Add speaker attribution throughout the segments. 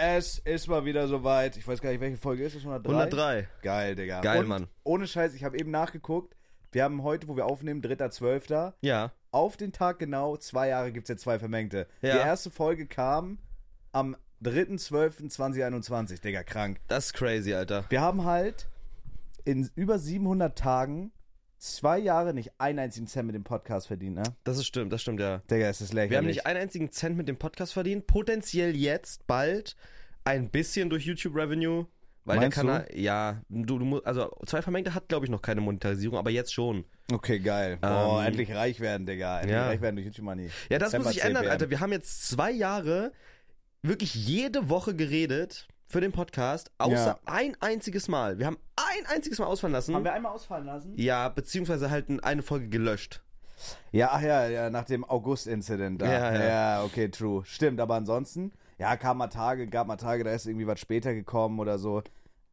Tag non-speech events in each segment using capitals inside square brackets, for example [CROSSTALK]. Speaker 1: Es ist mal wieder soweit. Ich weiß gar nicht, welche Folge ist das? 103?
Speaker 2: 103.
Speaker 1: Geil, Digga.
Speaker 2: Geil,
Speaker 1: Und
Speaker 2: Mann.
Speaker 1: Ohne Scheiß, ich habe eben nachgeguckt. Wir haben heute, wo wir aufnehmen, 3.12.
Speaker 2: Ja.
Speaker 1: Auf den Tag genau, zwei Jahre gibt es jetzt zwei Vermengte.
Speaker 2: Ja.
Speaker 1: Die erste Folge kam am 3.12.2021. Digga, krank.
Speaker 2: Das ist crazy, Alter.
Speaker 1: Wir haben halt in über 700 Tagen zwei Jahre nicht einen einzigen Cent mit dem Podcast verdient, ne?
Speaker 2: Das ist stimmt, das stimmt, ja.
Speaker 1: Digga, es ist lächerlich.
Speaker 2: Wir haben nicht einen einzigen Cent mit dem Podcast verdient. Potenziell jetzt, bald, ein bisschen durch YouTube-Revenue. Weil
Speaker 1: Meinst
Speaker 2: der Kanal. Ja, du, du musst, also zwei Vermengte hat, glaube ich, noch keine Monetarisierung, aber jetzt schon.
Speaker 1: Okay, geil. oh,
Speaker 2: Ähm,
Speaker 1: endlich reich werden, Digga. Endlich
Speaker 2: ja.
Speaker 1: reich werden durch YouTube Money.
Speaker 2: Ja, das
Speaker 1: Dezember
Speaker 2: muss sich ändern,
Speaker 1: CPM.
Speaker 2: Alter. Wir haben jetzt zwei Jahre wirklich jede Woche geredet für den Podcast, außer
Speaker 1: Ja.
Speaker 2: ein einziges Mal. Wir haben ein einziges Mal ausfallen lassen.
Speaker 1: Haben wir einmal ausfallen lassen?
Speaker 2: ja, beziehungsweise halt eine Folge gelöscht.
Speaker 1: Ja, ach ja, ja, nach dem August-Incident da.
Speaker 2: Ja,
Speaker 1: Ja,
Speaker 2: ja.
Speaker 1: okay, true. Stimmt, aber ansonsten, ja, kam mal Tage, gab mal Tage, da ist irgendwie was später gekommen oder so.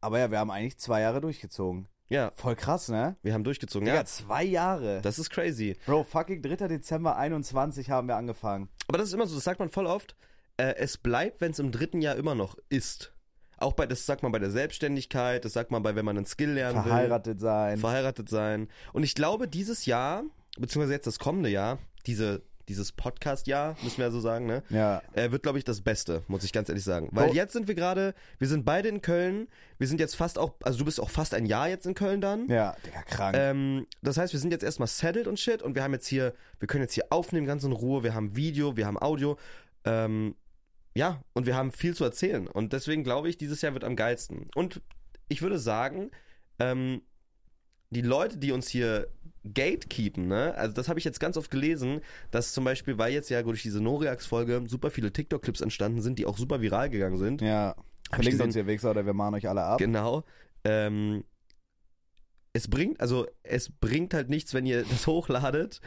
Speaker 1: Aber ja, wir haben eigentlich zwei Jahre durchgezogen.
Speaker 2: Ja,
Speaker 1: Voll krass, ne?
Speaker 2: wir haben durchgezogen.
Speaker 1: Digga,
Speaker 2: Ja,
Speaker 1: zwei Jahre.
Speaker 2: das ist crazy.
Speaker 1: Bro, fucking 3. Dezember 21 haben wir angefangen.
Speaker 2: Aber das ist immer so, das sagt man voll oft. Äh, es bleibt, wenn es im dritten Jahr immer noch ist. Auch bei, das sagt man bei der Selbstständigkeit, das sagt man bei, wenn man einen Skill lernen
Speaker 1: Verheiratet
Speaker 2: will,
Speaker 1: sein.
Speaker 2: verheiratet sein. Und ich glaube, dieses Jahr, beziehungsweise jetzt das kommende Jahr, diese, dieses Podcast-Jahr, müssen wir ja so sagen, ne?
Speaker 1: ja.
Speaker 2: Äh, wird, glaube ich, das Beste, muss ich ganz ehrlich sagen. Weil
Speaker 1: Oh.
Speaker 2: jetzt sind wir gerade, wir sind beide in Köln, wir sind jetzt fast auch, also du bist auch fast ein Jahr jetzt in Köln dann.
Speaker 1: Ja, Digga, krank.
Speaker 2: Ähm, das heißt, wir sind jetzt erstmal settled und shit und wir haben jetzt hier, wir können jetzt hier aufnehmen, ganz in Ruhe, wir haben Video, wir haben Audio, ähm, ja, und wir haben viel zu erzählen. Und deswegen glaube ich, dieses Jahr wird am geilsten. Und ich würde sagen, ähm, die Leute, die uns hier gatekeepen, ne, also das habe ich jetzt ganz oft gelesen, dass zum Beispiel, weil jetzt ja durch diese Noriax-Folge super viele TikTok-Clips entstanden sind, die auch super viral gegangen sind.
Speaker 1: ja.
Speaker 2: ich
Speaker 1: Verlinkt uns
Speaker 2: gesehen.
Speaker 1: ihr Wichser oder wir mahnen euch alle ab.
Speaker 2: Genau. Ähm, es bringt, also es bringt halt nichts, wenn ihr [LAUGHS] das hochladet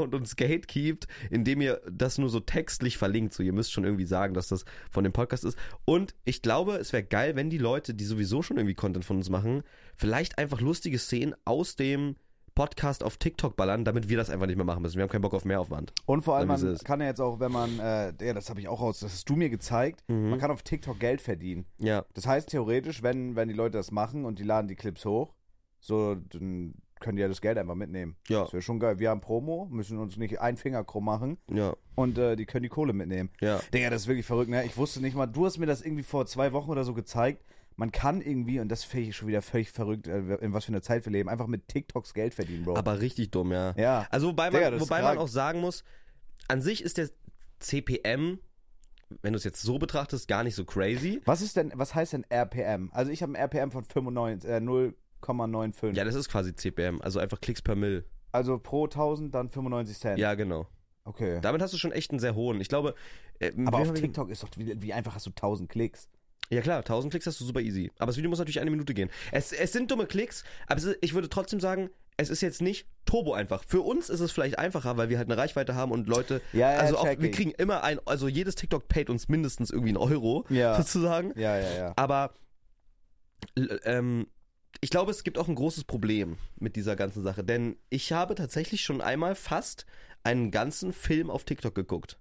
Speaker 2: und uns gatekeept, indem ihr das nur so textlich verlinkt. So, ihr müsst schon irgendwie sagen, dass das von dem Podcast ist. Und ich glaube, es wäre geil, wenn die Leute, die sowieso schon irgendwie Content von uns machen, vielleicht einfach lustige Szenen aus dem Podcast auf TikTok ballern, damit wir das einfach nicht mehr machen müssen. Wir haben keinen Bock auf Mehraufwand.
Speaker 1: Und vor allem,
Speaker 2: Dann ist
Speaker 1: man
Speaker 2: es.
Speaker 1: kann ja jetzt auch, wenn man, äh, ja, das habe ich auch raus, das hast du mir gezeigt,
Speaker 2: Mhm.
Speaker 1: man kann auf TikTok Geld verdienen.
Speaker 2: Ja.
Speaker 1: Das heißt, theoretisch, wenn, wenn die Leute das machen und die laden die Clips hoch, so, dann können die ja das Geld einfach mitnehmen.
Speaker 2: Ja.
Speaker 1: Das wäre schon geil. Wir haben Promo, müssen uns nicht einen Finger krumm machen
Speaker 2: Ja.
Speaker 1: und äh, die können die Kohle mitnehmen.
Speaker 2: Ja.
Speaker 1: Digga, das ist wirklich verrückt, ne? Ich wusste nicht mal, du hast mir das irgendwie vor zwei Wochen oder so gezeigt. Man kann irgendwie, und das finde ich schon wieder völlig verrückt, äh, in was für einer Zeit wir leben, einfach mit TikToks Geld verdienen, Bro.
Speaker 2: Aber richtig dumm, ja.
Speaker 1: Ja.
Speaker 2: Also wobei,
Speaker 1: Digga,
Speaker 2: man,
Speaker 1: das ist
Speaker 2: wobei man
Speaker 1: krank.
Speaker 2: auch sagen muss, an sich ist der CPM, wenn du es jetzt so betrachtest, gar nicht so crazy.
Speaker 1: Was ist denn, was heißt denn RPM? Also ich habe ein RPM von 95, äh, 0,95.
Speaker 2: Ja, das ist quasi CPM, also einfach Klicks per Mill.
Speaker 1: Also pro 1000 dann 95 Cent.
Speaker 2: Ja, genau.
Speaker 1: Okay.
Speaker 2: Damit hast du schon echt einen sehr hohen. Ich glaube, äh,
Speaker 1: Aber
Speaker 2: wir
Speaker 1: auf
Speaker 2: haben-
Speaker 1: TikTok ist doch, wie, wie einfach hast du 1000 Klicks?
Speaker 2: Ja klar, 1000 Klicks hast du super easy. Aber das Video muss natürlich eine Minute gehen. Es, es sind dumme Klicks, aber es ist, ich würde trotzdem sagen, es ist jetzt nicht turbo einfach. Für uns ist es vielleicht einfacher, weil wir halt eine Reichweite haben und Leute,
Speaker 1: Ja, ja,
Speaker 2: also auch,
Speaker 1: check
Speaker 2: wir
Speaker 1: ich.
Speaker 2: kriegen immer ein, also jedes TikTok payt uns mindestens irgendwie einen Euro,
Speaker 1: Ja.
Speaker 2: [LAUGHS] sozusagen.
Speaker 1: Ja, ja, ja.
Speaker 2: Aber l- ähm, ich glaube, es gibt auch ein großes Problem mit dieser ganzen Sache, denn ich habe tatsächlich schon einmal fast einen ganzen Film auf TikTok geguckt.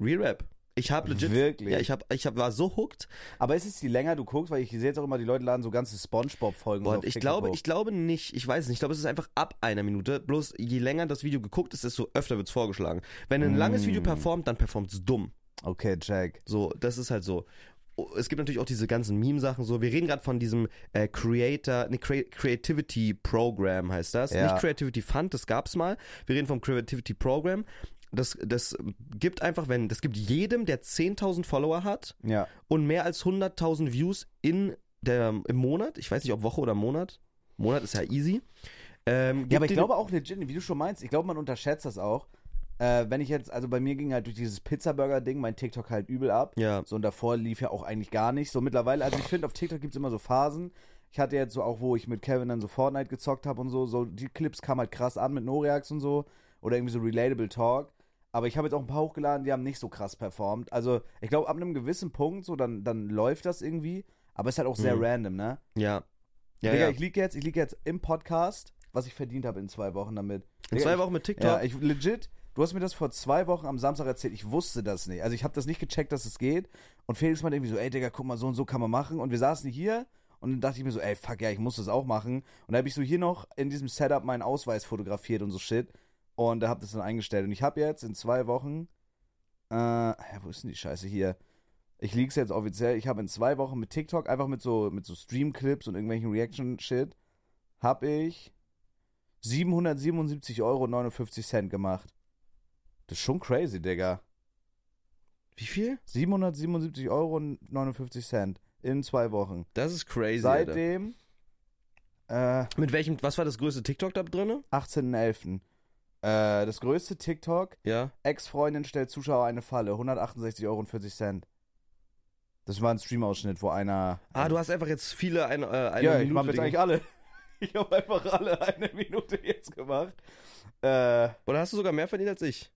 Speaker 2: Re-Rap. Ich habe legit.
Speaker 1: Wirklich?
Speaker 2: Ja, ich habe, ich hab, war so hooked.
Speaker 1: Aber ist es die länger du guckst, weil ich sehe jetzt auch immer, die Leute laden so ganze Spongebob-Folgen
Speaker 2: Boah,
Speaker 1: auf
Speaker 2: ich
Speaker 1: TikTok
Speaker 2: glaube,
Speaker 1: hoch.
Speaker 2: ich glaube nicht. Ich weiß nicht. Ich glaube, es ist einfach ab einer Minute. Bloß je länger das Video geguckt ist, desto öfter wird es vorgeschlagen. Wenn
Speaker 1: Mm.
Speaker 2: ein langes Video performt, dann performt es dumm.
Speaker 1: Okay, check.
Speaker 2: So, das ist halt so. Oh, Es gibt natürlich auch diese ganzen Meme-Sachen. So, wir reden gerade von diesem äh, Creator, ne, Crea- Creativity Program heißt das.
Speaker 1: Ja.
Speaker 2: Nicht Creativity Fund, das gab's mal. Wir reden vom Creativity Program. Das, das gibt einfach, wenn, das gibt jedem, der 10.000 Follower hat
Speaker 1: Ja.
Speaker 2: und mehr als 100.000 Views in der, im Monat. Ich weiß nicht, ob Woche oder Monat. Monat ist ja easy. Ähm, gibt
Speaker 1: Ja, aber ich
Speaker 2: den-
Speaker 1: glaube auch legit, wie du schon meinst, ich glaube, man unterschätzt das auch. Äh, wenn ich jetzt, also bei mir ging halt durch dieses Pizza-Burger-Ding mein TikTok halt übel ab.
Speaker 2: Ja.
Speaker 1: So und davor lief ja auch eigentlich gar nicht. So mittlerweile, also ich finde, auf TikTok gibt es immer so Phasen. Ich hatte jetzt so auch, wo ich mit Kevin dann so Fortnite gezockt habe und so, so die Clips kamen halt krass an mit Noreax und so. Oder irgendwie so Relatable Talk. Aber ich habe jetzt auch ein paar hochgeladen, die haben nicht so krass performt. Also ich glaube, ab einem gewissen Punkt, so dann, dann läuft das irgendwie. Aber ist halt auch sehr
Speaker 2: Mhm.
Speaker 1: random, ne?
Speaker 2: Ja. Ja,
Speaker 1: Digga,
Speaker 2: ja.
Speaker 1: ich lieg jetzt, ich lieg jetzt im Podcast, was ich verdient habe in zwei Wochen damit.
Speaker 2: in
Speaker 1: Digga,
Speaker 2: zwei
Speaker 1: ich-
Speaker 2: Wochen mit TikTok.
Speaker 1: Ja, ich legit, Du hast mir das vor zwei Wochen am Samstag erzählt. Ich wusste das nicht. Also ich habe das nicht gecheckt, dass es geht. Und Felix meinte irgendwie so, ey Digga, guck mal, so und so kann man machen. Und wir saßen hier und dann dachte ich mir so, ey, fuck ja, ich muss das auch machen. Und da habe ich so hier noch in diesem Setup meinen Ausweis fotografiert und so shit. Und da habe das dann eingestellt. Und ich habe jetzt in zwei Wochen, äh, ja, wo ist denn die Scheiße hier? Ich lieg's jetzt offiziell. Ich habe in zwei Wochen mit TikTok einfach mit so mit so Stream-Clips und irgendwelchen Reaction-Shit habe ich 777,59 Euro gemacht. Das ist schon crazy, Digga.
Speaker 2: Wie viel?
Speaker 1: 777,59 Euro in zwei Wochen.
Speaker 2: Das ist crazy. Alter.
Speaker 1: Seitdem äh,
Speaker 2: Mit welchem, was war das größte TikTok da drin?
Speaker 1: 18.11. Äh, das größte TikTok,
Speaker 2: Ja.
Speaker 1: Ex-Freundin stellt Zuschauer eine Falle, 168,40 Euro. Das war ein Stream-Ausschnitt, wo einer...
Speaker 2: Ah, du hast einfach jetzt viele ein, äh, eine
Speaker 1: ja, ich
Speaker 2: Minute
Speaker 1: mach jetzt
Speaker 2: Dinge.
Speaker 1: eigentlich alle. [LAUGHS] Ich habe einfach alle eine Minute jetzt gemacht. Äh,
Speaker 2: Oder hast du sogar mehr verdient als ich?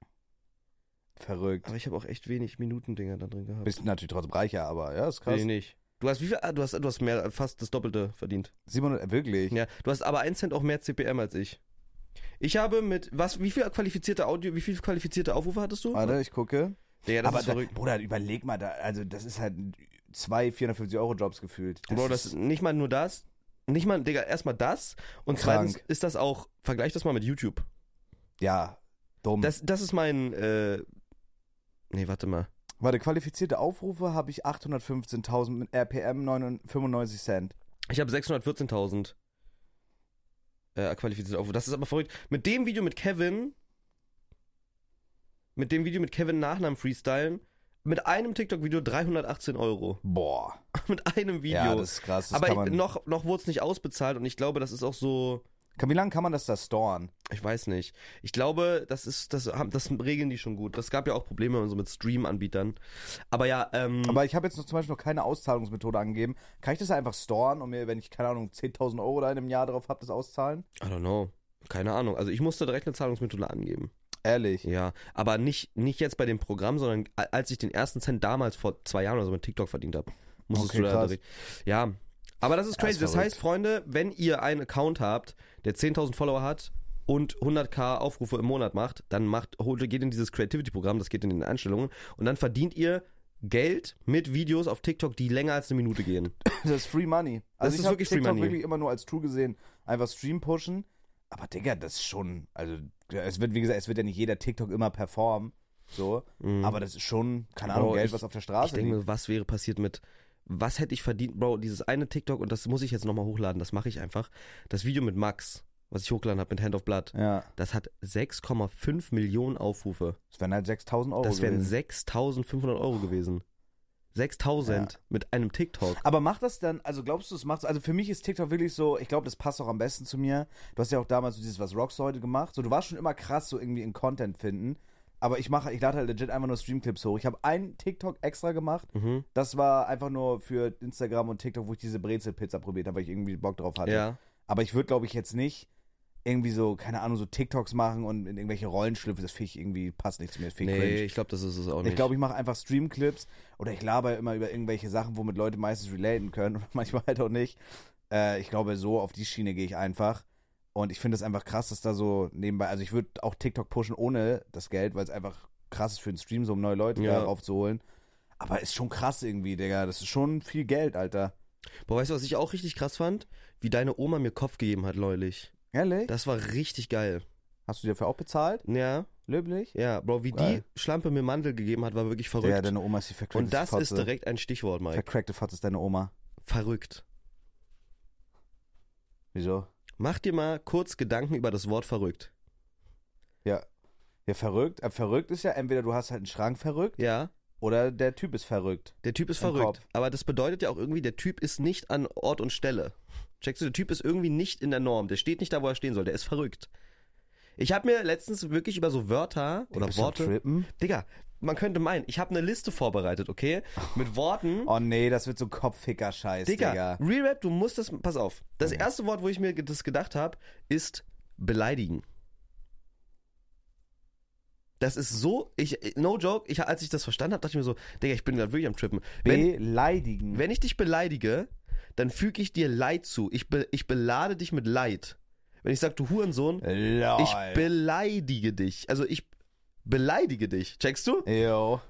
Speaker 1: verrückt.
Speaker 2: Aber ich habe auch echt wenig Minuten-Dinger da drin gehabt.
Speaker 1: Bist natürlich trotzdem reicher, aber ja, ist krass.
Speaker 2: Nee, nicht. Du hast wie viel? ah, Du hast, du hast mehr, fast das Doppelte verdient.
Speaker 1: 700, wirklich?
Speaker 2: Ja, du hast aber 1 Cent auch mehr CPM als ich. Ich habe mit was? Wie viel qualifizierte Audio, wie viel qualifizierte Aufrufe hattest du?
Speaker 1: Warte, ich gucke.
Speaker 2: Digga, das
Speaker 1: aber
Speaker 2: ist
Speaker 1: da,
Speaker 2: verrückt.
Speaker 1: Bruder, überleg mal, da, also das ist halt zwei 450 Euro Jobs gefühlt.
Speaker 2: Bro, das ist nicht mal nur das. Nicht mal, Digga, erstmal das. Und
Speaker 1: Krank.
Speaker 2: zweitens ist das auch, vergleich das mal mit YouTube.
Speaker 1: ja dumm.
Speaker 2: Das, das ist mein, äh, nee, warte mal.
Speaker 1: Warte, qualifizierte Aufrufe habe ich 815.000 mit RPM 9 95 Cent.
Speaker 2: Ich habe 614.000 äh, qualifizierte Aufrufe. Das ist aber verrückt. Mit dem Video mit Kevin, mit dem Video mit Kevin Nachnamen freestylen, mit einem TikTok-Video 318 Euro. [LAUGHS]
Speaker 1: Boah.
Speaker 2: mit einem Video.
Speaker 1: Ja, das ist krass. Das
Speaker 2: aber
Speaker 1: kann
Speaker 2: ich-
Speaker 1: man,
Speaker 2: noch, noch wurde es nicht ausbezahlt und ich glaube, das ist auch so,
Speaker 1: kann, wie lange kann man das da storen?
Speaker 2: ich weiß nicht. Ich glaube, das ist, das, haben- das regeln die schon gut. Das gab ja auch Probleme und so mit Stream-Anbietern. Aber ja, ähm,
Speaker 1: Aber ich habe jetzt noch zum Beispiel noch keine Auszahlungsmethode angegeben. Kann ich das einfach storen und mir, wenn ich, keine Ahnung, 10.000 Euro da in einem Jahr drauf habe, das auszahlen?
Speaker 2: I don't know. Keine Ahnung. Also ich musste direkt eine Zahlungsmethode angeben.
Speaker 1: Ehrlich.
Speaker 2: Ja, aber nicht, nicht jetzt bei dem Programm, sondern a- als ich den ersten Cent damals vor zwei Jahren oder so mit TikTok verdient habe. Musstest
Speaker 1: Okay,
Speaker 2: du da
Speaker 1: krass.
Speaker 2: direkt. Ja. Aber das ist
Speaker 1: Ja,
Speaker 2: crazy.
Speaker 1: ist
Speaker 2: das
Speaker 1: verrückt.
Speaker 2: heißt, Freunde, wenn ihr einen Account habt, der 10.000 Follower hat und 100k Aufrufe im Monat macht, dann macht, holt, geht in dieses Creativity-Programm, das geht in den Einstellungen und dann verdient ihr Geld mit Videos auf TikTok, die länger als eine Minute gehen.
Speaker 1: Das ist Free Money. Also
Speaker 2: ist
Speaker 1: ich hab
Speaker 2: wirklich Free
Speaker 1: TikTok
Speaker 2: Money.
Speaker 1: wirklich immer nur als Tool gesehen. Einfach Stream pushen. Aber Digga, das ist schon, also es wird, wie gesagt, es wird ja nicht jeder TikTok immer performen. So. Aber das ist schon, keine Ahnung,
Speaker 2: Mhm. Bro,
Speaker 1: Geld,
Speaker 2: ich-
Speaker 1: was auf der
Speaker 2: Ich
Speaker 1: Straße
Speaker 2: denke
Speaker 1: liegt.
Speaker 2: mir, was wäre passiert mit, was hätte ich verdient, Bro, dieses eine TikTok und das muss ich jetzt nochmal hochladen, das mache ich einfach. Das Video mit Max, was ich hochgeladen habe mit Hand of Blood,
Speaker 1: Ja.
Speaker 2: das hat 6,5 Millionen Aufrufe.
Speaker 1: Das wären halt 6000 Euro.
Speaker 2: Das wären
Speaker 1: gewesen.
Speaker 2: 6.500 Euro gewesen. 6.000 mit einem TikTok.
Speaker 1: Aber macht das dann, also glaubst du, es macht, also für mich ist TikTok wirklich so, ich glaube, das passt auch am besten zu mir. Du hast ja auch damals so dieses, was Rocks heute gemacht. So, du warst schon immer krass, so irgendwie in Content finden. Aber ich mache, ich lade halt legit einfach nur Streamclips hoch. Ich habe einen TikTok extra gemacht.
Speaker 2: Mhm.
Speaker 1: Das war einfach nur für Instagram und TikTok, wo ich diese Brezelpizza probiert habe, weil ich irgendwie Bock drauf hatte.
Speaker 2: Ja.
Speaker 1: Aber ich würde, glaube ich, jetzt nicht irgendwie so, keine Ahnung, so TikToks machen und in irgendwelche Rollen schlüpfen. Das finde ich irgendwie, passt nicht zu mir. Das finde ich cringe.
Speaker 2: Nee, ich glaube, das ist es auch nicht.
Speaker 1: Ich glaube, ich mache einfach Streamclips oder ich laber immer über irgendwelche Sachen, womit Leute meistens relaten können und [LAUGHS] manchmal halt auch nicht. Äh, ich glaube, so auf die Schiene gehe ich einfach. Und ich finde es einfach krass, dass da so nebenbei, also ich würde auch TikTok pushen ohne das Geld, weil es einfach krass ist für den Stream, so um neue Leute
Speaker 2: Ja.
Speaker 1: darauf zu holen. Aber ist schon krass irgendwie, Digga. Das ist schon viel Geld, Alter.
Speaker 2: Boah, weißt du, was ich auch richtig krass fand? Wie deine Oma mir Kopf gegeben hat neulich.
Speaker 1: Ehrlich?
Speaker 2: Das war richtig geil.
Speaker 1: Hast du dir dafür auch bezahlt?
Speaker 2: Ja,
Speaker 1: Löblich?
Speaker 2: ja, Bro, wie
Speaker 1: Geil.
Speaker 2: die Schlampe mir Mandel gegeben hat, war wirklich verrückt.
Speaker 1: Ja, deine Oma ist die vercrackte
Speaker 2: Und das
Speaker 1: Fotze.
Speaker 2: ist direkt ein Stichwort, Mike.
Speaker 1: Vercrackte Fotze ist deine Oma.
Speaker 2: verrückt.
Speaker 1: Wieso?
Speaker 2: Mach dir mal kurz Gedanken über das Wort verrückt.
Speaker 1: Ja. Ja, verrückt. Äh, verrückt ist ja entweder du hast halt einen Schrank verrückt
Speaker 2: Ja,
Speaker 1: Oder der Typ ist verrückt.
Speaker 2: der Typ ist
Speaker 1: Im
Speaker 2: verrückt.
Speaker 1: Kopf.
Speaker 2: Aber das bedeutet ja auch irgendwie, der Typ ist nicht an Ort und Stelle. Checkst du, der Typ ist irgendwie nicht in der Norm. Der steht nicht da, wo er stehen soll. Der ist verrückt. Ich habe mir letztens wirklich über so Wörter oder
Speaker 1: Bist du am
Speaker 2: Worte. Hm?
Speaker 1: Trippen?
Speaker 2: Digga, man könnte meinen, ich habe eine Liste vorbereitet, okay? Mit Worten.
Speaker 1: Oh nee, das wird so Kopfhicker-Scheiß, Digga. Mhm.
Speaker 2: Digga, Re-Rap, du musst das. Pass auf. Das erste Wort, wo ich mir das gedacht habe, ist beleidigen. Das ist so, ich, no joke, ich, als ich das verstanden habe, dachte ich mir so, Digga, ich bin gerade wirklich am Trippen. Wenn,
Speaker 1: Beleidigen.
Speaker 2: wenn ich dich beleidige, dann füge ich dir Leid zu. Ich, be, ich belade dich mit Leid. Wenn ich sage, du Hurensohn,
Speaker 1: Lol.
Speaker 2: ich beleidige dich. Also ich beleidige dich. Checkst du?
Speaker 1: Yo.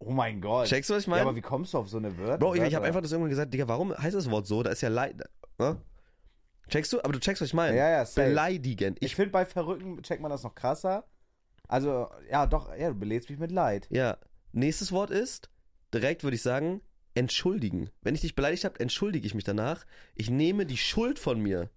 Speaker 1: Oh mein Gott.
Speaker 2: Checkst du, was ich
Speaker 1: ja,
Speaker 2: meine?
Speaker 1: aber wie kommst du auf so eine Wörter?
Speaker 2: Bro, ich, ich habe
Speaker 1: Wörter?
Speaker 2: einfach das irgendwann gesagt, Digga, warum heißt das Wort so? Da ist ja Leid. Ne? Checkst du? Aber du checkst, was ich meine.
Speaker 1: Ja, ja, safe.
Speaker 2: Beleidigen.
Speaker 1: Ich
Speaker 2: Ich,
Speaker 1: finde, bei Verrückten checkt man das noch krasser. Also, ja, doch, ja, du belädst mich mit Leid.
Speaker 2: ja. Nächstes Wort ist, direkt würde ich sagen, entschuldigen. Wenn ich dich beleidigt habe, entschuldige ich mich danach. Ich nehme die Schuld von mir.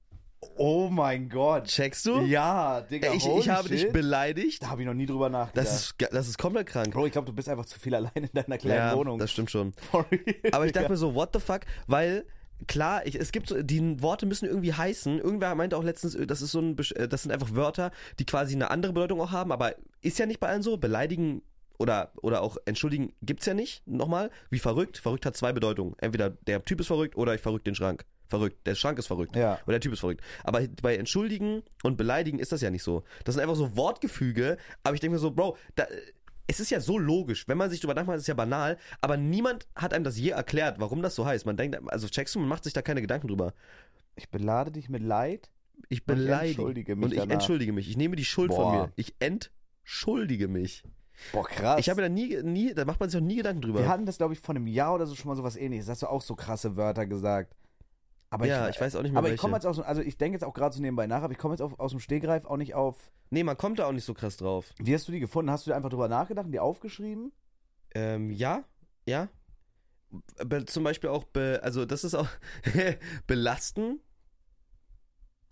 Speaker 1: Oh mein Gott.
Speaker 2: Checkst du?
Speaker 1: Ja, Digga,
Speaker 2: Ey, ich,
Speaker 1: holy
Speaker 2: ich habe
Speaker 1: shit.
Speaker 2: dich beleidigt.
Speaker 1: Da habe ich noch nie drüber nachgedacht.
Speaker 2: Das, ist, ge- das ist komplett krank.
Speaker 1: Bro, ich glaube, du bist einfach zu viel allein in deiner kleinen
Speaker 2: ja,
Speaker 1: Wohnung.
Speaker 2: das stimmt schon.
Speaker 1: Sorry. [LAUGHS]
Speaker 2: Aber ich dachte
Speaker 1: Digga.
Speaker 2: mir so, what the fuck? Weil, klar, ich, es gibt so, die Worte müssen irgendwie heißen. Irgendwer meinte auch letztens, das ist so ein, Besch- äh, das sind einfach Wörter, die quasi eine andere Bedeutung auch haben, aber ist ja nicht bei allen so. Beleidigen oder, oder auch entschuldigen gibt's ja nicht. Nochmal, wie verrückt. Verrückt hat zwei Bedeutungen. Entweder der Typ ist verrückt oder ich verrückt den Schrank. Verrückt. Der Schrank ist verrückt.
Speaker 1: Ja.
Speaker 2: Oder der Typ ist verrückt. Aber bei Entschuldigen und Beleidigen ist das ja nicht so. Das sind einfach so Wortgefüge, aber ich denke mir so, Bro, da, es ist ja so logisch, wenn man sich drüber nachmacht, ist es ja banal, aber niemand hat einem das je erklärt, warum das so heißt. Man denkt, also checkst du, man macht sich da keine Gedanken drüber.
Speaker 1: Ich belade dich mit Leid.
Speaker 2: Ich
Speaker 1: Und ich
Speaker 2: beleidige.
Speaker 1: entschuldige mich
Speaker 2: Und ich
Speaker 1: danach.
Speaker 2: entschuldige mich. Ich nehme die Schuld von
Speaker 1: Boah.
Speaker 2: mir. Ich entschuldige mich.
Speaker 1: Boah, krass.
Speaker 2: Ich habe da nie, nie, da macht man sich auch nie Gedanken drüber.
Speaker 1: Wir hatten das, glaube ich, vor einem Jahr oder so schon mal sowas ähnliches. Da hast du auch so krasse Wörter gesagt. Aber
Speaker 2: ja,
Speaker 1: ich,
Speaker 2: ich weiß auch nicht mehr
Speaker 1: aber ich
Speaker 2: welche.
Speaker 1: komme jetzt aus, also ich denke jetzt auch gerade so nebenbei nach, aber ich komme jetzt auf, aus dem Stehgreif auch nicht auf.
Speaker 2: nee, man kommt da auch nicht so krass drauf.
Speaker 1: Wie hast du die gefunden? Hast du einfach drüber nachgedacht und die aufgeschrieben?
Speaker 2: Ähm, ja, ja. Be zum Beispiel auch, be also das ist auch [LAUGHS] belasten.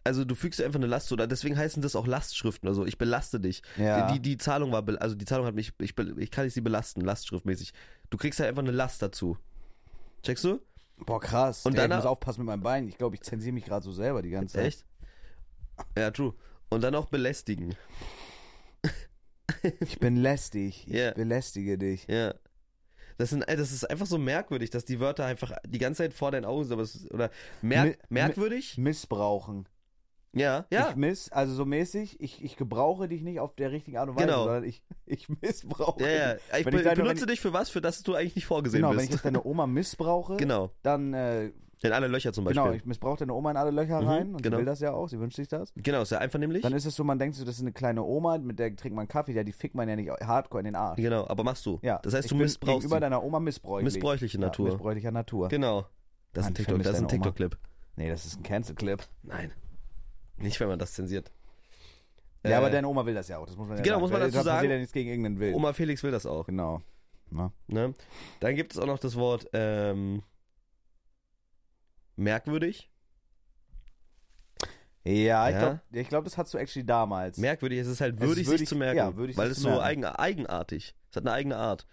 Speaker 2: Also du fügst dir einfach eine Last oder deswegen heißen das auch Lastschriften oder so. Ich belaste dich. Die, die Zahlung war, bel- also die Zahlung hat mich, ich, be- ich kann nicht sie belasten, lastschriftmäßig. Du kriegst halt einfach eine Last dazu. Checkst du?
Speaker 1: Boah, krass.
Speaker 2: Und
Speaker 1: Digga, ich
Speaker 2: danach-
Speaker 1: muss aufpassen mit meinem Bein. Ich glaube, ich zensiere mich gerade so selber die ganze Zeit.
Speaker 2: Echt? Ja, true. Und dann auch belästigen.
Speaker 1: Ich bin lästig. Ich
Speaker 2: Ja.
Speaker 1: belästige dich.
Speaker 2: Ja. Das, sind, das ist einfach so merkwürdig, dass die Wörter einfach die ganze Zeit vor deinen Augen sind. Aber es, oder
Speaker 1: Mi-
Speaker 2: merk,
Speaker 1: mi-
Speaker 2: merkwürdig?
Speaker 1: Missbrauchen.
Speaker 2: Ja, ja.
Speaker 1: Ich miss, also so mäßig, ich, ich gebrauche dich nicht auf der richtigen Art und Weise,
Speaker 2: Genau.
Speaker 1: sondern ich, [LAUGHS] ich missbrauche
Speaker 2: Ja, ja.
Speaker 1: dich.
Speaker 2: Ich,
Speaker 1: Wenn
Speaker 2: be
Speaker 1: ich deine-
Speaker 2: benutze
Speaker 1: wenn
Speaker 2: dich für was, für das du eigentlich nicht vorgesehen
Speaker 1: Genau, wenn ich
Speaker 2: bist.
Speaker 1: jetzt deine Oma missbrauche,
Speaker 2: [LAUGHS] genau.
Speaker 1: dann äh,
Speaker 2: In alle Löcher zum Beispiel.
Speaker 1: Genau, ich missbrauche deine Oma in alle Löcher
Speaker 2: Mhm,
Speaker 1: rein und
Speaker 2: genau.
Speaker 1: sie will das ja auch, sie wünscht sich das.
Speaker 2: genau, ist ja einfach nämlich.
Speaker 1: Dann ist es so, man denkt so, das ist eine kleine Oma, mit der trinkt man Kaffee, ja, die fickt man ja nicht hardcore in den Arsch.
Speaker 2: Genau, aber machst du.
Speaker 1: Ja,
Speaker 2: das heißt,
Speaker 1: ich
Speaker 2: du
Speaker 1: bin
Speaker 2: missbrauchst
Speaker 1: Gegenüber
Speaker 2: sie.
Speaker 1: deiner Oma missbräuchlich.
Speaker 2: missbräuchliche Natur.
Speaker 1: Ja, missbräulicher Natur.
Speaker 2: Genau. Das ist
Speaker 1: Mann,
Speaker 2: ein
Speaker 1: ich
Speaker 2: TikTok, das ist ein
Speaker 1: vermisse deine Oma.
Speaker 2: TikTok-Clip.
Speaker 1: Nee, das ist ein Cancel-Clip.
Speaker 2: Nein. Nicht, wenn man das zensiert.
Speaker 1: Ja,
Speaker 2: Äh,
Speaker 1: aber deine Oma will das ja auch, das muss man ja
Speaker 2: Genau,
Speaker 1: sagen.
Speaker 2: muss man
Speaker 1: Da
Speaker 2: dazu
Speaker 1: passiert
Speaker 2: sagen,
Speaker 1: ja nichts gegen irgendeinen Willen.
Speaker 2: Oma Felix will das auch.
Speaker 1: Genau. Na?
Speaker 2: Ne? Dann gibt es auch noch das Wort ähm, merkwürdig.
Speaker 1: Ja, ich
Speaker 2: Ja.
Speaker 1: glaube, ich glaub, das hattest du actually damals.
Speaker 2: Merkwürdig, es ist halt
Speaker 1: Es ist
Speaker 2: würdig, sich
Speaker 1: würdig-
Speaker 2: zu merken.
Speaker 1: ja, würdig,
Speaker 2: weil
Speaker 1: sich
Speaker 2: es
Speaker 1: zu
Speaker 2: so
Speaker 1: merken.
Speaker 2: eigen, eigenartig. Es hat eine eigene Art.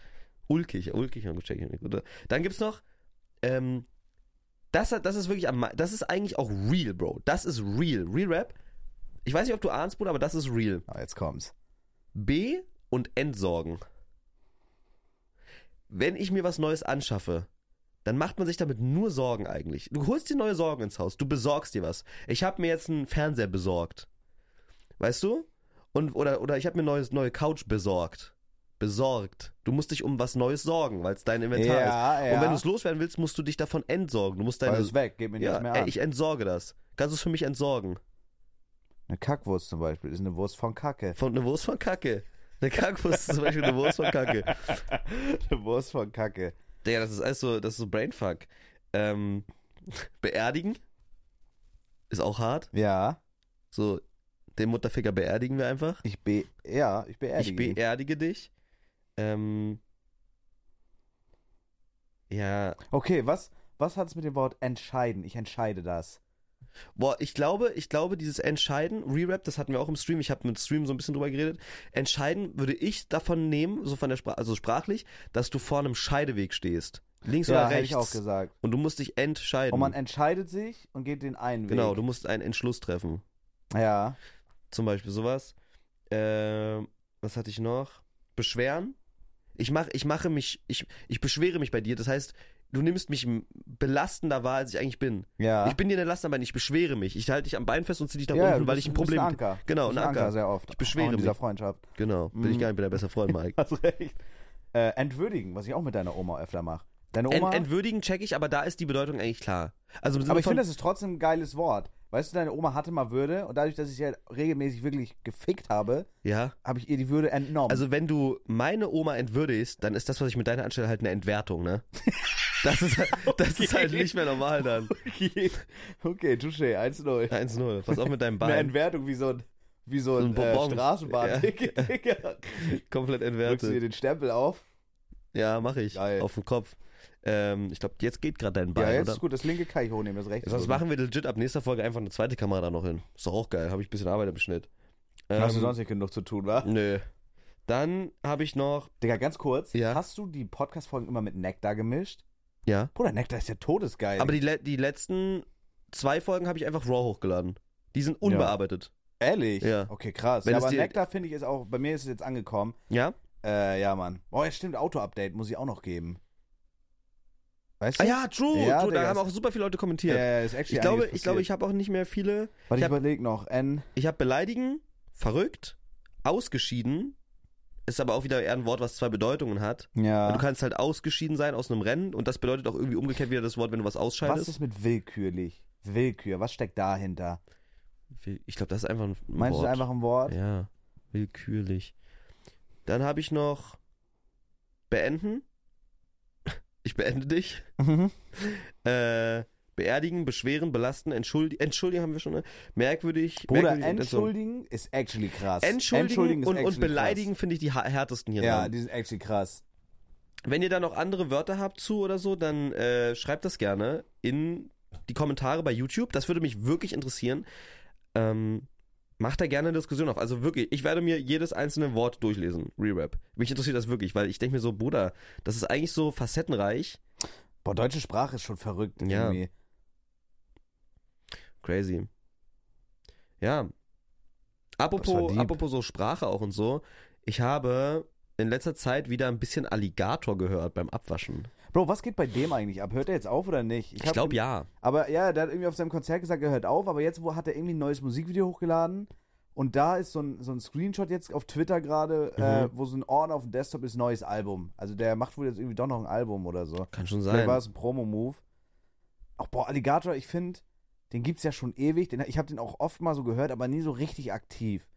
Speaker 2: Ulkig, ulkig. ja, gut, check ich nicht. Gut. Dann gibt es noch, ähm, das, hat- das ist wirklich, am, mei- das ist eigentlich auch real, Bro. Das ist real. Real Rap. Ich weiß nicht, ob du ahnst, Bruder, aber das ist real.
Speaker 1: Ah, jetzt kommt's.
Speaker 2: B und entsorgen. Wenn ich mir was Neues anschaffe, dann macht man sich damit nur Sorgen eigentlich. Du holst dir neue Sorgen ins Haus, du besorgst dir was. Ich habe mir jetzt einen Fernseher besorgt. Weißt du? Und, oder, oder ich habe mir neues neue Couch besorgt. Besorgt. Du musst dich um was Neues sorgen, weil es dein Inventar ist.
Speaker 1: ja, ja.
Speaker 2: Und wenn du es loswerden willst, musst du dich davon entsorgen. Du musst
Speaker 1: Weil
Speaker 2: deine.
Speaker 1: es weg, gib mir
Speaker 2: ja,
Speaker 1: nicht mehr
Speaker 2: ey,
Speaker 1: an.
Speaker 2: ich entsorge das. Kannst du es für mich entsorgen?
Speaker 1: Eine Kackwurst zum Beispiel ist eine Wurst von Kacke. [LAUGHS]
Speaker 2: Von eine Wurst von Kacke. Eine Kackwurst ist zum Beispiel eine Wurst von Kacke.
Speaker 1: eine Wurst von Kacke.
Speaker 2: Digga, das ist alles so, das ist so Brainfuck. Ähm, beerdigen ist auch hart.
Speaker 1: Ja,
Speaker 2: So, den Mutterficker beerdigen wir einfach.
Speaker 1: ich be... Ja, ich beerdige.
Speaker 2: Ich
Speaker 1: ihn.
Speaker 2: beerdige dich. Ähm, ja,
Speaker 1: Okay, was, was hat es mit dem Wort entscheiden? Ich entscheide das.
Speaker 2: boah, ich glaube, ich glaube, dieses Entscheiden, Rewrap, das hatten wir auch im Stream, ich habe mit Stream so ein bisschen drüber geredet. Entscheiden würde ich davon nehmen, so von der Sprache, also sprachlich, dass du vor einem Scheideweg stehst. Links
Speaker 1: ja,
Speaker 2: oder
Speaker 1: hätte
Speaker 2: rechts.
Speaker 1: ich auch Um gesagt.
Speaker 2: Und du musst dich entscheiden.
Speaker 1: Und man entscheidet sich und geht den einen Weg.
Speaker 2: genau, du musst einen Entschluss treffen.
Speaker 1: Ja.
Speaker 2: Zum Beispiel sowas. Ähm, was hatte ich noch? Beschweren. Ich mache, ich mache mich, ich, ich beschwere mich bei dir. Das heißt, du nimmst mich m- belastender wahr, als ich eigentlich bin.
Speaker 1: Ja.
Speaker 2: Ich bin dir eine Last am Bein, ich beschwere mich. Ich halte dich am Bein fest und ziehe dich nach
Speaker 1: ja,
Speaker 2: unten,
Speaker 1: du
Speaker 2: weil
Speaker 1: bist-
Speaker 2: ich ein
Speaker 1: du bist
Speaker 2: Problem.
Speaker 1: Ein Anker.
Speaker 2: Genau,
Speaker 1: Du bist
Speaker 2: ein Anker.
Speaker 1: sehr oft.
Speaker 2: Ich beschwere
Speaker 1: auch in dieser
Speaker 2: mich.
Speaker 1: Freundschaft.
Speaker 2: [LAUGHS] Genau, bin ich
Speaker 1: Mhm.
Speaker 2: gar nicht mehr der
Speaker 1: [LAUGHS]
Speaker 2: beste Freund, Mike.
Speaker 1: Hast recht. Äh, entwürdigen, was ich auch mit deiner Oma öfter mache. Deine
Speaker 2: Ent,
Speaker 1: Oma.
Speaker 2: entwürdigen check ich, aber da ist die Bedeutung eigentlich klar. Also im Sinne
Speaker 1: aber ich
Speaker 2: von-
Speaker 1: finde, das ist trotzdem ein geiles Wort. Weißt du, deine Oma hatte mal Würde und dadurch, dass ich sie halt regelmäßig wirklich gefickt habe,
Speaker 2: Ja.
Speaker 1: habe ich ihr die Würde entnommen.
Speaker 2: Also wenn du meine Oma entwürdigst, dann ist das, was ich mit deiner anstelle, halt eine Entwertung,
Speaker 1: [LAUGHS]
Speaker 2: ne? Das ist, halt- das ist halt nicht mehr normal dann.
Speaker 1: okay, [LAUGHS] okay touché, 1-0.
Speaker 2: 1-0. Pass auf mit [LAUGHS] deinem
Speaker 1: Eine
Speaker 2: Bein.
Speaker 1: Entwertung wie so ein, wie so
Speaker 2: So
Speaker 1: ein,
Speaker 2: ein Bonbon.
Speaker 1: äh, [LAUGHS] Straßenbahnticket, Digga.
Speaker 2: Komplett
Speaker 1: Drückst du dir
Speaker 2: entwertet.
Speaker 1: den Stempel auf.
Speaker 2: Ja, mache ich.
Speaker 1: Geil.
Speaker 2: Auf den Kopf. Ähm, ich glaube, jetzt Also- geht gerade dein Bein,
Speaker 1: Ja, jetzt
Speaker 2: oder?
Speaker 1: ist gut, das linke kann ich hochnehmen, das rechte.
Speaker 2: Sonst
Speaker 1: drücken.
Speaker 2: machen wir legit ab nächster Folge einfach eine zweite Kamera da noch hin. Ist doch auch geil. Habe ich ein bisschen Arbeit im Schnitt.
Speaker 1: Hast du
Speaker 2: Ähm,
Speaker 1: sonst nicht genug zu tun, wa?
Speaker 2: Nö. Dann habe ich noch.
Speaker 1: Digga, ganz kurz.
Speaker 2: Ja.
Speaker 1: Hast du die Podcast-Folgen immer mit Nektar gemischt?
Speaker 2: Ja.
Speaker 1: Bruder, Nektar ist ja todesgeil.
Speaker 2: Aber die, le- die letzten zwei Folgen habe ich einfach raw hochgeladen. Die sind unbearbeitet.
Speaker 1: Ehrlich?
Speaker 2: Ja.
Speaker 1: Okay, krass.
Speaker 2: Wenn
Speaker 1: Ja,
Speaker 2: es
Speaker 1: aber
Speaker 2: dir-
Speaker 1: Nektar finde ich ist auch, bei mir ist es jetzt angekommen.
Speaker 2: Ja?
Speaker 1: Äh, ja, Mann. Oh, ja, stimmt, Auto-Update muss ich auch noch geben. Weißt
Speaker 2: Ah
Speaker 1: du?
Speaker 2: ja, true.
Speaker 1: Ja,
Speaker 2: true. Da
Speaker 1: Digga,
Speaker 2: haben
Speaker 1: ist-
Speaker 2: auch super viele Leute kommentiert.
Speaker 1: Äh, ist actually
Speaker 2: ich, glaube,
Speaker 1: einiges
Speaker 2: ich glaube, ich
Speaker 1: passiert.
Speaker 2: habe auch nicht mehr viele.
Speaker 1: Warte, ich,
Speaker 2: ich hab-
Speaker 1: überlege noch. N.
Speaker 2: Ich habe beleidigen, verrückt, ausgeschieden. Ist aber auch wieder eher ein Wort, was zwei Bedeutungen hat.
Speaker 1: Ja.
Speaker 2: Weil Du kannst halt ausgeschieden sein aus einem Rennen und das bedeutet auch irgendwie umgekehrt wieder das Wort, wenn du was
Speaker 1: Was
Speaker 2: ausscheidest.
Speaker 1: ist mit willkürlich? Willkür, was steckt dahinter?
Speaker 2: Ich glaube, das ist einfach ein
Speaker 1: Meinst
Speaker 2: Wort.
Speaker 1: du einfach ein Wort?
Speaker 2: Ja, willkürlich. Dann habe ich noch beenden. [LAUGHS] Ich beende dich.
Speaker 1: Mhm.
Speaker 2: Äh, beerdigen, beschweren, belasten, entschuldigen. Entschuldigen haben wir schon. Ne? Merkwürdig.
Speaker 1: Bruder,
Speaker 2: merkwürdig und entsorgen.
Speaker 1: entschuldigen ist actually krass.
Speaker 2: Entschuldigen
Speaker 1: ist
Speaker 2: und, und
Speaker 1: actually
Speaker 2: beleidigen finde ich die ha- härtesten hier.
Speaker 1: Krass. Ja,
Speaker 2: dran.
Speaker 1: die sind actually krass.
Speaker 2: Wenn ihr da noch andere Wörter habt zu oder so, dann äh, schreibt das gerne in die Kommentare bei YouTube. Das würde mich wirklich interessieren. Ähm, macht da gerne eine Diskussion auf. Also wirklich, ich werde mir jedes einzelne Wort durchlesen. Rewrap. Mich interessiert das wirklich, weil ich denke mir so, Bruder, das ist eigentlich so facettenreich.
Speaker 1: Boah, deutsche Sprache ist schon verrückt
Speaker 2: Ja.
Speaker 1: irgendwie.
Speaker 2: Crazy. Ja.
Speaker 1: Das war
Speaker 2: Apropos,
Speaker 1: deep.
Speaker 2: apropos so Sprache auch und so. Ich habe in letzter Zeit wieder ein bisschen Alligator gehört beim Abwaschen.
Speaker 1: Bro, was geht bei dem eigentlich ab? Hört er jetzt auf oder nicht?
Speaker 2: Ich glaube ja.
Speaker 1: Aber ja, der hat irgendwie auf seinem Konzert gesagt, er hört auf, aber jetzt wo, hat er irgendwie ein neues Musikvideo hochgeladen. Und da ist so ein, so ein Screenshot jetzt auf Twitter gerade,
Speaker 2: Mhm.
Speaker 1: äh, wo so ein Ordner auf dem Desktop ist, neues Album. Also der macht wohl jetzt irgendwie doch noch ein Album oder so.
Speaker 2: Kann schon
Speaker 1: Vielleicht war
Speaker 2: sein.
Speaker 1: es ein Promo-Move. Ach, boah, Alligator, ich finde, den gibt's ja schon ewig. Den, ich habe den auch oft mal so gehört, aber nie so richtig aktiv.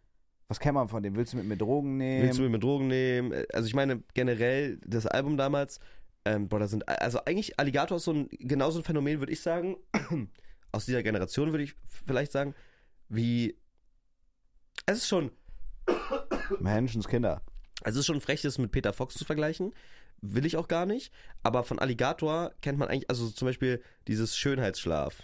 Speaker 1: Was kennt man von dem? Willst du mit mir Drogen nehmen?
Speaker 2: Willst du mir mit Drogen nehmen? Äh, Also ich meine generell das Album damals, ähm, boah, da sind also eigentlich Alligator ist so ein genauso ein Phänomen, würde ich sagen, [CLEARS THROAT] aus dieser Generation würde ich vielleicht sagen, wie es ist schon,
Speaker 1: Menschenskinder.
Speaker 2: also es ist schon frech, das mit Peter Fox zu vergleichen, will ich auch gar nicht, aber von Alligator kennt man eigentlich, also zum Beispiel dieses Schönheitsschlaf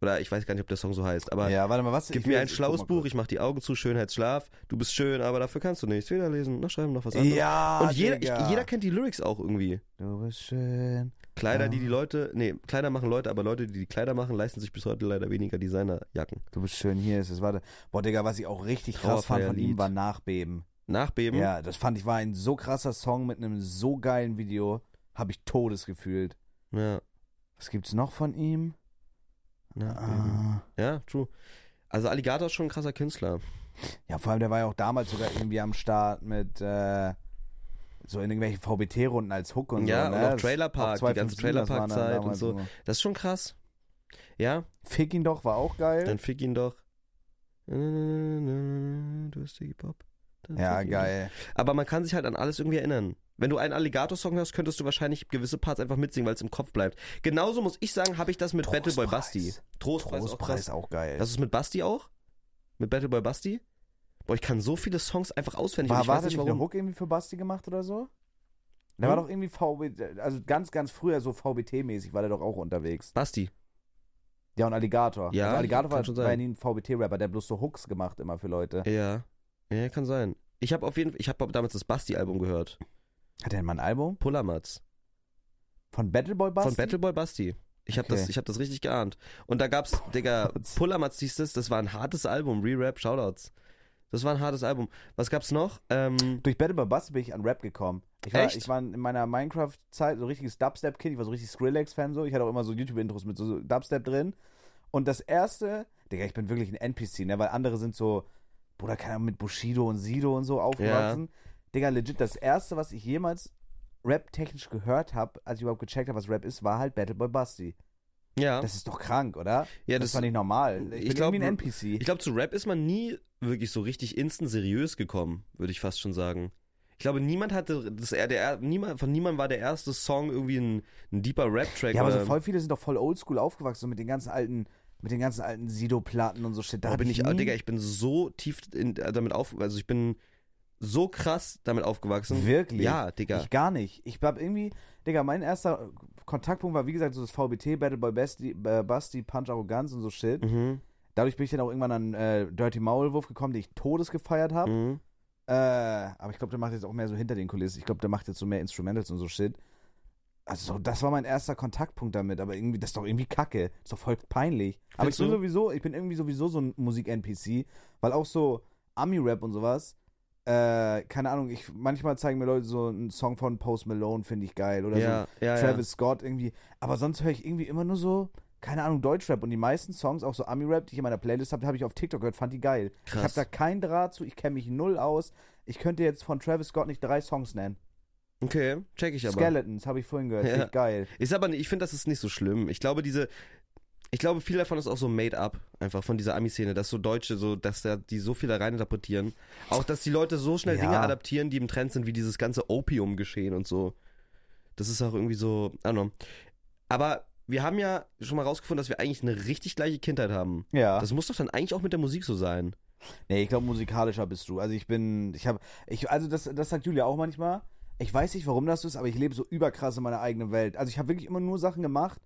Speaker 2: oder ich weiß gar nicht, ob der Song so heißt, aber
Speaker 1: Ja, warte mal, was?
Speaker 2: Gib
Speaker 1: will
Speaker 2: mir ein
Speaker 1: jetzt- ich guck mal
Speaker 2: schlaues Buch, ich mach die Augen zu, Schönheitsschlaf. Du bist schön, aber dafür kannst du nichts. Weder lesen, noch schreiben, noch was
Speaker 1: kurz.
Speaker 2: anderes.
Speaker 1: Ja,
Speaker 2: Und jeder,
Speaker 1: Digga.
Speaker 2: ich, jeder kennt die Lyrics auch irgendwie.
Speaker 1: Du bist schön.
Speaker 2: Kleider,
Speaker 1: Ja.
Speaker 2: die die Leute, nee, Kleider machen Leute, aber Leute, die die Kleider machen, leisten sich bis heute leider weniger Designerjacken.
Speaker 1: Du bist schön, hier ist es. Warte. Boah, Digga, was ich auch richtig krass fand von
Speaker 2: Trauerfeierlied.
Speaker 1: ihm war Nachbeben.
Speaker 2: Nachbeben.
Speaker 1: Ja, das fand ich war ein so krasser Song mit einem so geilen Video. Hab ich Todes gefühlt.
Speaker 2: Ja,
Speaker 1: Was gibt's noch von ihm?
Speaker 2: Nachbeben.
Speaker 1: Ah.
Speaker 2: ja true. Also Alligator ist schon ein krasser Künstler.
Speaker 1: Ja, vor allem, der war ja auch damals sogar irgendwie am Start mit äh, so in irgendwelchen VBT-Runden als Hook und
Speaker 2: Ja,
Speaker 1: so.
Speaker 2: und
Speaker 1: ne?
Speaker 2: auch
Speaker 1: Das-
Speaker 2: Trailer Park,
Speaker 1: auf
Speaker 2: die ganze
Speaker 1: 257,
Speaker 2: Trailer
Speaker 1: das waren dann
Speaker 2: Park-Zeit und
Speaker 1: damals
Speaker 2: so.
Speaker 1: nur-
Speaker 2: Das ist schon krass. Ja,
Speaker 1: Fick ihn doch, war auch geil.
Speaker 2: dann fick ihn doch. Du bist Iggy Pop. Dann
Speaker 1: ja,
Speaker 2: fick ihn
Speaker 1: geil.
Speaker 2: Aber man kann sich halt an alles irgendwie erinnern. Wenn du einen Alligator-Song hörst, könntest du wahrscheinlich gewisse Parts einfach mitsingen, weil es im Kopf bleibt. Genauso muss ich sagen, habe ich das mit Battle Boy
Speaker 1: Trostpreis.
Speaker 2: Basti. Trostpreis. auch krass.
Speaker 1: Trostpreis auch geil.
Speaker 2: Das ist mit Basti auch? Mit Battle Boy Basti? Boah, ich kann so viele Songs einfach auswendig. und
Speaker 1: war
Speaker 2: ich
Speaker 1: war
Speaker 2: weiß
Speaker 1: das
Speaker 2: nicht
Speaker 1: nicht eine
Speaker 2: warum.
Speaker 1: Hook irgendwie für Basti gemacht oder so? Der war
Speaker 2: Hm?
Speaker 1: doch irgendwie VBT, also ganz, ganz früher so VBT-mäßig war der doch auch unterwegs.
Speaker 2: Basti.
Speaker 1: Ja, und Alligator.
Speaker 2: Ja,
Speaker 1: also Alligator
Speaker 2: kann
Speaker 1: war,
Speaker 2: schon
Speaker 1: war ja
Speaker 2: sein.
Speaker 1: nie ein VBT-Rapper, der hat bloß so Hooks gemacht immer für Leute.
Speaker 2: Ja. Ja, kann sein. Ich habe auf jeden Fall, ich habe damals das Basti-Album gehört.
Speaker 1: Hat er denn mal ein Album?
Speaker 2: Pullermatz.
Speaker 1: Von Battleboy Basti?
Speaker 2: Von Battle Boy Basti. Ich habe
Speaker 1: Okay.
Speaker 2: das, ich hab das richtig geahnt. Und da gab's, Digga, Pullermatz hieß das, das war ein hartes Album. Re-Rap, Shoutouts. Das war ein hartes Album. Was gab's noch? Ähm,
Speaker 1: Durch Battle by Bus bin ich an Rap gekommen. Ich war,
Speaker 2: Echt?
Speaker 1: ich war in meiner Minecraft-Zeit so richtiges Dubstep-Kind. Ich war so richtig Skrillex-Fan so. Ich hatte auch immer so YouTube-Intros mit so so Dubstep drin. Und das erste, Digga, ich bin wirklich ein NPC, ne? Weil andere sind so, Bruder, keine Ahnung, mit Bushido und Sido und so aufgewachsen. Digga, legit, das erste, was ich jemals rap-technisch gehört habe, als ich überhaupt gecheckt habe, was Rap ist, war halt Battle by Basti.
Speaker 2: Ja.
Speaker 1: Das ist doch krank, oder? das
Speaker 2: Ja, das-
Speaker 1: ist doch nicht normal. Ich,
Speaker 2: ich
Speaker 1: bin
Speaker 2: glaub,
Speaker 1: irgendwie ein NPC.
Speaker 2: Ich glaube, zu Rap ist man nie wirklich so richtig instant seriös gekommen, würde ich fast schon sagen. Ich glaube, niemand hatte, das, er- der, niemand, von niemandem war der erste Song irgendwie ein, ein deeper Rap-Track.
Speaker 1: ja, aber so
Speaker 2: oder-
Speaker 1: voll viele sind doch voll oldschool aufgewachsen, so mit den ganzen alten, mit den ganzen alten Sido-Platten und so shit. Da
Speaker 2: Boah,
Speaker 1: hatte
Speaker 2: bin ich,
Speaker 1: nie-
Speaker 2: Digga, ich bin so tief in, äh, damit auf, also ich bin so krass damit aufgewachsen.
Speaker 1: Wirklich?
Speaker 2: Ja, Digga.
Speaker 1: Ich gar nicht. Ich hab irgendwie, Digga, mein erster Kontaktpunkt war, wie gesagt, so das VBT, Battle Boy Basti, äh, Basti Punch Arroganz und so Shit.
Speaker 2: mhm,
Speaker 1: Dadurch bin ich dann auch irgendwann an äh, Dirty Maulwurf gekommen, den ich Todes gefeiert habe.
Speaker 2: mhm.
Speaker 1: Äh, aber ich glaube, der macht jetzt auch mehr so hinter den Kulissen. Ich glaube, der macht jetzt so mehr Instrumentals und so Shit. Also, so, das war mein erster Kontaktpunkt damit, aber irgendwie, das ist doch irgendwie kacke. Ist doch voll peinlich. aber ich
Speaker 2: Findest
Speaker 1: bin
Speaker 2: du?
Speaker 1: sowieso, ich bin irgendwie sowieso so ein Musik-NPC, weil auch so Ami-Rap und sowas, äh, keine Ahnung, ich, manchmal zeigen mir Leute so einen Song von Post Malone, finde ich geil, oder so
Speaker 2: ja, ja,
Speaker 1: Travis Scott irgendwie. Aber sonst höre ich irgendwie immer nur so, keine Ahnung, Deutschrap. Und die meisten Songs, auch so Ami-Rap, die ich in meiner Playlist habe, habe ich auf TikTok gehört, fand die geil. Ich
Speaker 2: Krass.
Speaker 1: habe da keinen Draht zu, ich kenne mich null aus. Ich könnte jetzt von Travis Scott nicht drei Songs nennen.
Speaker 2: ja. Okay, check ich aber.
Speaker 1: Skeletons habe ich vorhin [LAUGHS] gehört,
Speaker 2: Ja.
Speaker 1: finde ich geil.
Speaker 2: Ist aber, ich finde, das ist nicht so schlimm. Ich glaube, diese, ich glaube, viel davon ist auch so made up, einfach von dieser Ami-Szene, dass so Deutsche so, dass da die so viel da reininterpretieren. Auch, dass die Leute so schnell
Speaker 1: Ja.
Speaker 2: Dinge adaptieren, die im Trend sind, wie dieses ganze Opium-Geschehen und so. Das ist auch irgendwie so, I don't know. Aber wir haben ja schon mal rausgefunden, dass wir eigentlich eine richtig gleiche Kindheit haben.
Speaker 1: Ja.
Speaker 2: Das muss doch dann eigentlich auch mit der Musik so sein.
Speaker 1: nee, ich glaube, musikalischer bist du. Also ich bin, ich habe, ich, also das, das sagt Julia auch manchmal. Ich weiß nicht, warum das so ist, aber ich lebe so überkrass in meiner eigenen Welt. Also ich habe wirklich immer nur Sachen gemacht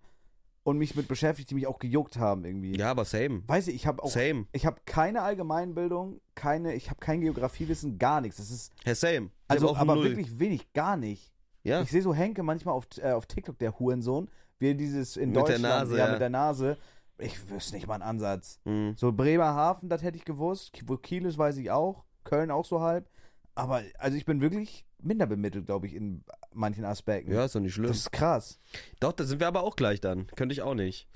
Speaker 1: und mich mit beschäftigt, die mich auch gejuckt haben irgendwie.
Speaker 2: Ja, aber same.
Speaker 1: Weiß ich, ich habe auch
Speaker 2: Same.
Speaker 1: Ich habe keine Allgemeinbildung, keine, ich habe kein Geografiewissen, gar nichts. Das ist
Speaker 2: Hey, same. Ich
Speaker 1: also
Speaker 2: hab
Speaker 1: aber
Speaker 2: null.
Speaker 1: wirklich wenig, gar nicht.
Speaker 2: Ja.
Speaker 1: Ich sehe so Henke manchmal auf, äh, auf TikTok, der Hurensohn, wie er dieses in
Speaker 2: Mit der
Speaker 1: Deutschland,
Speaker 2: Nase,
Speaker 1: ja,
Speaker 2: ja.
Speaker 1: mit der Nase. Ich wüsste nicht mal einen Ansatz.
Speaker 2: Mhm.
Speaker 1: So Bremerhaven, das hätte ich gewusst. Ki- Wo Kiel ist, weiß ich auch. Köln auch so halb. Aber also ich bin wirklich minder bemittelt, glaube ich, in manchen Aspekten.
Speaker 2: Ja, ist doch nicht schlimm.
Speaker 1: das ist krass.
Speaker 2: Doch, da sind wir aber auch gleich dann. Könnte ich auch nicht.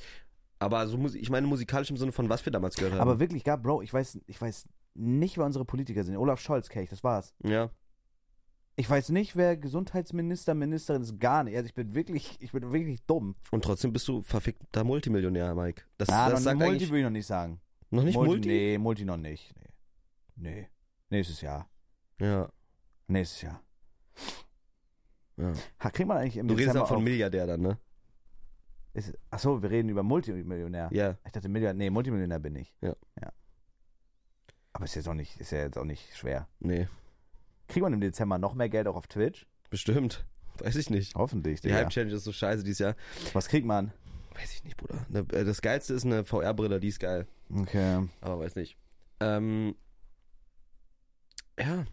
Speaker 2: Aber so muss ich meine musikalisch im Sinne von was wir damals gehört haben.
Speaker 1: Aber wirklich, gar, Bro, ich weiß, ich weiß nicht, wer unsere Politiker sind. Olaf Scholz kenne ich, das war's.
Speaker 2: ja.
Speaker 1: Ich weiß nicht, wer Gesundheitsminister, Ministerin ist, gar nicht. Also ich bin wirklich, ich bin wirklich dumm.
Speaker 2: Und trotzdem bist du verfickter Multimillionär, Mike. Das,
Speaker 1: Ah,
Speaker 2: das
Speaker 1: noch,
Speaker 2: sagt
Speaker 1: Multi
Speaker 2: eigentlich
Speaker 1: will ich noch nicht sagen.
Speaker 2: noch nicht Multi.
Speaker 1: Nee, Multi noch nicht. Nee. nee. Nächstes Jahr.
Speaker 2: Ja.
Speaker 1: Nächstes Jahr.
Speaker 2: ja.
Speaker 1: Ha, kriegt man eigentlich im
Speaker 2: Du redest
Speaker 1: Dezember
Speaker 2: auch von
Speaker 1: auch,
Speaker 2: Milliardär dann, ne?
Speaker 1: ist, Achso, wir reden über Multimillionär.
Speaker 2: Ja.
Speaker 1: Ich dachte Milliardär, nee, Multimillionär bin ich.
Speaker 2: Ja.
Speaker 1: ja. Aber ist jetzt auch nicht, ist ja jetzt auch nicht schwer.
Speaker 2: Nee,
Speaker 1: Kriegt man im Dezember noch mehr Geld auch auf Twitch?
Speaker 2: bestimmt. Weiß ich nicht.
Speaker 1: Hoffentlich,
Speaker 2: Die
Speaker 1: Digga.
Speaker 2: Hype Challenge ist so scheiße dieses Jahr.
Speaker 1: Was kriegt man?
Speaker 2: Weiß ich nicht, Bruder. Ne, äh, Das geilste ist eine VR-Brille, die ist geil.
Speaker 1: Okay.
Speaker 2: Aber weiß nicht. Ähm. Ja.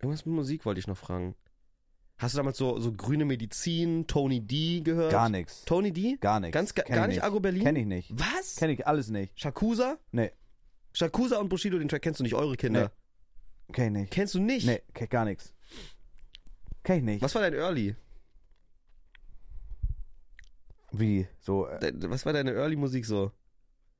Speaker 2: Irgendwas mit Musik wollte ich noch fragen. Hast du damals so, so grüne Medizin, Tony D gehört?
Speaker 1: Äh, Gar nichts.
Speaker 2: Tony D?
Speaker 1: Gar nichts.
Speaker 2: Ganz, ga,
Speaker 1: Kenn
Speaker 2: gar
Speaker 1: ich
Speaker 2: nicht Agro Berlin?
Speaker 1: Kenn ich nicht.
Speaker 2: Was?
Speaker 1: Kenn ich alles nicht.
Speaker 2: Shakusa?
Speaker 1: Nee.
Speaker 2: Shakusa und Bushido, den Track kennst du nicht, eure Kinder.
Speaker 1: Kenn ich nicht.
Speaker 2: Kennst du nicht?
Speaker 1: Nee, kenn gar nichts. Kenn ich nicht.
Speaker 2: Was war dein Early?
Speaker 1: Wie? So, äh,
Speaker 2: De- Was war deine Early-Musik so?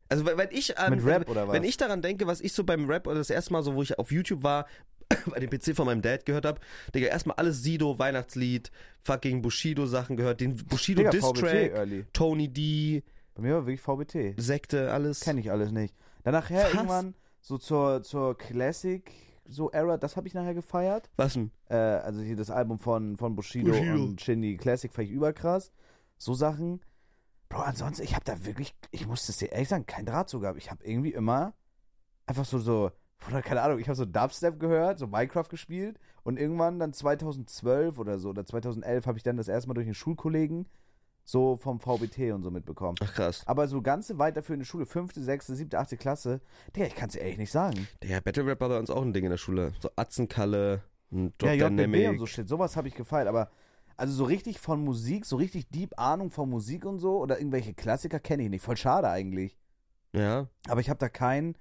Speaker 2: Also, we- wenn ich an.
Speaker 1: Mit Rap oder was?
Speaker 2: Wenn ich daran denke, was ich so beim Rap oder das erste Mal so, wo ich auf YouTube war, [COUGHS] bei dem PC von meinem Dad gehört habe, Digga, erstmal alles Sido, Weihnachtslied, fucking Bushido-Sachen gehört, den
Speaker 1: Digga,
Speaker 2: Bushido-Diss-Track,
Speaker 1: VBT early.
Speaker 2: Tony D,
Speaker 1: Bei mir war wirklich VBT.
Speaker 2: Sekte, alles.
Speaker 1: Kenn ich alles nicht. Dann nachher
Speaker 2: Was?
Speaker 1: irgendwann so zur, zur Classic so Era, das habe ich nachher gefeiert.
Speaker 2: Was denn?
Speaker 1: Äh, also hier das Album von, von Bushido,
Speaker 2: Bushido.
Speaker 1: und Shindy Classic fand ich überkrass. So Sachen. Bro, ansonsten, ich habe da wirklich, ich muss das dir ehrlich sagen, kein Draht zu gehabt. Ich habe irgendwie immer einfach so, so, oder keine Ahnung, ich habe so Dubstep gehört, so Minecraft gespielt und irgendwann dann 2012 oder so, oder 2011 habe ich dann das erste Mal durch einen Schulkollegen so vom VBT und so mitbekommen.
Speaker 2: Ach krass.
Speaker 1: Aber so ganze weit dafür in der Schule, fünfte, sechste, siebte, achte Klasse, Digga, ich kann es ehrlich nicht sagen.
Speaker 2: Der Battle Rap war bei uns auch ein Ding in der Schule. So Atzenkalle, ein Drop
Speaker 1: Ja, JBB
Speaker 2: Dynamic.
Speaker 1: und so Shit, sowas habe ich gefeilt, aber also so richtig von Musik, so richtig deep Ahnung von Musik und so oder irgendwelche Klassiker kenne ich nicht. Voll schade eigentlich.
Speaker 2: Ja.
Speaker 1: Aber ich habe da keinen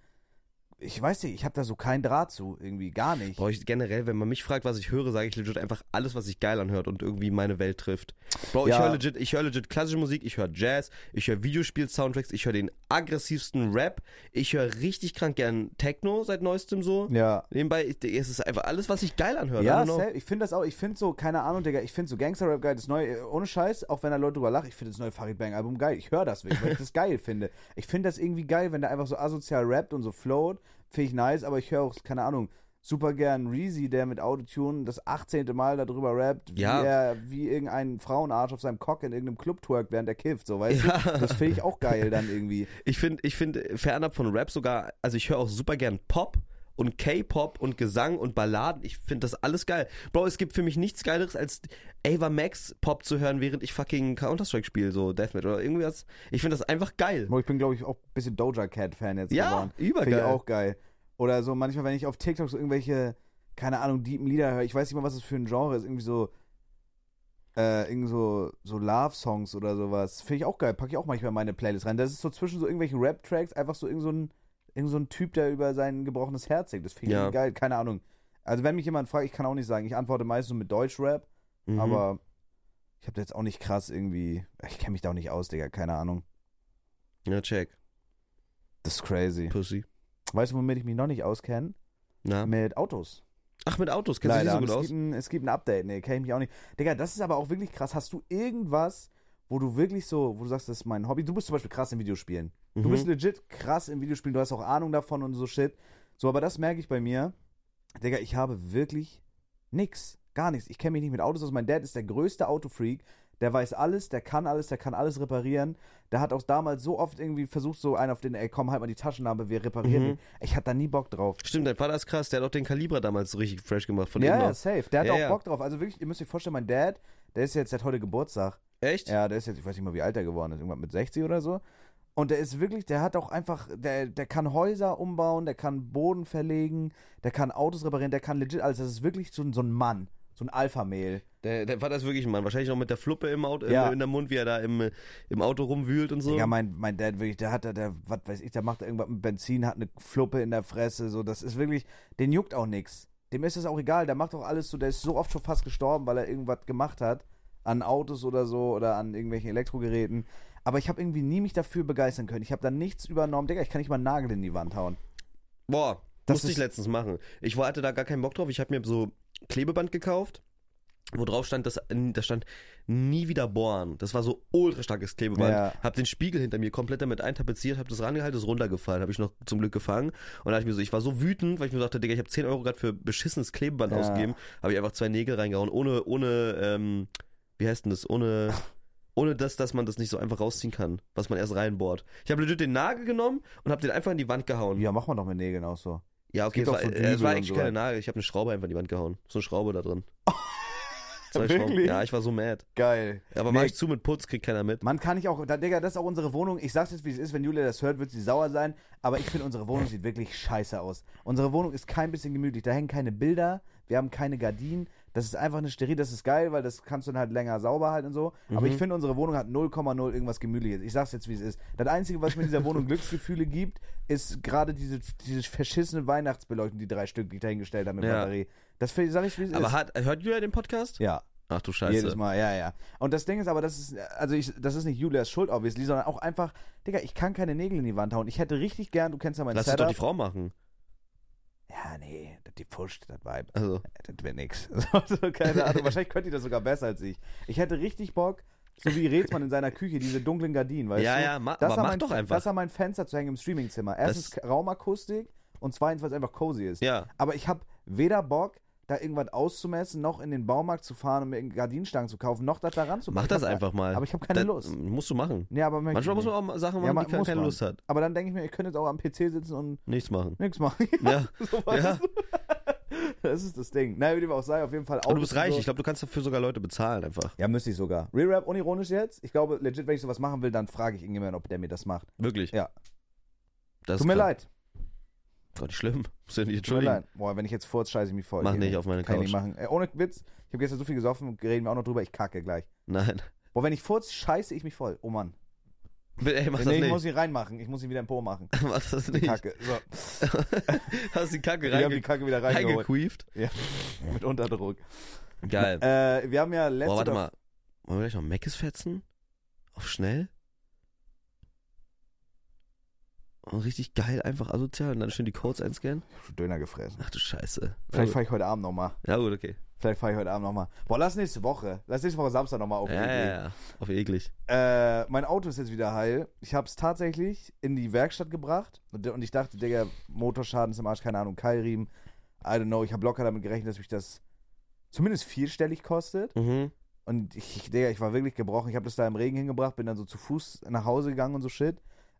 Speaker 1: ich weiß nicht, ich habe da so keinen Draht zu, irgendwie gar nicht.
Speaker 2: Brauche ich generell, wenn man mich fragt, was ich höre, sage ich legit einfach alles, was sich geil anhört und irgendwie meine Welt trifft. Bro, ich
Speaker 1: Ja.
Speaker 2: höre legit, ich höre legit klassische Musik, ich höre Jazz, ich höre Videospiel-Soundtracks, ich höre den aggressivsten Rap, ich höre richtig krank gern Techno seit neuestem so.
Speaker 1: Ja.
Speaker 2: Nebenbei, ich- es ist einfach alles, was sich geil anhört. I
Speaker 1: Ja,
Speaker 2: don't know.
Speaker 1: safe. ich finde das auch, ich finde so, keine Ahnung, Digga, ich finde so Gangster-Rap geil, das neue, äh, ohne Scheiß, auch wenn da Leute drüber lachen, ich finde das neue Farid Bang-Album geil, ich höre das wirklich, weil ich das geil finde. Ich finde das irgendwie geil, wenn der einfach so asozial rappt und so float, finde ich nice, aber ich höre auch, keine Ahnung, super gern Reezy, der mit Autotune das 18. Mal darüber rappt, wie
Speaker 2: Ja.
Speaker 1: er wie irgendein Frauenarsch auf seinem Cock in irgendeinem Club twerkt, während er kifft, so, weißt du? Das finde ich auch geil dann irgendwie.
Speaker 2: Ich finde, ich finde fernab von Rap sogar, also ich höre auch super gern Pop und K-Pop und Gesang und Balladen. Ich finde das alles geil. Bro, es gibt für mich nichts Geileres als Ava Max Pop zu hören, während ich fucking Counter-Strike spiele, so Deathmatch oder irgendwas. Ich finde das einfach geil.
Speaker 1: Mo, Ich bin, glaube ich, auch ein bisschen Doja Cat-Fan jetzt
Speaker 2: Ja,
Speaker 1: geworden.
Speaker 2: übergeil.
Speaker 1: Finde ich auch geil. Oder so manchmal, wenn ich auf TikTok so irgendwelche, keine Ahnung, deepen Lieder höre, ich weiß nicht mal, was das für ein Genre ist, irgendwie so, äh, irgend so, so Love-Songs oder sowas. Finde ich auch geil, packe ich auch manchmal in meine Playlist rein. Das ist so zwischen so irgendwelchen Rap-Tracks einfach so irgend so ein, irgend so ein Typ, der über sein gebrochenes Herz singt. Das finde ich
Speaker 2: Ja.
Speaker 1: geil, keine Ahnung. Also wenn mich jemand fragt, ich kann auch nicht sagen, ich antworte meistens mit Deutschrap,
Speaker 2: Mhm.
Speaker 1: aber ich habe da jetzt auch nicht krass irgendwie, ich kenne mich da auch nicht aus, Digga, keine Ahnung.
Speaker 2: Ja, check.
Speaker 1: Das ist crazy.
Speaker 2: Pussy.
Speaker 1: Weißt du, womit ich mich noch nicht auskenne?
Speaker 2: Na?
Speaker 1: Mit Autos.
Speaker 2: Ach, mit Autos. Kennst du dich so
Speaker 1: es,
Speaker 2: gut
Speaker 1: gibt
Speaker 2: aus?
Speaker 1: ein, es gibt ein Update. Nee, kenne ich mich auch nicht. Digga, das ist aber auch wirklich krass. Hast du irgendwas, wo du wirklich so, wo du sagst, das ist mein Hobby? Du bist zum Beispiel krass in Videospielen. Du
Speaker 2: Mhm.
Speaker 1: bist legit krass in Videospielen. Du hast auch Ahnung davon und so Shit. So, aber das merke ich bei mir. Digga, ich habe wirklich nix. Gar nichts. Ich kenne mich nicht mit Autos aus. Mein Dad ist der größte Autofreak. Der weiß alles, der kann alles, der kann alles reparieren. Der hat auch damals so oft irgendwie versucht, so einen auf den, ey, komm, halt mal die Taschenlampe, wir reparieren
Speaker 2: Mhm.
Speaker 1: den. Ich hatte da nie Bock drauf.
Speaker 2: Stimmt, dein Vater ist krass. Der hat auch den Kalibra damals so richtig fresh gemacht von
Speaker 1: Ja,
Speaker 2: innen
Speaker 1: ja,
Speaker 2: aus.
Speaker 1: safe. Der hat
Speaker 2: Ja,
Speaker 1: auch
Speaker 2: ja.
Speaker 1: Bock drauf. Also wirklich, ihr müsst euch vorstellen, mein Dad, der ist jetzt seit heute Geburtstag.
Speaker 2: Echt?
Speaker 1: Ja, der ist jetzt, ich weiß nicht mal, wie alt er geworden ist, irgendwann mit 60 oder so. Und der ist wirklich, der hat auch einfach, der, der kann Häuser umbauen, der kann Boden verlegen, der kann Autos reparieren, der kann legit alles. Das ist wirklich so, ein- so ein Mann, so ein Alpha-Mail.
Speaker 2: Der, der Vater ist wirklich ein Mann. Wahrscheinlich noch mit der Fluppe im Auto,
Speaker 1: Ja.
Speaker 2: im, in der Mund, wie er da im, im Auto rumwühlt und so.
Speaker 1: Ja, mein, mein Dad wirklich, der hat da, der, was weiß ich, der macht da irgendwas mit Benzin, hat eine Fluppe in der Fresse, so, das ist wirklich, den juckt auch nix. Dem ist das auch egal, der macht auch alles so, der ist so oft schon fast gestorben, weil er irgendwas gemacht hat. An Autos oder so oder an irgendwelchen Elektrogeräten. Aber ich habe irgendwie nie mich dafür begeistern können. Ich habe da nichts übernommen. Digga, ich kann nicht mal einen Nagel in die Wand hauen.
Speaker 2: Boah,
Speaker 1: Das
Speaker 2: musste ich
Speaker 1: ist-
Speaker 2: letztens machen. Ich war- hatte da gar keinen Bock drauf. Ich habe mir so Klebeband gekauft, wo drauf stand, dass, da stand nie wieder bohren. Das war so ultra starkes Klebeband.
Speaker 1: Ja.
Speaker 2: Hab den Spiegel hinter mir komplett damit eintapeziert, hab das rangehalten, ist runtergefallen. Hab ich noch zum Glück gefangen. Und da hab ich mir so, ich war so wütend, weil ich mir dachte, Digga, ich habe 10 Euro gerade für beschissenes Klebeband
Speaker 1: Ja.
Speaker 2: ausgegeben. Habe ich einfach zwei Nägel reingehauen, ohne, ohne, ähm, wie heißt denn das? Ohne. Ohne das, dass man das nicht so einfach rausziehen kann, was man erst reinbohrt. Ich habe legit den Nagel genommen und habe den einfach in die Wand gehauen.
Speaker 1: Ja, macht man doch mit Nägeln auch so.
Speaker 2: Ja, okay, es,
Speaker 1: gibt
Speaker 2: war,
Speaker 1: auch so
Speaker 2: äh, es
Speaker 1: Dübel
Speaker 2: war
Speaker 1: und
Speaker 2: eigentlich
Speaker 1: so halt.
Speaker 2: keine
Speaker 1: weiter.
Speaker 2: Nagel. Ich habe eine Schraube einfach in die Wand gehauen. So eine Schraube
Speaker 1: [LAUGHS]
Speaker 2: da drin. Zwei Schrauben.
Speaker 1: Wirklich?
Speaker 2: Ja, ich war so mad.
Speaker 1: Geil.
Speaker 2: Aber
Speaker 1: Nee,
Speaker 2: mach ich zu mit Putz, kriegt keiner mit.
Speaker 1: Man kann ich auch, da, Digga, das ist auch unsere Wohnung. Ich sag's jetzt, wie es ist. Wenn Julia das hört, wird sie sauer sein. Aber ich finde, unsere Wohnung sieht wirklich scheiße aus. Unsere Wohnung ist kein bisschen gemütlich. Da hängen keine Bilder. Wir haben keine Gardinen. Das ist einfach eine Steril. Das ist geil, weil das kannst du dann halt länger sauber halten und so. Aber
Speaker 2: Mhm.
Speaker 1: ich finde, unsere Wohnung hat 0,0 irgendwas Gemütliches. Ich sag's jetzt, wie es ist. Das Einzige, was mir in dieser
Speaker 2: [LAUGHS]
Speaker 1: Wohnung Glücksgefühle gibt, ist gerade diese, diese verschissene Weihnachtsbeleuchtung, die drei Stück, die ich dahingestellt habe mit
Speaker 2: Ja.
Speaker 1: Batterie. Das find- sag ich, wie es
Speaker 2: Aber
Speaker 1: ist.
Speaker 2: hat, hört Julia den Podcast?
Speaker 1: ja.
Speaker 2: Ach du Scheiße.
Speaker 1: Jedes Mal, ja, ja. Und das Ding ist aber, das ist, also ich, das ist nicht Julias Schuld, obviously, sondern auch einfach, Digga, ich kann keine Nägel in die Wand hauen. Ich hätte richtig gern, du kennst ja mein
Speaker 2: Lass es
Speaker 1: Setup.
Speaker 2: doch die Frau machen.
Speaker 1: ja, nee, das- die pusht, das Vibe.
Speaker 2: Also,
Speaker 1: Das wird nix. [LAUGHS] Also, keine Ahnung, wahrscheinlich könnte die das sogar besser als ich. Ich hätte richtig Bock, so wie Rätsmann in seiner Küche, diese dunklen Gardinen, weißt
Speaker 2: Ja,
Speaker 1: du?
Speaker 2: ja, ma-
Speaker 1: Das
Speaker 2: aber
Speaker 1: an
Speaker 2: mach
Speaker 1: mein-
Speaker 2: doch einfach.
Speaker 1: Das an mein Fenster zu hängen im Streamingzimmer. Erstens Raumakustik und zweitens, weil es einfach cozy ist.
Speaker 2: ja.
Speaker 1: Aber ich habe weder Bock, da irgendwas auszumessen, noch in den Baumarkt zu fahren und mir Gardinenstangen zu kaufen, noch das da ranzumachen.
Speaker 2: Mach
Speaker 1: Ich
Speaker 2: das
Speaker 1: hab-
Speaker 2: einfach mal.
Speaker 1: Aber ich habe keine
Speaker 2: Das
Speaker 1: Lust.
Speaker 2: Musst du machen.
Speaker 1: Ja, aber möchte ich
Speaker 2: Manchmal muss
Speaker 1: nicht.
Speaker 2: man auch mal Sachen
Speaker 1: Ja,
Speaker 2: machen,
Speaker 1: ma-
Speaker 2: die keiner
Speaker 1: muss
Speaker 2: keine
Speaker 1: man.
Speaker 2: Lust hat.
Speaker 1: Aber dann denke ich mir, ich könnte jetzt auch am PC sitzen und [LAUGHS]
Speaker 2: Nichts machen.
Speaker 1: nichts machen.
Speaker 2: [LAUGHS] Ja.
Speaker 1: so was.
Speaker 2: ja.
Speaker 1: Das ist das Ding. Naja, wie dem auch sei, auf jeden Fall auch.
Speaker 2: Aber du bist reich. Ich glaube, du kannst dafür sogar Leute bezahlen einfach.
Speaker 1: ja, müsste ich sogar. Real Rap unironisch jetzt. Ich glaube, legit, wenn ich sowas machen will, dann frage ich irgendjemanden, ob der mir das macht.
Speaker 2: Wirklich.
Speaker 1: Ja.
Speaker 2: Das
Speaker 1: Tut mir
Speaker 2: kann-
Speaker 1: leid.
Speaker 2: Gott, nicht schlimm. [LAUGHS] Muss ja nicht
Speaker 1: Tut mir
Speaker 2: entschuldigen.
Speaker 1: leid. Boah, wenn ich jetzt furze, scheiße ich mich voll.
Speaker 2: Mach
Speaker 1: Ey,
Speaker 2: nicht auf meine
Speaker 1: Kann ich nicht
Speaker 2: Couch.
Speaker 1: machen. Ey, ohne Witz. Ich habe gestern so viel gesoffen, reden wir auch noch drüber. Ich kacke gleich.
Speaker 2: Nein. [LAUGHS]
Speaker 1: Boah, wenn ich furze, scheiße ich mich voll. Oh Mann.
Speaker 2: Ey, mach das
Speaker 1: nee, ich
Speaker 2: nicht.
Speaker 1: muss ihn reinmachen. Ich muss ihn wieder im Po
Speaker 2: [LAUGHS]
Speaker 1: machen.
Speaker 2: mach das nicht.
Speaker 1: Kacke. So.
Speaker 2: Hast die Kacke
Speaker 1: Wir haben die
Speaker 2: reinge
Speaker 1: Kacke wieder reingeholt.
Speaker 2: reingequieft?
Speaker 1: Ja. [LAUGHS] Mit Unterdruck.
Speaker 2: Geil.
Speaker 1: Äh, wir haben ja letzte
Speaker 2: Boah, warte
Speaker 1: Woche-
Speaker 2: mal. Wollen wir gleich noch Meckes fetzen? Auf schnell? Und Oh, richtig geil, einfach asozial und dann schön die Codes einscannen?
Speaker 1: Ich hab schon Döner gefressen.
Speaker 2: Ach du Scheiße.
Speaker 1: Vielleicht
Speaker 2: ja,
Speaker 1: fahre ich heute Abend nochmal.
Speaker 2: gut. ja gut, okay.
Speaker 1: Vielleicht fahre ich heute Abend nochmal. Boah, lass nächste Woche. Lass nächste Woche Samstag nochmal auf.
Speaker 2: Ja, ja, ja. Auf eklig.
Speaker 1: Äh, mein Auto ist jetzt wieder heil. Ich habe es tatsächlich in die Werkstatt gebracht und, und ich dachte, Digga, Motorschaden ist im Arsch, keine Ahnung, Keilriemen. I don't know. Ich habe locker damit gerechnet, dass mich das zumindest vierstellig kostet.
Speaker 2: Mhm.
Speaker 1: Und ich, ich- Digga, ich war wirklich gebrochen. Ich habe das da im Regen hingebracht, bin dann so zu Fuß nach Hause gegangen und so shit.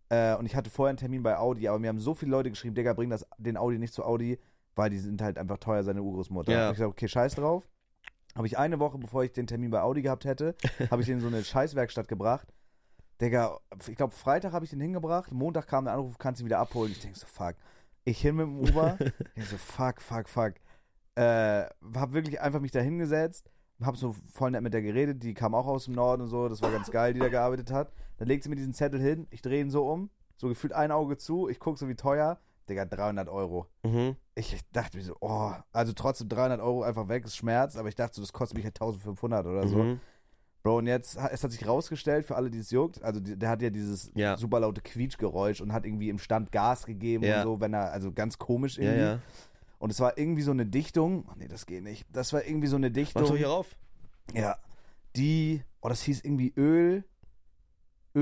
Speaker 1: Äh, und ich hatte vorher einen Termin bei Audi, aber mir haben so viele Leute geschrieben, Digga, bring das, den Audi nicht zu Audi, weil die sind halt einfach teuer, seine Urgroßmutter.
Speaker 2: Ja.
Speaker 1: Hab ich gesagt, okay, scheiß drauf. Habe ich eine Woche, bevor ich den Termin bei Audi gehabt hätte, habe ich den in so eine Scheißwerkstatt gebracht. Digga, ich glaube, Freitag habe ich den hingebracht, Montag kam der Anruf, kannst ihn wieder abholen. Ich denke so, fuck. Ich hin mit dem Uber, ich so, fuck, fuck, fuck. Äh, hab wirklich einfach mich da hingesetzt, hab so voll nett mit der geredet, die kam auch aus dem Norden und so, das war ganz geil, die da gearbeitet hat. Dann legt sie mir diesen Zettel hin, ich drehe ihn so um, so gefühlt ein Auge zu, ich guck so wie teuer, Digga, 300 Euro.
Speaker 2: Mhm.
Speaker 1: Ich dachte mir so, oh, also trotzdem 300 Euro einfach weg, ist Schmerz, aber ich dachte so, das kostet mich halt 1500 oder so.
Speaker 2: Mhm.
Speaker 1: Bro, und jetzt, ha- es hat sich rausgestellt, für alle, die es juckt, also die, der hat ja dieses
Speaker 2: Ja.
Speaker 1: super laute Quietschgeräusch und hat irgendwie im Stand Gas gegeben
Speaker 2: Ja.
Speaker 1: und so, wenn er, also ganz komisch
Speaker 2: Ja,
Speaker 1: irgendwie.
Speaker 2: ja.
Speaker 1: Und es war irgendwie so eine Dichtung. Oh, nee, das geht nicht. Das war irgendwie so eine
Speaker 2: Mach doch hier
Speaker 1: Dichtung.
Speaker 2: rauf.
Speaker 1: Ja. Die, oh, das hieß irgendwie Öl.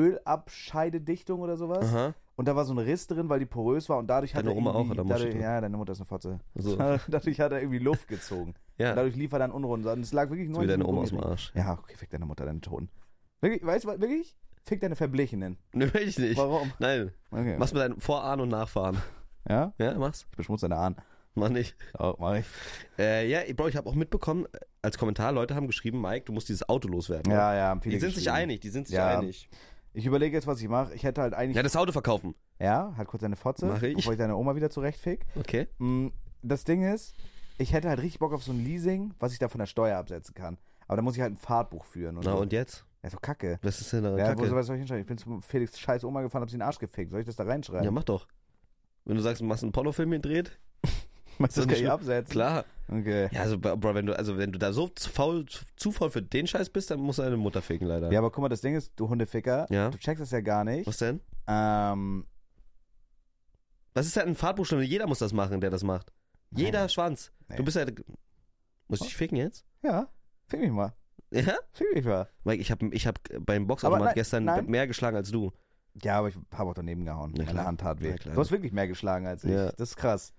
Speaker 1: Ölabscheidedichtung oder sowas.
Speaker 2: Aha.
Speaker 1: Und da war so ein Riss drin, weil die porös war und dadurch hat
Speaker 2: Deine
Speaker 1: er
Speaker 2: Oma auch,
Speaker 1: irgendwie,
Speaker 2: oder
Speaker 1: dadurch,
Speaker 2: Muschel?
Speaker 1: Ja, deine Mutter ist eine Fotze. [LAUGHS]
Speaker 2: So.
Speaker 1: dadurch hat er irgendwie Luft gezogen. Und
Speaker 2: Ja.
Speaker 1: dadurch lief er dann unrund. Und es lag wirklich nur
Speaker 2: So wie
Speaker 1: an diesem
Speaker 2: deine Oma aus dem
Speaker 1: Gummiring.
Speaker 2: Arsch. [LAUGHS]
Speaker 1: Ja, okay, fick deine Mutter, deinen Ton. Wirklich, weißt du was, wirklich? Fick deine Verblichenen.
Speaker 2: Ne, will ich nicht.
Speaker 1: Warum?
Speaker 2: Nein.
Speaker 1: Okay.
Speaker 2: Mach's mit deinen Vorahn und Nachfahren.
Speaker 1: Ja?
Speaker 2: Ja, mach's.
Speaker 1: Ich beschmutze deine Ahnen.
Speaker 2: Mach nicht.
Speaker 1: Oh, mach ich.
Speaker 2: Äh, ja, Bro, ich habe auch mitbekommen, äh, als Kommentar, Leute haben geschrieben, Mike, du musst dieses Auto loswerden. oder?
Speaker 1: Ja, ja, haben viele
Speaker 2: die sind sich
Speaker 1: geschrieben.
Speaker 2: einig, die sind sich
Speaker 1: Ja.
Speaker 2: einig.
Speaker 1: Ich überlege jetzt, was ich mache. Ich hätte halt eigentlich.
Speaker 2: Ja, das Auto verkaufen.
Speaker 1: Ja, halt kurz deine Fotze,
Speaker 2: Mach ich.
Speaker 1: bevor ich deine Oma wieder zurechtfick.
Speaker 2: Okay.
Speaker 1: Mm, Das Ding ist, ich hätte halt richtig Bock auf so ein Leasing, was ich da von der Steuer absetzen kann. Aber da muss ich halt ein Fahrtbuch führen. Und
Speaker 2: Na
Speaker 1: so.
Speaker 2: und jetzt?
Speaker 1: Ja, so kacke.
Speaker 2: Was ist denn daran
Speaker 1: Ja, wo
Speaker 2: kacke?
Speaker 1: was soll ich hinschreiben? Ich bin zu Felix scheiß Oma gefahren, hab sie in den Arsch gefickt. Soll ich das da reinschreiben? [LAUGHS]
Speaker 2: ja, mach doch. Wenn du sagst, du machst einen Pornofilm gedreht,
Speaker 1: Meinst du, das
Speaker 2: ist doch
Speaker 1: kann ich
Speaker 2: nicht
Speaker 1: absetzen?
Speaker 2: klar.
Speaker 1: Okay.
Speaker 2: Ja, also, Bro, wenn du, also, wenn du da so zu faul, zu faul für den Scheiß bist, dann musst du deine Mutter ficken, leider.
Speaker 1: Ja, aber guck mal, das Ding ist, du Hundeficker,
Speaker 2: Ja.
Speaker 1: du checkst das ja gar nicht.
Speaker 2: Was denn?
Speaker 1: Ähm,
Speaker 2: Was ist denn ein Fahrtbuchstabe? Jeder muss das machen, der das macht. Jeder
Speaker 1: nein.
Speaker 2: Schwanz.
Speaker 1: Nee.
Speaker 2: Du bist ja. Muss ich dich ficken jetzt?
Speaker 1: Ja, fick mich mal.
Speaker 2: Ja?
Speaker 1: Fick mich mal.
Speaker 2: Mike, ich habe ich hab beim Boxautomat
Speaker 1: Aber nein,
Speaker 2: gestern
Speaker 1: nein.
Speaker 2: mehr geschlagen als du.
Speaker 1: Ja, aber ich habe auch daneben gehauen.
Speaker 2: Na
Speaker 1: Meine
Speaker 2: klar.
Speaker 1: Hand tat weh.
Speaker 2: Na klar.
Speaker 1: Du hast wirklich mehr geschlagen als ich.
Speaker 2: Ja.
Speaker 1: Das ist krass.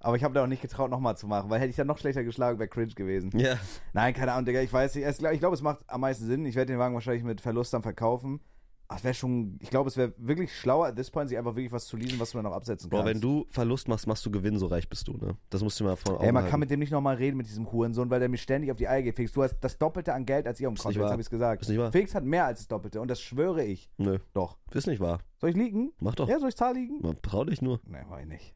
Speaker 1: Aber ich habe da auch nicht getraut, nochmal zu machen, weil hätte ich dann noch schlechter geschlagen, wäre cringe gewesen.
Speaker 2: Ja.
Speaker 1: Nein, keine Ahnung, Digga. Ich weiß nicht. Es- Ich glaube, es macht am meisten Sinn. Ich werde den Wagen wahrscheinlich mit Verlust dann verkaufen. Ach, wäre schon. Ich glaube, es wäre wirklich schlauer at this point, sich einfach wirklich was zu lesen, was du dann noch absetzen
Speaker 2: Boah,
Speaker 1: kannst.
Speaker 2: wenn du Verlust machst, machst du Gewinn, so reich bist du, ne? Das musst du dir mal vor Augen
Speaker 1: Ey, man
Speaker 2: halten.
Speaker 1: kann mit dem nicht nochmal reden, mit diesem Hurensohn, weil der mir ständig auf die Eier geht. Felix, du hast das Doppelte an Geld als ihr im Konto.
Speaker 2: nicht
Speaker 1: Jetzt
Speaker 2: wahr.
Speaker 1: habe ich es gesagt.
Speaker 2: Ist nicht wahr?
Speaker 1: Felix hat mehr als das Doppelte und das schwöre ich.
Speaker 2: Nö,
Speaker 1: Doch.
Speaker 2: ist nicht wahr.
Speaker 1: Soll ich liegen?
Speaker 2: Mach doch.
Speaker 1: Ja, soll ich Zahl liegen?
Speaker 2: Man trau dich nur.
Speaker 1: Nein, mach ich nicht.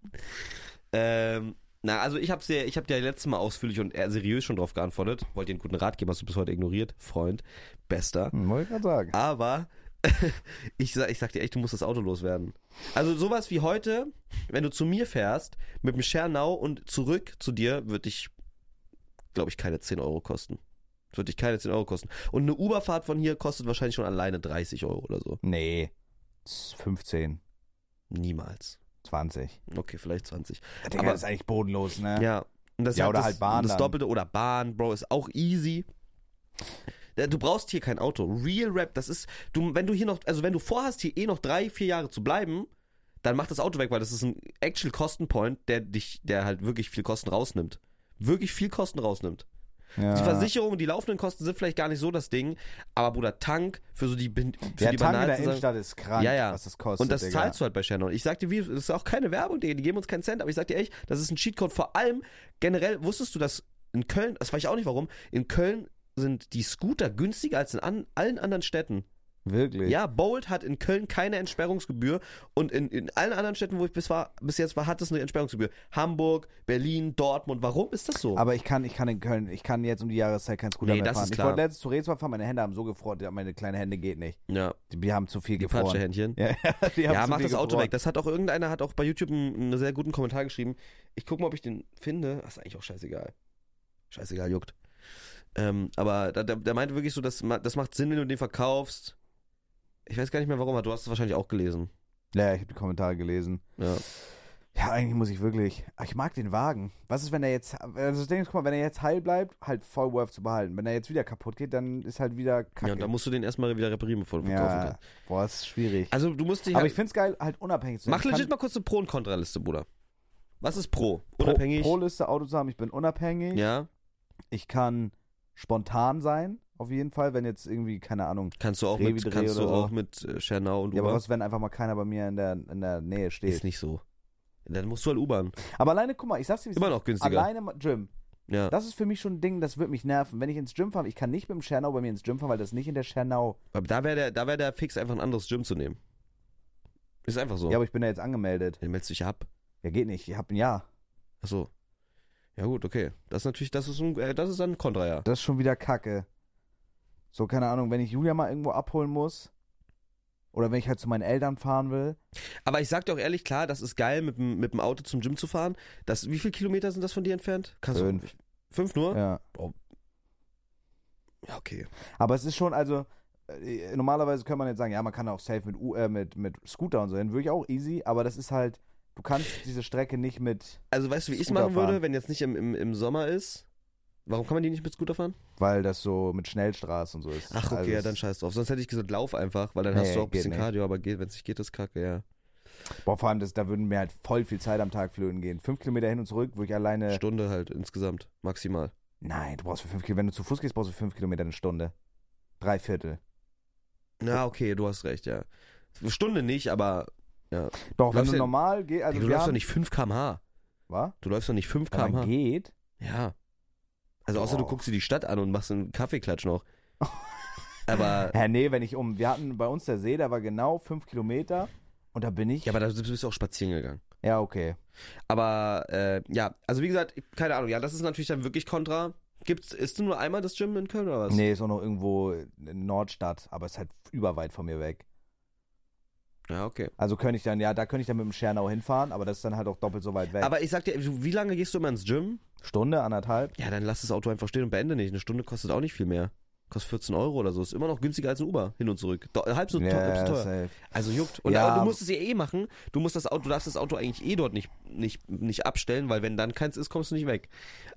Speaker 2: Ähm, na, also ich hab's dir, ich hab dir letztes Mal ausführlich und eher seriös schon drauf geantwortet. Wollte dir einen guten Rat geben, hast du bis heute ignoriert. Freund, bester.
Speaker 1: Hm, wollte ich gerade sagen.
Speaker 2: Aber [LAUGHS] ich, sag, ich sag dir echt, du musst das Auto loswerden. Also sowas wie heute, wenn du zu mir fährst, mit dem Schernau und zurück zu dir, würde dich, glaube ich, keine 10 Euro kosten. Würde dich keine 10 Euro kosten. Und eine Uberfahrt von hier kostet wahrscheinlich schon alleine 30 Euro oder so.
Speaker 1: Nee. 15,
Speaker 2: Niemals.
Speaker 1: 20.
Speaker 2: Okay, vielleicht 20.
Speaker 1: Digga,
Speaker 2: Aber-
Speaker 1: das ist eigentlich bodenlos, ne?
Speaker 2: Ja. Und das
Speaker 1: Ja,
Speaker 2: hat
Speaker 1: oder
Speaker 2: das,
Speaker 1: halt Bahn
Speaker 2: Das
Speaker 1: dann.
Speaker 2: Doppelte oder Bahn, Bro, ist auch easy. Ja, Du brauchst hier kein Auto. Real Rap, das ist, du, wenn du hier noch, also wenn du vorhast, hier eh noch drei, vier Jahre zu bleiben, dann mach das Auto weg, weil das ist ein actual Kostenpoint, der dich, der halt wirklich viel Kosten rausnimmt. Wirklich viel Kosten rausnimmt.
Speaker 1: Ja.
Speaker 2: Die Versicherung, die laufenden Kosten sind vielleicht gar nicht so das Ding, aber Bruder, Tank für so die, bin- für
Speaker 1: Der Tank
Speaker 2: die
Speaker 1: in der
Speaker 2: banalsten Sachen-
Speaker 1: Innenstadt ist krank,
Speaker 2: ja, ja.
Speaker 1: was das kostet.
Speaker 2: Und das
Speaker 1: Digga.
Speaker 2: zahlst du halt bei Shannon. Ich sag dir, wie, das ist auch keine Werbung, Digga, die geben uns keinen Cent, aber ich sag dir echt, das ist ein Cheatcode. Vor allem, generell wusstest du, dass in Köln, das weiß ich auch nicht warum, in Köln sind die Scooter günstiger als in an, allen anderen Städten.
Speaker 1: Wirklich?
Speaker 2: Ja, Bold hat in Köln keine Entsperrungsgebühr und in, in allen anderen Städten, wo ich bis, war, bis jetzt war, hat es eine Entsperrungsgebühr. Hamburg, Berlin, Dortmund. Warum ist das so?
Speaker 1: Aber ich kann, ich kann in Köln, ich kann jetzt um die Jahreszeit kein Scooter
Speaker 2: Nee,
Speaker 1: mehr
Speaker 2: das
Speaker 1: fahren.
Speaker 2: ist
Speaker 1: Ich
Speaker 2: klar.
Speaker 1: wollte letztens zu Rätsel fahren, meine Hände haben so gefroren, die- meine kleinen Hände geht nicht.
Speaker 2: ja,
Speaker 1: Die, die haben zu viel
Speaker 2: die
Speaker 1: gefroren.
Speaker 2: Händchen.
Speaker 1: [LAUGHS] Ja, die haben
Speaker 2: Ja,
Speaker 1: zu
Speaker 2: mach
Speaker 1: viel
Speaker 2: das Auto
Speaker 1: gefroren.
Speaker 2: weg. Das hat auch irgendeiner, hat auch bei YouTube einen, einen sehr guten Kommentar geschrieben. Ich gucke mal, ob ich den finde. Ach, ist eigentlich auch scheißegal. Scheißegal, juckt. Ähm, aber da, der, der meinte wirklich so, das, ma- das macht Sinn, wenn du den verkaufst. Ich weiß gar nicht mehr warum, aber du hast es wahrscheinlich auch gelesen.
Speaker 1: Ja, ich habe die Kommentare gelesen.
Speaker 2: Ja.
Speaker 1: Ja, eigentlich muss ich wirklich. Ah, Ich mag den Wagen. Was ist, wenn er jetzt. Also das Ding ist, guck mal, wenn er jetzt heil bleibt, halt voll worth zu behalten. Wenn er jetzt wieder kaputt geht, dann ist halt wieder kacke.
Speaker 2: ja, und da musst du den erstmal wieder reparieren, bevor du
Speaker 1: Ja,
Speaker 2: verkaufen kannst.
Speaker 1: Boah, das ist schwierig.
Speaker 2: Also du musst dich
Speaker 1: Aber
Speaker 2: halt-
Speaker 1: ich find's geil, halt unabhängig zu sein.
Speaker 2: Mach
Speaker 1: Ich kann-
Speaker 2: legit mal kurz eine Pro- und Kontraliste, Bruder. Was ist Pro?
Speaker 1: Pro-
Speaker 2: Unabhängig.
Speaker 1: Pro-Liste, Auto zu haben, ich bin unabhängig.
Speaker 2: ja.
Speaker 1: Ich kann spontan sein, auf jeden Fall, wenn jetzt irgendwie, keine Ahnung.
Speaker 2: Kannst du auch mit,
Speaker 1: Revidreh
Speaker 2: kannst du
Speaker 1: oder so.
Speaker 2: auch mit äh, Schernau und
Speaker 1: Ja, aber
Speaker 2: Uber.
Speaker 1: was, wenn einfach mal keiner bei mir in der, in der Nähe
Speaker 2: ist
Speaker 1: steht?
Speaker 2: nicht so. Dann musst du halt U-Bahn.
Speaker 1: Aber alleine, guck mal, ich sag's dir, wie es
Speaker 2: Immer noch
Speaker 1: ist.
Speaker 2: günstiger.
Speaker 1: Alleine, ma- Gym.
Speaker 2: Ja.
Speaker 1: Das ist für mich schon ein Ding, das wird mich nerven. Wenn ich ins Gym fahre, ich kann nicht mit dem Schernau bei mir ins Gym fahren, weil das nicht in der Schernau.
Speaker 2: Aber da wäre der, da wär der Fix, einfach ein anderes Gym zu nehmen. Ist einfach so.
Speaker 1: Ja, aber ich bin da jetzt angemeldet.
Speaker 2: Dann meldest du dich ab.
Speaker 1: Ja, geht nicht. Ich hab ein Jahr.
Speaker 2: Achso. Ja gut, okay. Das ist natürlich, das ist, ein, äh, das ist dann ein Kontra, ja.
Speaker 1: Das ist schon wieder Kacke. So, keine Ahnung, wenn ich Julia mal irgendwo abholen muss. Oder wenn ich halt zu meinen Eltern fahren will.
Speaker 2: Aber ich sag dir auch ehrlich, klar, das ist geil, mit dem, mit dem Auto zum Gym zu fahren. Das, wie viele Kilometer sind das von dir entfernt? Kannst
Speaker 1: Fünf.
Speaker 2: Du, fünf nur?
Speaker 1: Ja.
Speaker 2: ja okay.
Speaker 1: Aber es ist schon, also, äh, normalerweise könnte man jetzt sagen, ja, man kann auch safe mit, U äh, mit, mit Scooter und so hin. Würde ich auch easy, aber das ist halt, du kannst diese Strecke nicht mit,
Speaker 2: Also weißt du, wie ich es
Speaker 1: Scooter
Speaker 2: machen würde,
Speaker 1: fahren.
Speaker 2: wenn jetzt nicht im, im, im Sommer ist? Warum kann man die nicht mit Scooter fahren?
Speaker 1: weil das so mit Schnellstraßen und so ist.
Speaker 2: Ach, okay,
Speaker 1: also,
Speaker 2: ja,
Speaker 1: es-
Speaker 2: dann scheiß drauf. Sonst hätte ich gesagt, lauf einfach, weil dann
Speaker 1: Nee,
Speaker 2: hast du auch ein
Speaker 1: geht
Speaker 2: bisschen
Speaker 1: nicht.
Speaker 2: Cardio, aber wenn es nicht geht, ist kacke, ja.
Speaker 1: Boah, vor allem, das, da würden mir halt voll viel Zeit am Tag flöten gehen. Fünf Kilometer hin und zurück, wo ich alleine.
Speaker 2: Stunde halt insgesamt, maximal.
Speaker 1: Nein, du brauchst für fünf Kilometer, wenn du zu Fuß gehst, brauchst du fünf Kilometer eine Stunde. Drei Viertel.
Speaker 2: Na, okay, du hast recht, ja. Stunde nicht, aber
Speaker 1: Doch, wenn
Speaker 2: läufst
Speaker 1: du
Speaker 2: ja-
Speaker 1: normal gehst, also
Speaker 2: Digga, du
Speaker 1: wir
Speaker 2: läufst doch
Speaker 1: haben-
Speaker 2: nicht 5 km/h.
Speaker 1: Wa?
Speaker 2: Du läufst doch nicht 5
Speaker 1: Aber
Speaker 2: km/h.
Speaker 1: geht.
Speaker 2: Ja. Also außer du
Speaker 1: Boah.
Speaker 2: guckst dir die Stadt an und machst einen
Speaker 1: [LAUGHS]
Speaker 2: Kaffeeklatsch noch. aber
Speaker 1: Hä, nee, wenn ich um. Wir hatten bei uns der See, da war genau fünf Kilometer und da bin ich.
Speaker 2: ja, aber da bist du auch spazieren gegangen.
Speaker 1: ja okay.
Speaker 2: Aber äh, ja, also wie gesagt, keine Ahnung, ja, das ist natürlich dann wirklich kontra. Gibt's ist nur einmal das Gym in Köln oder was?
Speaker 1: Nee, ist auch noch irgendwo in Nordstadt, aber ist halt überweit von mir weg.
Speaker 2: Ja, okay.
Speaker 1: Also könnte ich dann, ja, da könnte ich dann mit dem Schernau hinfahren, aber das ist dann halt auch doppelt so weit weg.
Speaker 2: Aber ich sag dir, du- wie lange gehst du immer ins Gym?
Speaker 1: Stunde, anderthalb?
Speaker 2: Ja, dann lass das Auto einfach stehen und beende nicht. Eine Stunde kostet auch nicht viel mehr. Kostet 14 Euro oder so. Ist immer noch günstiger als ein Uber hin und zurück. Do halb so, teuer- halb so teuer.
Speaker 1: safe.
Speaker 2: Also juckt. Und
Speaker 1: Ja,
Speaker 2: aber du
Speaker 1: aber-
Speaker 2: musst es ja eh machen. Du musst das Auto, du darfst das Auto eigentlich eh dort nicht, nicht, nicht abstellen, weil wenn dann keins ist, kommst du nicht weg.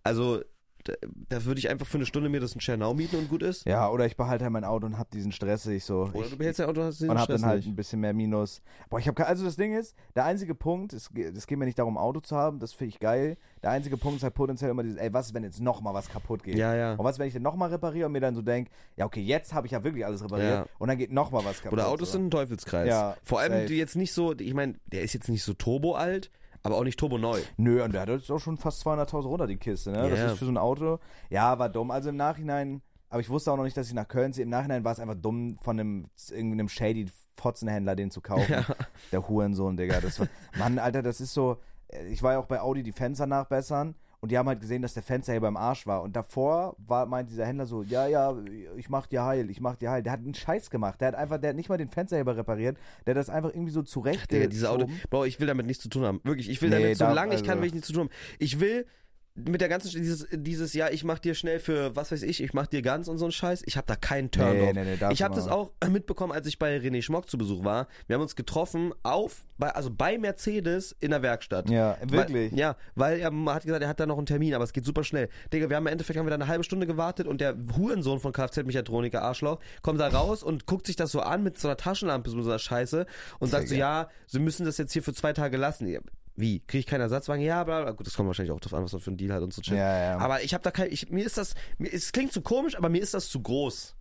Speaker 2: Also da, da würde ich einfach für eine Stunde mir das in Schernau mieten und gut ist.
Speaker 1: Ja, oder ich behalte halt mein Auto und hab diesen stressig so.
Speaker 2: Oder
Speaker 1: ich,
Speaker 2: du behältst dein Auto und hast den
Speaker 1: und hab
Speaker 2: Stress
Speaker 1: dann halt
Speaker 2: nicht.
Speaker 1: ein bisschen mehr Minus. Boah, ich habe also das Ding ist, der einzige Punkt, es, ge- es geht mir nicht darum, Auto zu haben, das finde ich geil. Der einzige Punkt ist halt potenziell immer dieses, ey, was, wenn jetzt nochmal was kaputt geht?
Speaker 2: Ja, ja.
Speaker 1: Und was, wenn ich dann nochmal repariere und mir dann so denke, ja, okay, jetzt habe ich ja wirklich alles repariert
Speaker 2: Ja.
Speaker 1: und dann geht nochmal was kaputt.
Speaker 2: Oder Autos
Speaker 1: so.
Speaker 2: sind ein Teufelskreis.
Speaker 1: Ja,
Speaker 2: Vor allem
Speaker 1: safe.
Speaker 2: die jetzt nicht so, ich meine, der ist jetzt nicht so turbo alt, aber auch nicht turbo neu.
Speaker 1: Nö, und der hat jetzt auch schon fast 200.000 runter, die Kiste, ne?
Speaker 2: Ja.
Speaker 1: Das ist für so ein Auto. Ja, war dumm. Also im Nachhinein, aber ich wusste auch noch nicht, dass ich nach Köln ziehe. Im Nachhinein war es einfach dumm, von einem, irgendeinem shady Fotzenhändler den zu kaufen. Der Hurensohn, Digga. Das war, Mann, Alter, das ist so. äh, Ich war ja auch bei Audi die Fenster nachbessern. Und die haben halt gesehen, dass der Fensterheber im Arsch war. Und davor war, meint dieser Händler so, ja, ja, ich mach dir heil, ich mach dir heil. Der hat einen Scheiß gemacht. Der hat einfach, der hat nicht mal den Fensterheber repariert. Der hat das einfach irgendwie so zurecht.
Speaker 2: Digga, diese Auto. Bro, ich will damit nichts zu tun haben. Wirklich, ich will
Speaker 1: Nee,
Speaker 2: damit,
Speaker 1: da-
Speaker 2: solange ich kann,
Speaker 1: also-
Speaker 2: will ich nichts zu tun haben. Ich will mit der ganzen, dieses, dieses Jahr, ich mach dir schnell für, was weiß ich, ich mach dir ganz und so einen Scheiß. Ich hab da keinen Turn
Speaker 1: Nee,
Speaker 2: drauf.
Speaker 1: nee, nee, darfst
Speaker 2: ich habe
Speaker 1: du
Speaker 2: das
Speaker 1: mal.
Speaker 2: auch mitbekommen, als ich bei René Schmock zu Besuch war. Wir haben uns getroffen auf, bei, also bei Mercedes in der Werkstatt.
Speaker 1: Ja, wirklich.
Speaker 2: Weil, ja, weil er hat gesagt, er hat da noch einen Termin, aber es geht super schnell. Digga, wir haben im Endeffekt haben wir da eine halbe Stunde gewartet und der Hurensohn von Kfz-Mechatroniker Arschloch kommt da raus und guckt sich das so an mit so einer Taschenlampe, so einer Scheiße und sagt so, ja, sie müssen das jetzt hier für zwei Tage lassen. Ja, Wie? Kriege ich keinen Ersatzwagen? Ja, bla, bla. Gut, das kommt wahrscheinlich auch drauf an, was man für einen Deal hat und so ein Shit.
Speaker 1: Ja, ja.
Speaker 2: Aber ich habe da kein, ich, mir ist das, mir, es klingt zu komisch, aber mir ist das zu groß.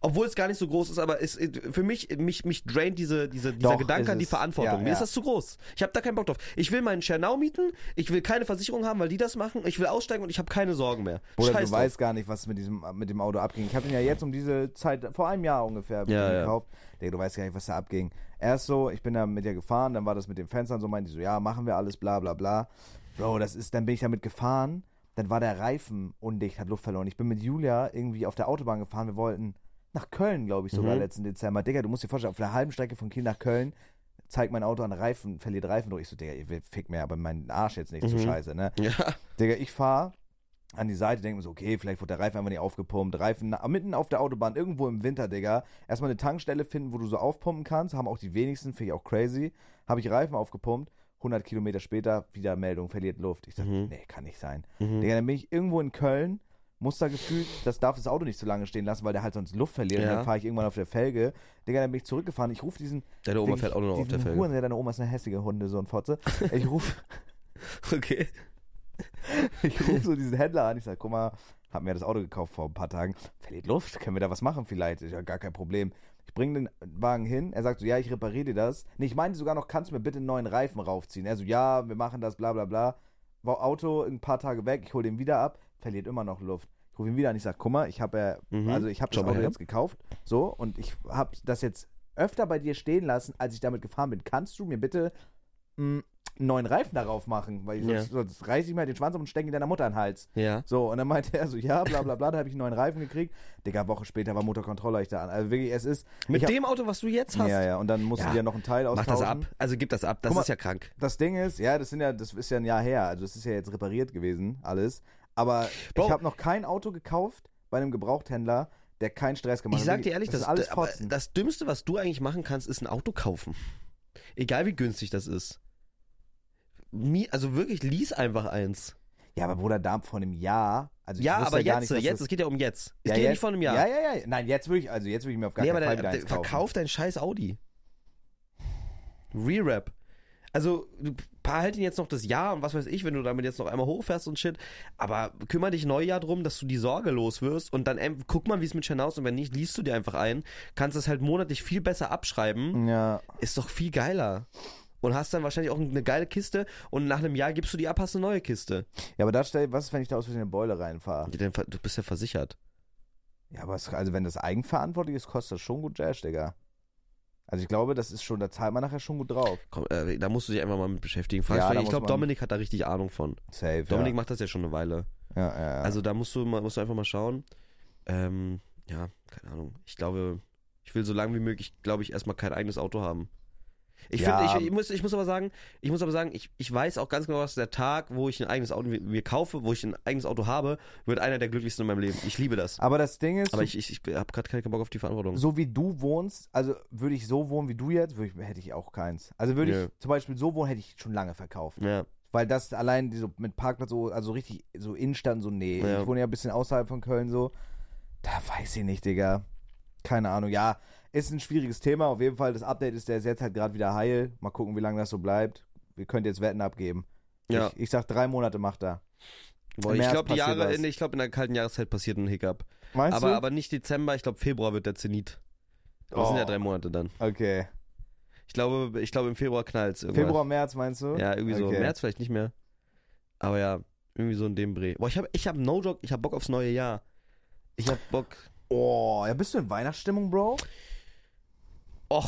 Speaker 2: obwohl es gar nicht so groß ist, aber es, für mich, mich, mich draint diese, diese, dieser
Speaker 1: Doch,
Speaker 2: Gedanke
Speaker 1: ist
Speaker 2: an die
Speaker 1: es.
Speaker 2: Verantwortung.
Speaker 1: Ja,
Speaker 2: Mir
Speaker 1: ja.
Speaker 2: ist das zu groß. Ich habe da keinen Bock drauf. Ich will meinen Schernau mieten, ich will keine Versicherung haben, weil die das machen, ich will aussteigen und ich habe keine Sorgen mehr.
Speaker 1: Oder
Speaker 2: Scheiß
Speaker 1: du
Speaker 2: drauf.
Speaker 1: weißt gar nicht, was mit, diesem, mit dem Auto abging. Ich habe ihn ja jetzt um diese Zeit, vor einem Jahr ungefähr, hab ich
Speaker 2: Ja,
Speaker 1: ihn
Speaker 2: ja.
Speaker 1: gekauft. Digga, du weißt gar nicht, was da abging. Erst so, ich bin da mit dir gefahren, dann war das mit den Fenstern so, meinte ich so, ja, machen wir alles, bla bla bla. Bro, das ist, dann bin ich damit gefahren, dann war der Reifen undicht, hat Luft verloren. Ich bin mit Julia irgendwie auf der Autobahn gefahren, wir wollten nach Köln, glaube ich, sogar
Speaker 2: Mhm.
Speaker 1: letzten Dezember. Digga, du musst dir vorstellen, auf der halben Strecke von Kiel nach Köln zeigt mein Auto an Reifen, verliert Reifen durch. Ich so, Digga, ihr fickt mir aber meinen Arsch jetzt nicht, so
Speaker 2: Mhm.
Speaker 1: scheiße, ne?
Speaker 2: Ja.
Speaker 1: Digga, ich fahre an die Seite, denke mir so, okay, vielleicht wurde der Reifen einfach nicht aufgepumpt. Reifen na- mitten auf der Autobahn, irgendwo im Winter, Digga. Erstmal eine Tankstelle finden, wo du so aufpumpen kannst. Haben auch die wenigsten, finde ich auch crazy. Habe ich Reifen aufgepumpt. 100 Kilometer später, wieder Meldung, verliert Luft. Ich dachte,
Speaker 2: Mhm.
Speaker 1: nee, kann nicht sein.
Speaker 2: Mhm.
Speaker 1: Digga, dann bin ich irgendwo in Köln, muss da gefühlt, das darf das Auto nicht so lange stehen lassen, weil der halt sonst Luft verliert.
Speaker 2: Ja.
Speaker 1: Und dann fahre ich irgendwann auf der Felge. Digga, dann bin ich zurückgefahren. Ich rufe diesen.
Speaker 2: Deine Oma
Speaker 1: Ding-
Speaker 2: fährt auch nur noch auf
Speaker 1: diesen
Speaker 2: der Felge.
Speaker 1: Huren, der deine Oma ist eine hässliche Hunde, so ein Fotze. Ich rufe
Speaker 2: [LAUGHS] Okay.
Speaker 1: Ich rufe so diesen Händler an, ich sage, guck mal, hab mir das Auto gekauft vor ein paar Tagen. Verliert Luft, können wir da was machen vielleicht? Ist ja gar kein Problem. Ich bringe den Wagen hin, er sagt so, ja, ich repariere dir das. Nee, ich meinte sogar noch, kannst du mir bitte einen neuen Reifen raufziehen? Er so, ja, wir machen das, bla bla bla. War Auto ein paar Tage weg, ich hole den wieder ab, verliert immer noch Luft. Ich rufe ihn wieder an, ich sage, guck mal, ich habe
Speaker 2: Mhm.
Speaker 1: also ich habe das
Speaker 2: Schau mal
Speaker 1: Auto
Speaker 2: her.
Speaker 1: jetzt gekauft, so, und ich habe das jetzt öfter bei dir stehen lassen, als ich damit gefahren bin. Kannst du mir bitte mh, einen neuen Reifen darauf machen, weil
Speaker 2: Ja.
Speaker 1: sonst, sonst reiß ich mir halt den Schwanz um und stecke ihn deiner Mutter an den Hals.
Speaker 2: Ja.
Speaker 1: So, und dann meinte er so, ja, bla bla bla, da habe ich einen neuen Reifen gekriegt. Digga, Woche später war Motorkontrollleuchter an. Also wirklich, es ist.
Speaker 2: Mit
Speaker 1: ich hab-
Speaker 2: dem Auto, was du jetzt hast,
Speaker 1: Ja, ja, und dann musst
Speaker 2: Ja.
Speaker 1: du dir noch ein Teil
Speaker 2: mach
Speaker 1: austauschen.
Speaker 2: das ab. Also gib das ab. Das
Speaker 1: Guck mal.
Speaker 2: ist ja krank.
Speaker 1: Das Ding ist, ja, das sind ja, das ist ja ein Jahr her. Also es ist ja jetzt repariert gewesen, alles. Aber
Speaker 2: Bro.
Speaker 1: ich habe noch kein Auto gekauft bei einem Gebrauchthändler, der keinen Stress gemacht hat.
Speaker 2: Ich sag dir
Speaker 1: Wirklich,
Speaker 2: ehrlich,
Speaker 1: das,
Speaker 2: das,
Speaker 1: ist alles
Speaker 2: aber
Speaker 1: Fotzen.
Speaker 2: das Dümmste, was du eigentlich machen kannst, ist ein Auto kaufen. Egal wie günstig das ist. Mie- Also wirklich, lies einfach eins.
Speaker 1: ja, aber Bruder, da vor einem Jahr. Also ich
Speaker 2: ja,
Speaker 1: wusste
Speaker 2: aber
Speaker 1: ja gar
Speaker 2: jetzt,
Speaker 1: nicht, was
Speaker 2: jetzt,
Speaker 1: das,
Speaker 2: es geht ja um jetzt. Es
Speaker 1: ja,
Speaker 2: geht ja
Speaker 1: jetzt-
Speaker 2: nicht von einem Jahr.
Speaker 1: Ja, ja, ja. Nein, jetzt würde ich, also jetzt würde ich mir auf gar
Speaker 2: nee, aber
Speaker 1: keinen Fall
Speaker 2: dann,
Speaker 1: wieder
Speaker 2: dann
Speaker 1: eins kaufen.
Speaker 2: verkauf dein scheiß Audi. Rewrap. Also, du behalt ihn jetzt noch das Jahr und was weiß ich, wenn du damit jetzt noch einmal hochfährst und shit. Aber kümmere dich Neujahr drum, dass du die Sorge los wirst und dann ähm, guck mal, wie es mit Chanaus und wenn nicht, liest du dir einfach ein. Kannst es halt monatlich viel besser abschreiben.
Speaker 1: Ja.
Speaker 2: ist doch viel geiler. Und hast dann wahrscheinlich auch eine geile Kiste und nach einem Jahr gibst du die ab, hast eine neue Kiste.
Speaker 1: Ja, aber da stell, was ist, wenn ich da aus Versehen in den Boiler reinfahre?
Speaker 2: Ja, dann ver- Du bist ja versichert.
Speaker 1: Ja, aber es, also wenn das eigenverantwortlich ist, kostet das schon gut Jazz, Digga. Also ich glaube, das ist schon, da zahlt man nachher schon gut drauf.
Speaker 2: Komm, äh, da musst du dich einfach mal mit beschäftigen. Fragst
Speaker 1: Ja,
Speaker 2: du-
Speaker 1: da
Speaker 2: ich
Speaker 1: muss
Speaker 2: glaube,
Speaker 1: man-
Speaker 2: Dominik hat da richtig Ahnung von.
Speaker 1: Safe.
Speaker 2: Dominik macht das ja schon eine Weile.
Speaker 1: ja. Ja, ja, ja.
Speaker 2: Also da musst du, mal, musst du einfach mal schauen. Ähm, ja, keine Ahnung. Ich glaube, ich will so lange wie möglich, glaube ich, erstmal kein eigenes Auto haben. Ich
Speaker 1: Ja.
Speaker 2: finde, ich, ich, muss, ich muss aber sagen, ich muss aber sagen, ich, ich weiß auch ganz genau, dass der Tag, wo ich ein eigenes Auto mir, mir kaufe, wo ich ein eigenes Auto habe, wird einer der glücklichsten in meinem Leben. Ich liebe das.
Speaker 1: aber das Ding ist,
Speaker 2: Aber ich, ich, ich habe gerade keinen Bock auf die Verantwortung.
Speaker 1: so wie du wohnst, also würde ich so wohnen wie du jetzt, würd ich, hätte ich auch keins. Also würde
Speaker 2: Nö.
Speaker 1: ich zum Beispiel so wohnen, hätte ich schon lange verkauft.
Speaker 2: Ja.
Speaker 1: Weil das allein diese, mit Parkplatz so, also richtig so Innenstand, so nee.
Speaker 2: Ja.
Speaker 1: Ich wohne ja ein bisschen außerhalb von Köln so. Da weiß ich nicht, Digga. Keine Ahnung. Ja, ist ein schwieriges Thema. Auf jeden Fall, das Update ist, der ist jetzt halt gerade wieder heil. Mal gucken, wie lange das so bleibt. Wir könnt jetzt Wetten abgeben.
Speaker 2: Ja.
Speaker 1: Ich, ich sag, drei Monate macht er.
Speaker 2: Boah,
Speaker 1: im
Speaker 2: ich
Speaker 1: März
Speaker 2: glaube, die
Speaker 1: passiert
Speaker 2: Jahre,
Speaker 1: was.
Speaker 2: in, ich glaube, in der kalten Jahreszeit passiert ein Hiccup.
Speaker 1: Meinst
Speaker 2: Aber,
Speaker 1: du?
Speaker 2: aber nicht Dezember, ich glaube, Februar wird der Zenit. Aber es sind
Speaker 1: Oh.
Speaker 2: ja drei Monate dann.
Speaker 1: okay.
Speaker 2: Ich glaube, ich glaube im Februar knallt es.
Speaker 1: Februar, März meinst du?
Speaker 2: Ja, irgendwie so.
Speaker 1: Okay.
Speaker 2: März vielleicht nicht mehr. Aber ja, irgendwie so in dem Dreh. Boah, ich habe ich hab no joke, ich habe Bock aufs neue Jahr. Ich habe Bock.
Speaker 1: Oh, ja, bist du in Weihnachtsstimmung, Bro?
Speaker 2: Och,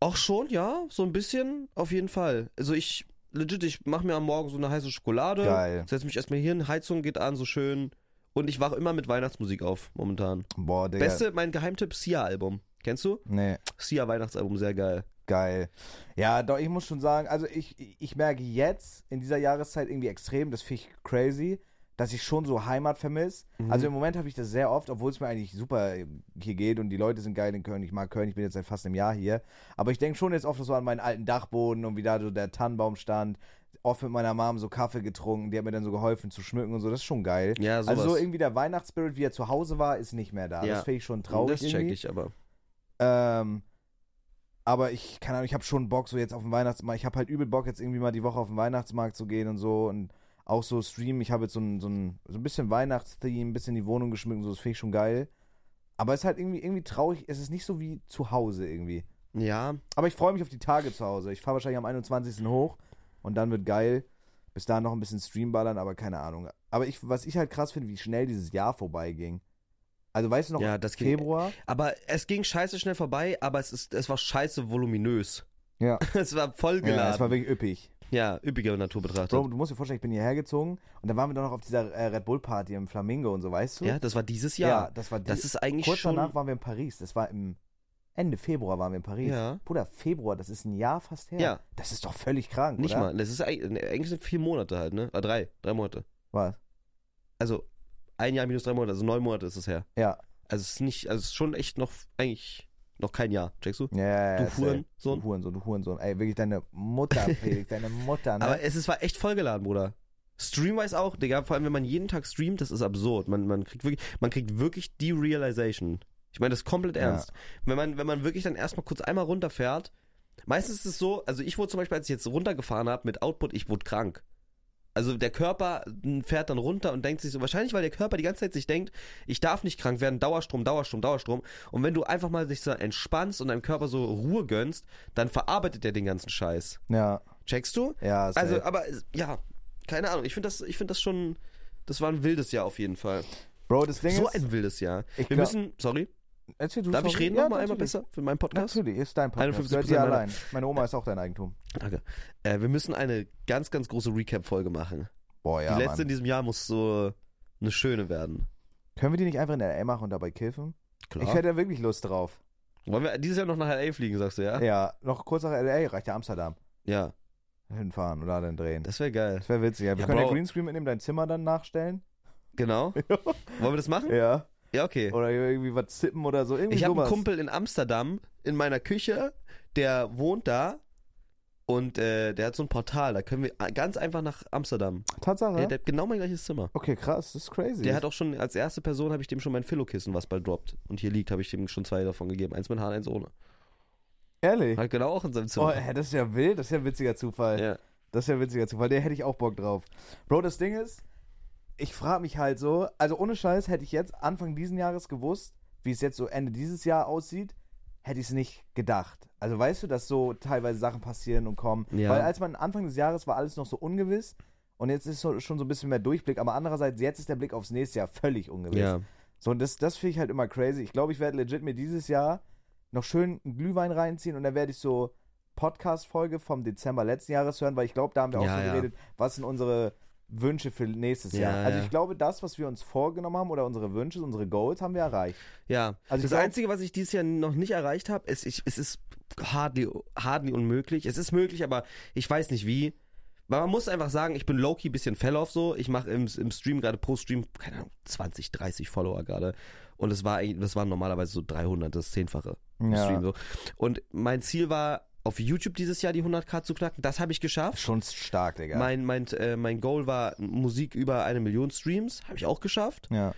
Speaker 2: och schon, ja, so ein bisschen, auf jeden Fall. Also ich, legit, ich mache mir am Morgen so eine heiße Schokolade.
Speaker 1: Geil.
Speaker 2: Setz mich erstmal hier hin, Heizung geht an, so schön. Und ich wache immer mit Weihnachtsmusik auf, momentan.
Speaker 1: Boah, Digga.
Speaker 2: Beste, mein Geheimtipp, Sia-Album. Kennst du?
Speaker 1: Nee.
Speaker 2: Sia-Weihnachtsalbum, sehr geil.
Speaker 1: Geil. Ja, doch, ich muss schon sagen, also ich, ich- ich merke jetzt in dieser Jahreszeit irgendwie extrem, das finde ich crazy, dass ich schon so Heimat vermisse.
Speaker 2: Mhm.
Speaker 1: Also im Moment habe ich das sehr oft, obwohl es mir eigentlich super äh, hier geht und die Leute sind geil in Köln. Ich mag Köln, ich bin jetzt seit fast einem Jahr hier. Aber ich denke schon jetzt oft so an meinen alten Dachboden und wie da so der Tannenbaum stand. Oft mit meiner Mom so Kaffee getrunken, die hat mir dann so geholfen zu schmücken und so. Das ist schon geil.
Speaker 2: Ja, sowas.
Speaker 1: also so irgendwie der Weihnachtsspirit, wie er zu Hause war, ist nicht mehr da.
Speaker 2: Ja.
Speaker 1: Das finde ich schon traurig.
Speaker 2: Das check
Speaker 1: irgendwie.
Speaker 2: ich aber.
Speaker 1: Ähm, aber ich, keine Ahnung, ich habe schon Bock so jetzt auf den Weihnachtsmarkt. Ich habe halt übel Bock jetzt irgendwie mal die Woche auf den Weihnachtsmarkt zu gehen und so und auch so streamen. Ich habe jetzt so ein, so ein, so ein bisschen Weihnachtstheme, ein bisschen die Wohnung geschmückt und so, das finde ich schon geil. Aber es ist halt irgendwie, irgendwie traurig. Es ist nicht so wie zu Hause irgendwie.
Speaker 2: Ja,
Speaker 1: Aber ich freue mich auf die Tage zu Hause. Ich fahre wahrscheinlich am 21. hoch und dann wird geil. Bis dahin noch ein bisschen streamballern, aber keine Ahnung. Aber ich, was ich halt krass finde, wie schnell dieses Jahr vorbeiging. Also weißt du noch,
Speaker 2: ja, das ging. [LAUGHS]
Speaker 1: Februar?
Speaker 2: Aber es ging scheiße schnell vorbei, aber es, ist, es war scheiße voluminös. [LAUGHS]
Speaker 1: Ja.
Speaker 2: es war voll
Speaker 1: ja, es war
Speaker 2: geladen.
Speaker 1: wirklich üppig.
Speaker 2: Ja, üppiger Natur betrachtet.
Speaker 1: Bro, du musst dir vorstellen, ich bin hierher gezogen und dann waren wir doch noch auf dieser äh, Red Bull Party im Flamingo und so, weißt du?
Speaker 2: ja, das war dieses
Speaker 1: ja.
Speaker 2: Jahr.
Speaker 1: das war die,
Speaker 2: das ist eigentlich
Speaker 1: Kurz
Speaker 2: schon.
Speaker 1: danach waren wir in Paris. Das war im Ende Februar waren wir in Paris.
Speaker 2: Ja.
Speaker 1: Bruder, Februar, das ist ein Jahr fast her.
Speaker 2: Ja.
Speaker 1: Das ist doch völlig krank,
Speaker 2: Nicht
Speaker 1: oder?
Speaker 2: mal. Das ist eigentlich, eigentlich sind vier Monate halt, ne? Ah, drei. Drei Monate.
Speaker 1: Was?
Speaker 2: Also ein Jahr minus drei Monate, also neun Monate ist es her.
Speaker 1: Ja.
Speaker 2: Also es ist nicht, also es ist schon echt noch eigentlich noch kein Jahr, checkst du?
Speaker 1: Ja, ja, ja,
Speaker 2: Du
Speaker 1: safe.
Speaker 2: Hurensohn.
Speaker 1: Du Hurensohn, du Hurensohn. Ey, wirklich deine Mutter,
Speaker 2: [LAUGHS]
Speaker 1: Felix, deine Mutter, ne?
Speaker 2: Aber es ist, war echt vollgeladen, Bruder. Streamwise auch, Digga, vor allem wenn man jeden Tag streamt, das ist absurd. Man, man, kriegt, wirklich, man kriegt wirklich die Realization. Ich meine, das ist komplett
Speaker 1: Ja.
Speaker 2: ernst. Wenn, man, wenn man wirklich dann erstmal kurz einmal runterfährt, meistens ist es so, also ich wurde zum Beispiel, als ich jetzt runtergefahren habe mit Output, ich wurde krank. Also der Körper m, fährt dann runter und denkt sich so, wahrscheinlich weil der Körper die ganze Zeit sich denkt, ich darf nicht krank werden, Dauerstrom, Dauerstrom, Dauerstrom. Und wenn du einfach mal dich so entspannst und deinem Körper so Ruhe gönnst, dann verarbeitet der den ganzen Scheiß.
Speaker 1: ja,
Speaker 2: Checkst du?
Speaker 1: ja, safe.
Speaker 2: Also, aber es- ja, keine Ahnung. Ich finde das, ich finde das schon. Das war ein wildes Jahr auf jeden Fall.
Speaker 1: Bro, das Ding
Speaker 2: so
Speaker 1: ist.
Speaker 2: ein wildes Jahr.
Speaker 1: Ich
Speaker 2: Wir
Speaker 1: glaub-
Speaker 2: müssen, sorry,
Speaker 1: Erzähl du
Speaker 2: darf
Speaker 1: sorry.
Speaker 2: ich reden
Speaker 1: ja,
Speaker 2: nochmal einmal
Speaker 1: natürlich.
Speaker 2: besser für meinen Podcast?
Speaker 1: Natürlich, ist dein Podcast.
Speaker 2: 51%
Speaker 1: Gehört dir
Speaker 2: meiner-
Speaker 1: allein. Meine Oma ist auch dein Eigentum.
Speaker 2: Danke. Äh, wir müssen eine ganz, ganz große Recap-Folge machen.
Speaker 1: Boah, ja,
Speaker 2: die letzte in
Speaker 1: Mann.
Speaker 2: diesem Jahr muss so eine schöne werden.
Speaker 1: Können wir die nicht einfach in L.A. machen und dabei kiffen? Ich hätte da wirklich Lust drauf.
Speaker 2: Wollen wir dieses Jahr noch nach L.A. fliegen, sagst du, ja?
Speaker 1: Ja, noch kurz nach L.A. reicht ja Amsterdam.
Speaker 2: Ja,
Speaker 1: Hinfahren oder dann drehen.
Speaker 2: das wäre geil.
Speaker 1: Das wäre witzig. Ja. Wir
Speaker 2: Ja,
Speaker 1: können ja
Speaker 2: Bro.
Speaker 1: Greenscreen mitnehmen, dein Zimmer dann
Speaker 2: [LAUGHS]
Speaker 1: nachstellen.
Speaker 2: Genau. Wollen wir das machen?
Speaker 1: Ja.
Speaker 2: Ja, okay.
Speaker 1: Oder irgendwie was zippen oder so. Irgendwie
Speaker 2: Ich habe
Speaker 1: sowas.
Speaker 2: einen Kumpel in Amsterdam in meiner Küche, der wohnt da und äh, der hat so ein Portal. Da können wir a- ganz einfach nach Amsterdam.
Speaker 1: Tatsache.
Speaker 2: Der, der hat genau mein gleiches Zimmer.
Speaker 1: okay, krass, das ist crazy.
Speaker 2: Der hat auch schon, als erste Person habe ich dem schon mein Philokissen, was bald droppt. Und hier liegt, habe ich dem schon zwei davon gegeben. Eins mit Haaren, eins ohne.
Speaker 1: Ehrlich.
Speaker 2: Hat genau auch in seinem
Speaker 1: Oh,
Speaker 2: Zimmer.
Speaker 1: hä, das ist ja wild, das ist ja ein witziger Zufall.
Speaker 2: ja.
Speaker 1: Das ist ja ein witziger Zufall, der hätte ich auch Bock drauf. Bro, das Ding ist, ich frage mich halt so, also ohne Scheiß hätte ich jetzt Anfang diesen Jahres gewusst, wie es jetzt so Ende dieses Jahr aussieht, hätte ich es nicht gedacht. Also weißt du, dass so teilweise Sachen passieren und kommen.
Speaker 2: Ja.
Speaker 1: Weil als man Anfang des Jahres war alles noch so ungewiss und jetzt ist so, schon so ein bisschen mehr Durchblick, aber andererseits jetzt ist der Blick aufs nächste Jahr völlig ungewiss.
Speaker 2: ja.
Speaker 1: So, und das, das finde ich halt immer crazy. Ich glaube, ich werde legit mir dieses Jahr noch schön einen Glühwein reinziehen und dann werde ich so Podcast-Folge vom Dezember letzten Jahres hören, weil ich glaube, da haben wir auch
Speaker 2: Ja,
Speaker 1: schon
Speaker 2: ja.
Speaker 1: geredet, was sind unsere Wünsche für nächstes
Speaker 2: Ja,
Speaker 1: Jahr. Also
Speaker 2: ja.
Speaker 1: ich glaube, das, was wir uns vorgenommen haben oder unsere Wünsche, unsere Goals haben wir erreicht.
Speaker 2: Ja,
Speaker 1: Also ich
Speaker 2: das
Speaker 1: glaub-
Speaker 2: Einzige, was ich dieses Jahr noch nicht erreicht habe, ist, ich, es ist hardly, hardly unmöglich. Es ist möglich, aber ich weiß nicht wie. Weil man muss einfach sagen, ich bin low-key bisschen fell off so. Ich mache im, im Stream gerade pro Stream, keine Ahnung, 20, 30 Follower gerade. Und es war, eigentlich- das waren normalerweise so 300, das Zehnfache im
Speaker 1: Ja.
Speaker 2: Stream so. Und mein Ziel war, auf YouTube dieses Jahr die 100k zu knacken. Das habe ich geschafft.
Speaker 1: Schon stark, Digga.
Speaker 2: Mein, mein, äh, mein Goal war Musik über eine Million Streams. Habe ich auch geschafft.
Speaker 1: ja.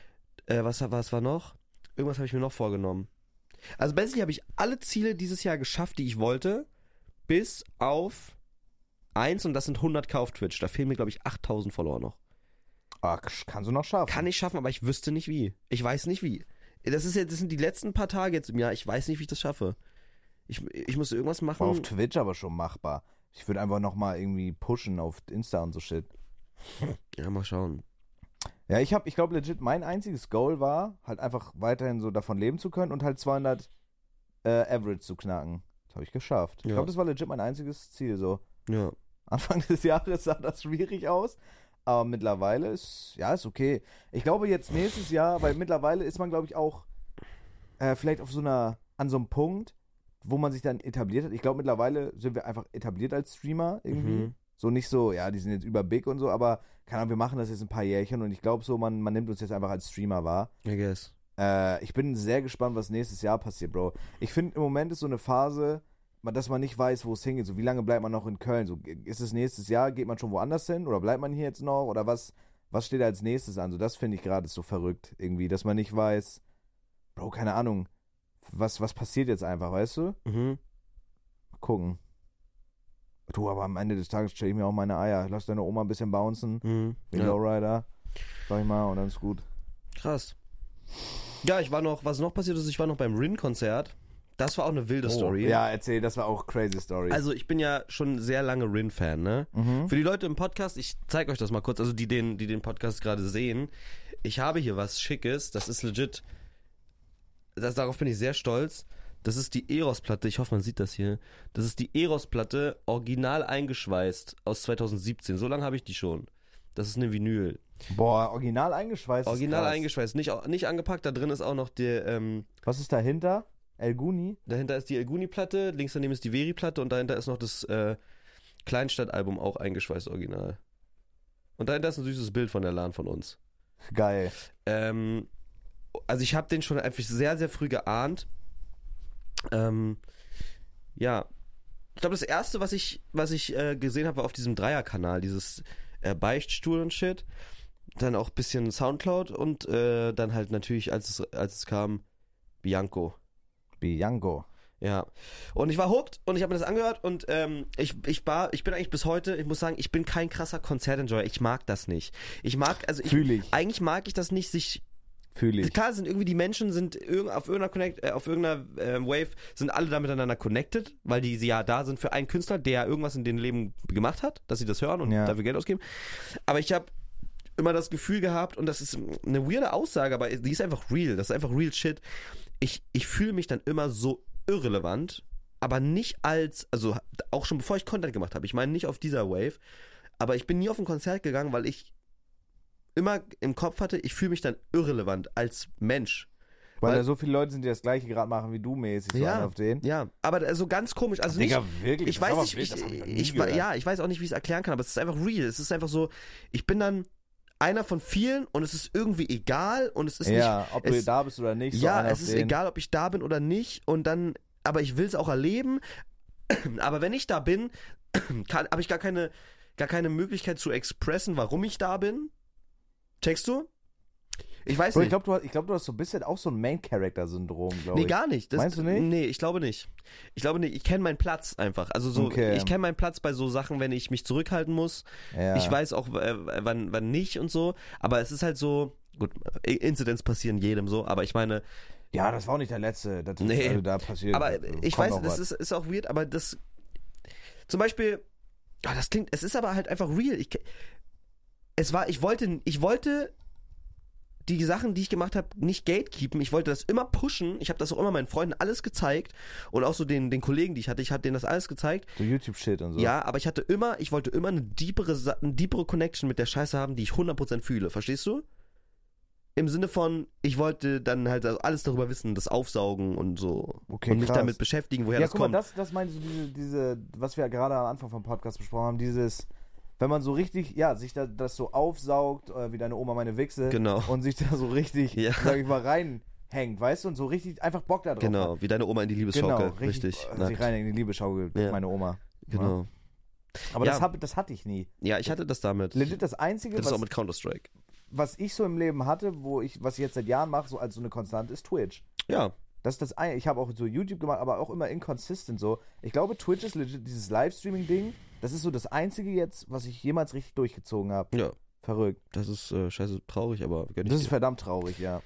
Speaker 2: Äh, was, was war noch? Irgendwas habe ich mir noch vorgenommen. Also basically habe ich alle Ziele dieses Jahr geschafft, die ich wollte, bis auf eins und das sind 100k auf Twitch. Da fehlen mir, glaube ich, 8000 Follower noch.
Speaker 1: Ach, kannst du noch schaffen.
Speaker 2: Kann ich schaffen, aber ich wüsste nicht wie. Ich weiß nicht wie. Das, ist jetzt, das sind die letzten paar Tage jetzt im Jahr. Ich weiß nicht, wie ich das schaffe. Ich, ich muss irgendwas machen.
Speaker 1: War auf Twitch aber schon machbar. Ich würde einfach nochmal irgendwie pushen auf Insta und so Shit.
Speaker 2: ja, mal schauen.
Speaker 1: Ja, ich habe, ich glaube legit, mein einziges Goal war, halt einfach weiterhin so davon leben zu können und halt 200 äh, Average zu knacken. Das habe ich geschafft. Ich
Speaker 2: Ja.
Speaker 1: glaube, das war legit mein einziges Ziel. So
Speaker 2: Ja.
Speaker 1: Anfang [LAUGHS] des Jahres sah das schwierig aus, aber mittlerweile ist, ja, ist okay. Ich glaube jetzt nächstes Jahr, weil mittlerweile ist man, glaube ich, auch äh, vielleicht auf so einer, an so einem Punkt, wo man sich dann etabliert hat. Ich glaube, mittlerweile sind wir einfach etabliert als Streamer irgendwie.
Speaker 2: Mhm.
Speaker 1: So nicht so, ja, die sind jetzt über Big und so, aber keine Ahnung, wir machen das jetzt ein paar Jährchen und ich glaube so, man, man nimmt uns jetzt einfach als Streamer wahr.
Speaker 2: I guess.
Speaker 1: Äh, ich bin sehr gespannt, was nächstes Jahr passiert, Bro. Ich finde, im Moment ist so eine Phase, man- dass man nicht weiß, wo es hingeht. So, wie lange bleibt man noch in Köln? So, ge- ist es nächstes Jahr? Geht man schon woanders hin? Oder bleibt man hier jetzt noch? Oder was, was steht als nächstes an? So, das finde ich gerade so verrückt irgendwie, dass man nicht weiß, Bro, keine Ahnung, was, was passiert jetzt einfach, weißt du?
Speaker 2: Mhm.
Speaker 1: Mal gucken. Du, aber am Ende des Tages stelle ich mir auch meine Eier. Lass deine Oma ein bisschen bouncen.
Speaker 2: Mhm.
Speaker 1: Bin
Speaker 2: Ja.
Speaker 1: Lowrider, sag ich mal, und dann ist gut.
Speaker 2: Krass. Ja, ich war noch, was noch passiert ist, ich war noch beim Rin-Konzert. Das war auch eine wilde Story.
Speaker 1: Oh, Ja, erzähl, das war auch crazy Story. Mhm.
Speaker 2: Also ich bin ja schon sehr lange Rin-Fan, ne? Für die Leute im Podcast, ich zeige euch das mal kurz, also die den, die den Podcast gerade sehen. Ich habe hier was Schickes, das ist legit. Das, darauf bin ich sehr stolz. Das ist die Eros-Platte, ich hoffe, man sieht das hier. Das ist die Eros-Platte, original eingeschweißt, aus 2017. So lange habe ich die schon. Das ist eine Vinyl.
Speaker 1: Boah, original eingeschweißt. ist
Speaker 2: Original
Speaker 1: krass.
Speaker 2: eingeschweißt, nicht, au- nicht angepackt. Da drin ist auch noch der, ähm,
Speaker 1: Was ist dahinter? El Guni?
Speaker 2: Dahinter ist die Elguni-Platte, links daneben ist die Veri-Platte und dahinter ist noch das äh, Kleinstadt-Album, auch eingeschweißt original. Und dahinter ist ein süßes Bild von der LAN von uns.
Speaker 1: Geil.
Speaker 2: Ähm, also ich habe den schon einfach sehr, sehr früh geahnt. Ähm, ja, ich glaube, das erste, was ich, was ich äh, gesehen habe, war auf diesem Dreierkanal, dieses äh, Beichtstuhl und Shit. Dann auch ein bisschen Soundcloud und äh, dann halt natürlich, als es, als es kam, Bianco.
Speaker 1: Bianco.
Speaker 2: Ja. Und ich war hooked und ich habe mir das angehört und ähm, ich, ich war, ich bin eigentlich bis heute, ich muss sagen, ich bin kein krasser Konzertenjoyer. Ich mag das nicht. Ich mag, also ich,
Speaker 1: Fühl ich.
Speaker 2: eigentlich mag ich das nicht, sich
Speaker 1: Fühle ich.
Speaker 2: Klar sind irgendwie die Menschen sind irgend, auf irgendeiner Connect, äh, auf irgendeiner äh, Wave sind alle da miteinander connected, weil die sie ja da sind für einen Künstler, der irgendwas in dem Leben gemacht hat, dass sie das hören und
Speaker 1: Ja.
Speaker 2: dafür Geld ausgeben. Aber ich habe immer das Gefühl gehabt und das ist eine weirde Aussage, aber die ist einfach real. Das ist einfach real shit. Ich ich fühle mich dann immer so irrelevant, aber nicht als also auch schon bevor ich Content gemacht habe. Ich meine nicht auf dieser Wave, aber ich bin nie auf ein Konzert gegangen, weil ich immer im Kopf hatte, ich fühle mich dann irrelevant als Mensch.
Speaker 1: Weil,
Speaker 2: weil-
Speaker 1: da so viele Leute sind, die das gleiche gerade machen wie du mäßig. So
Speaker 2: Ja.
Speaker 1: einen auf den.
Speaker 2: Ja, aber also ganz komisch. Also
Speaker 1: Digga,
Speaker 2: nicht,
Speaker 1: wirklich?
Speaker 2: ich
Speaker 1: Das ist
Speaker 2: weiß
Speaker 1: aber
Speaker 2: nicht,
Speaker 1: wild,
Speaker 2: ich,
Speaker 1: das hab ich noch nie
Speaker 2: ich, wa-
Speaker 1: gehört.
Speaker 2: ja, ich weiß auch nicht, wie ich es erklären kann, aber es ist einfach real. Es ist einfach so, ich bin dann einer von vielen und es ist irgendwie egal und es ist
Speaker 1: Ja,
Speaker 2: nicht.
Speaker 1: ob
Speaker 2: es,
Speaker 1: du da bist oder nicht. so
Speaker 2: ja,
Speaker 1: einen
Speaker 2: es
Speaker 1: auf
Speaker 2: ist
Speaker 1: den.
Speaker 2: egal, ob ich da bin oder nicht. Und dann, aber ich will es auch erleben. [CLEARS THROAT] Aber wenn ich da bin, [CLEARS THROAT] habe ich gar keine, gar keine Möglichkeit zu expressen, warum ich da bin. Checkst du? Ich weiß
Speaker 1: Bro,
Speaker 2: nicht.
Speaker 1: ich glaube, du, hast- ich glaub, du hast so ein bisschen auch so ein Main-Character-Syndrom, glaube
Speaker 2: Nee,
Speaker 1: ich.
Speaker 2: gar nicht. Das,
Speaker 1: Meinst du nicht?
Speaker 2: Nee, ich glaube nicht. Ich glaube nicht. Ich kenne meinen Platz einfach. Also so,
Speaker 1: Okay.
Speaker 2: ich kenne meinen Platz bei so Sachen, wenn ich mich zurückhalten muss.
Speaker 1: Ja.
Speaker 2: Ich weiß auch, äh, wann, wann nicht und so. Aber es ist halt so, gut, I- Incidents passieren jedem so, aber ich meine,
Speaker 1: ja, das war auch nicht der letzte. Das,
Speaker 2: Nee.
Speaker 1: also, da passiert.
Speaker 2: aber
Speaker 1: also,
Speaker 2: ich
Speaker 1: kommt
Speaker 2: weiß,
Speaker 1: noch
Speaker 2: das
Speaker 1: was.
Speaker 2: ist, ist auch weird, aber das, zum Beispiel, ah, das klingt, es ist aber halt einfach real. Ich, es war, ich wollte, ich wollte die Sachen, die ich gemacht habe, nicht gatekeepen. Ich wollte das immer pushen. Ich habe das auch immer meinen Freunden alles gezeigt und auch so den, den Kollegen, die ich hatte. Ich habe denen das alles gezeigt.
Speaker 1: So YouTube-Shit und so.
Speaker 2: Ja, aber ich hatte immer, ich wollte immer eine deepere, Sa- eine deepere Connection mit der Scheiße haben, die ich 100% fühle. Verstehst du? Im Sinne von, ich wollte dann halt alles darüber wissen, das Aufsaugen und so.
Speaker 1: Okay,
Speaker 2: und mich
Speaker 1: krass.
Speaker 2: damit beschäftigen, woher
Speaker 1: Ja,
Speaker 2: das
Speaker 1: guck mal,
Speaker 2: kommt.
Speaker 1: das, das meine ich so, diese, diese, was wir ja gerade am Anfang vom Podcast besprochen haben, dieses, wenn man so richtig, ja, sich da, das so aufsaugt, äh, wie deine Oma meine Wichse,
Speaker 2: Genau.
Speaker 1: und sich da so richtig,
Speaker 2: Ja.
Speaker 1: sag ich mal, reinhängt, weißt du, und so richtig einfach Bock da drauf hat.
Speaker 2: genau, wie deine Oma in die
Speaker 1: Genau,
Speaker 2: Liebesschaukel. richtig.
Speaker 1: richtig. äh, Sich
Speaker 2: nackt.
Speaker 1: rein in die Liebesschaukel,
Speaker 2: Ja.
Speaker 1: meine Oma.
Speaker 2: Genau.
Speaker 1: Aber
Speaker 2: Ja.
Speaker 1: das, hab, das hatte ich nie.
Speaker 2: Ja, ich hatte das damit.
Speaker 1: Legit das Einzige,
Speaker 2: das ist auch
Speaker 1: was,
Speaker 2: mit Counter-Strike.
Speaker 1: was ich so im Leben hatte, wo ich, was ich jetzt seit Jahren mache, so als so eine Konstante, ist Twitch.
Speaker 2: Ja,
Speaker 1: Das ist das eine. Ich habe auch so YouTube gemacht, aber auch immer inconsistent so. Ich glaube, Twitch ist legit dieses Livestreaming-Ding. Das ist so das Einzige jetzt, was ich jemals richtig durchgezogen habe.
Speaker 2: ja.
Speaker 1: Verrückt.
Speaker 2: Das ist äh, scheiße traurig, aber gönn ich
Speaker 1: Das
Speaker 2: dir.
Speaker 1: ist verdammt traurig, ja.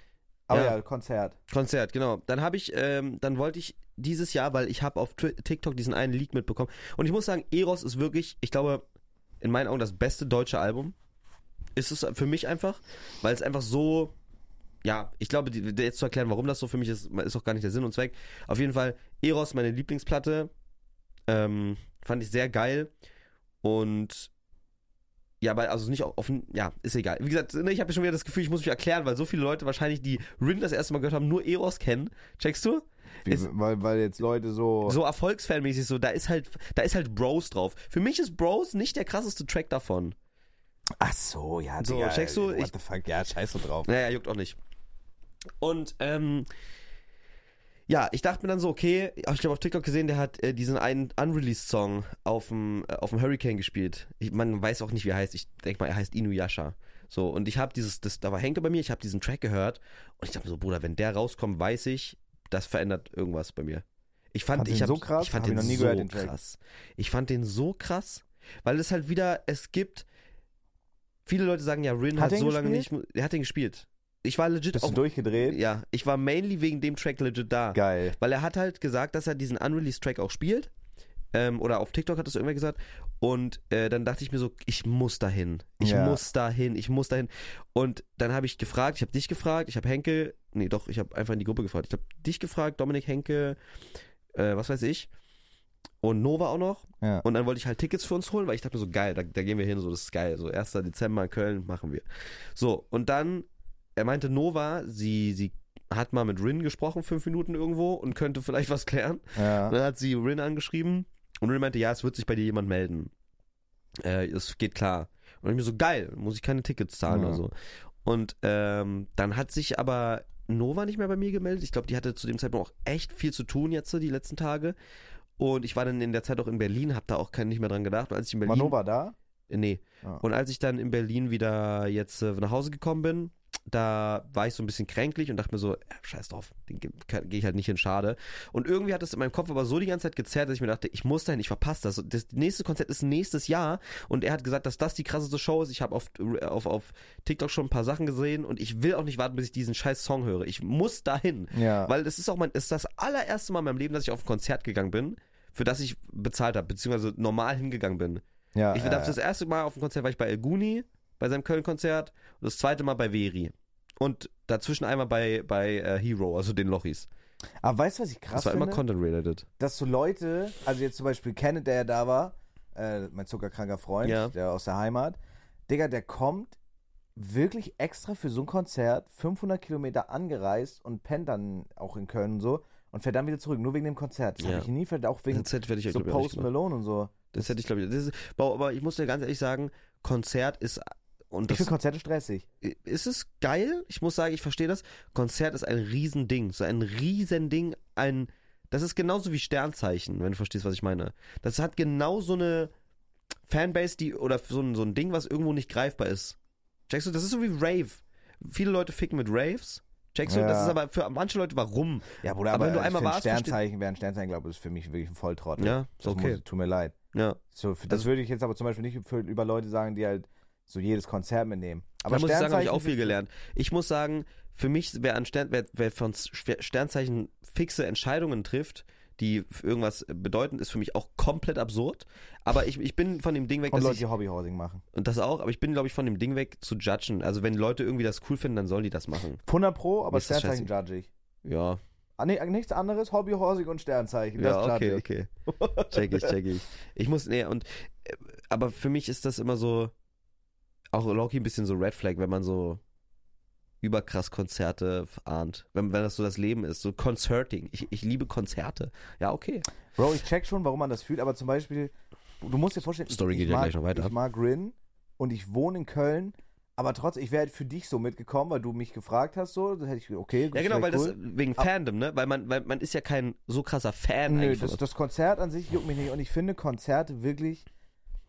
Speaker 1: Aber
Speaker 2: Ja.
Speaker 1: ja, Konzert.
Speaker 2: Konzert, genau. Dann habe ich, ähm, dann wollte ich dieses Jahr, weil ich habe auf Twi- TikTok diesen einen Leak mitbekommen. Und ich muss sagen, Eros ist wirklich, ich glaube, in meinen Augen das beste deutsche Album. Ist es für mich einfach, weil es einfach so, ja, ich glaube, die, die- jetzt zu erklären, warum das so für mich ist, ist auch gar nicht der Sinn und Zweck. Auf jeden Fall, Eros, meine Lieblingsplatte, ähm, fand ich sehr geil. Und ja, aber also nicht offen, ja, ist egal. Wie gesagt, ne, ich habe schon wieder das Gefühl, ich muss mich erklären, weil so viele Leute wahrscheinlich, die Rin das erste Mal gehört haben, nur Eros kennen. Checkst du?
Speaker 1: Wie,
Speaker 2: Ist-
Speaker 1: weil, weil jetzt Leute so.
Speaker 2: So erfolgsfanmäßig so, da ist halt, da ist halt Bros drauf. Für mich ist Bros nicht der krasseste Track davon.
Speaker 1: Ach so, ja,
Speaker 2: So, checkst du? Ich-
Speaker 1: What the fuck? Ja, scheiß so drauf.
Speaker 2: Naja, juckt auch nicht. Und, ähm, ja, ich dachte mir dann so, okay, hab ich habe auf TikTok gesehen, der hat äh, diesen einen Unreleased-Song auf dem äh, auf dem Hurricane gespielt. Ich, man weiß auch nicht, wie er heißt. Ich denke mal, er heißt Inuyasha. So, und ich habe dieses, das, da war Henke bei mir, ich habe diesen Track gehört und ich dachte mir so, Bruder, wenn der rauskommt, weiß ich, das verändert irgendwas bei mir. Ich fand,
Speaker 1: Fand
Speaker 2: ich
Speaker 1: den
Speaker 2: hab,
Speaker 1: so krass?
Speaker 2: ich fand
Speaker 1: Hab
Speaker 2: den
Speaker 1: ich noch nie
Speaker 2: so
Speaker 1: gehört, den Track.
Speaker 2: krass. Ich fand den so krass, weil es halt wieder, es gibt, viele Leute sagen ja, Rin
Speaker 1: Hat
Speaker 2: hat,
Speaker 1: er ihn
Speaker 2: so lange
Speaker 1: gespielt?
Speaker 2: nicht, mu- er hat den gespielt. ich war legit
Speaker 1: Bist
Speaker 2: auch.
Speaker 1: du durchgedreht?
Speaker 2: Ja, ich war mainly wegen dem Track legit da.
Speaker 1: Geil.
Speaker 2: Weil er hat halt gesagt, dass er diesen Unreleased-Track auch spielt. Ähm, oder auf TikTok hat das irgendwer gesagt. Und äh, dann dachte ich mir so, ich muss dahin. Ich
Speaker 1: Ja.
Speaker 2: muss dahin, ich muss dahin. Und dann habe ich gefragt, ich habe dich gefragt, ich habe Henke, nee doch, ich habe einfach in die Gruppe gefragt. Ich habe dich gefragt, Dominik, Henke, äh, was weiß ich. Und Nova auch noch.
Speaker 1: Ja.
Speaker 2: Und dann wollte ich halt Tickets für uns holen, weil ich dachte mir so, geil, da, da gehen wir hin, so, das ist geil. So, 1. Dezember in Köln machen wir. So, und dann, er meinte Nova, sie, sie hat mal mit Rin gesprochen, fünf Minuten irgendwo und könnte vielleicht was klären. Und
Speaker 1: ja.
Speaker 2: dann hat sie Rin angeschrieben und Rin meinte, ja, es wird sich bei dir jemand melden. Äh, es geht klar. Und ich mir so, geil, muss ich keine Tickets zahlen
Speaker 1: Ja.
Speaker 2: oder so. Und ähm, dann hat sich aber Nova nicht mehr bei mir gemeldet. Ich glaube, die hatte zu dem Zeitpunkt auch echt viel zu tun jetzt so die letzten Tage. Und ich war dann in der Zeit auch in Berlin, hab da auch kein, nicht mehr dran gedacht. Und als ich in Berlin.
Speaker 1: Manova da?
Speaker 2: Äh, Nee.
Speaker 1: Ah.
Speaker 2: Und als ich dann in Berlin wieder jetzt äh, nach Hause gekommen bin, da war ich so ein bisschen kränklich und dachte mir so, ja, scheiß drauf, den ge- kann- gehe ich halt nicht hin, schade. Und irgendwie hat es in meinem Kopf aber so die ganze Zeit gezerrt, dass ich mir dachte, ich muss dahin, ich verpasse das. Das nächste Konzert ist nächstes Jahr und er hat gesagt, dass das die krasseste Show ist. Ich habe auf, auf, auf TikTok schon ein paar Sachen gesehen und ich will auch nicht warten, bis ich diesen scheiß Song höre. Ich muss dahin.
Speaker 1: Ja.
Speaker 2: Weil es ist auch mein, es ist das allererste Mal in meinem Leben, dass ich auf ein Konzert gegangen bin, für das ich bezahlt habe, beziehungsweise normal hingegangen bin.
Speaker 1: ja,
Speaker 2: Ich
Speaker 1: ja,
Speaker 2: darf
Speaker 1: ja.
Speaker 2: das erste Mal auf dem Konzert war ich bei El Guni, bei seinem Köln-Konzert und das zweite Mal bei Veri. Und dazwischen einmal bei, bei äh, Hero, also den Lochis.
Speaker 1: Aber weißt du, was ich krass
Speaker 2: Das war immer
Speaker 1: finde?
Speaker 2: Content-related.
Speaker 1: Dass so Leute, also jetzt zum Beispiel Kenneth, der ja da war, äh, mein zuckerkranker Freund,
Speaker 2: Ja.
Speaker 1: der aus der Heimat, Digga, der kommt wirklich extra für so ein Konzert 500 Kilometer angereist und pennt dann auch in Köln und so und fährt dann wieder zurück, nur wegen dem Konzert. Das
Speaker 2: Ja.
Speaker 1: habe ich nie verstanden, auch wegen
Speaker 2: Das hätte ich,
Speaker 1: so
Speaker 2: glaub ich, auch nicht
Speaker 1: Post
Speaker 2: gemacht.
Speaker 1: Malone und so.
Speaker 2: Das hätte ich, glaube ich, das ist, Bau, aber ich muss dir ganz ehrlich sagen, Konzert ist und
Speaker 1: Ich
Speaker 2: das
Speaker 1: finde Konzerte stressig.
Speaker 2: ist es geil. Ich muss sagen, ich verstehe das. Konzert ist ein Riesending. So ein Riesending. Ein, das ist genauso wie Sternzeichen, wenn du verstehst, was ich meine. Das hat genau so eine Fanbase, die, oder so ein, so ein Ding, was irgendwo nicht greifbar ist. Checkst du, das ist so wie Rave. Viele Leute ficken mit Raves. Checkst du,
Speaker 1: Ja.
Speaker 2: das ist aber für manche Leute, warum?
Speaker 1: Ja, Bruder,
Speaker 2: Aber
Speaker 1: aber,
Speaker 2: wenn du
Speaker 1: ich
Speaker 2: einmal
Speaker 1: find,
Speaker 2: warst,
Speaker 1: Sternzeichen wäre ein Sternzeichen, glaube ich, ist für mich wirklich ein Volltrottel.
Speaker 2: Ja, ist
Speaker 1: das
Speaker 2: okay.
Speaker 1: muss, tut mir leid.
Speaker 2: Ja.
Speaker 1: So, für, das
Speaker 2: Also-
Speaker 1: würde ich jetzt aber zum Beispiel nicht für, über Leute sagen, die halt so jedes Konzert mitnehmen. Aber
Speaker 2: Aber da muss ich sagen, habe ich
Speaker 1: Sternzeichen
Speaker 2: auch viel gelernt. Ich muss sagen, für mich, wer, an Stern, wer, wer von Schwer- Sternzeichen fixe Entscheidungen trifft, die für irgendwas bedeuten, ist für mich auch komplett absurd. Aber ich, ich bin von dem Ding weg,
Speaker 1: Und
Speaker 2: dass
Speaker 1: Leute,
Speaker 2: ich,
Speaker 1: die Hobbyhousing machen.
Speaker 2: und das auch, aber ich bin, glaube ich, von dem Ding weg zu judgen. Also wenn Leute irgendwie das cool finden, dann sollen die das machen.
Speaker 1: 100 Pro, aber
Speaker 2: Mir ist das
Speaker 1: Sternzeichen judge ich.
Speaker 2: Ja,
Speaker 1: Ah, nee, nichts anderes, Hobbyhousing und Sternzeichen. Das
Speaker 2: ja okay,
Speaker 1: judge ich.
Speaker 2: okay. Check ich, check ich. Ich muss, nee, und, äh, aber für mich ist das immer so, auch Loki ein bisschen so Red Flag, wenn man so überkrass Konzerte ahnt. Wenn, wenn das so das Leben ist, so Concerting. Ich, ich liebe Konzerte. Ja, okay.
Speaker 1: [LAUGHS] Bro, ich check schon, warum man das fühlt, aber zum Beispiel, du musst dir vorstellen,
Speaker 2: Story
Speaker 1: ich
Speaker 2: geht ja
Speaker 1: mag,
Speaker 2: gleich noch weiter.
Speaker 1: Ich mag Rin und ich wohne in Köln, aber trotzdem, ich wäre halt für dich so mitgekommen, weil du mich gefragt hast, so, dann hätte ich, okay,
Speaker 2: Ja, genau, weil
Speaker 1: cool.
Speaker 2: das wegen Fandom, ne? Weil man, weil man ist ja kein so krasser Fan
Speaker 1: Nö,
Speaker 2: eigentlich. von
Speaker 1: das,
Speaker 2: was.
Speaker 1: das Konzert an sich juckt mich nicht. Und ich finde Konzerte wirklich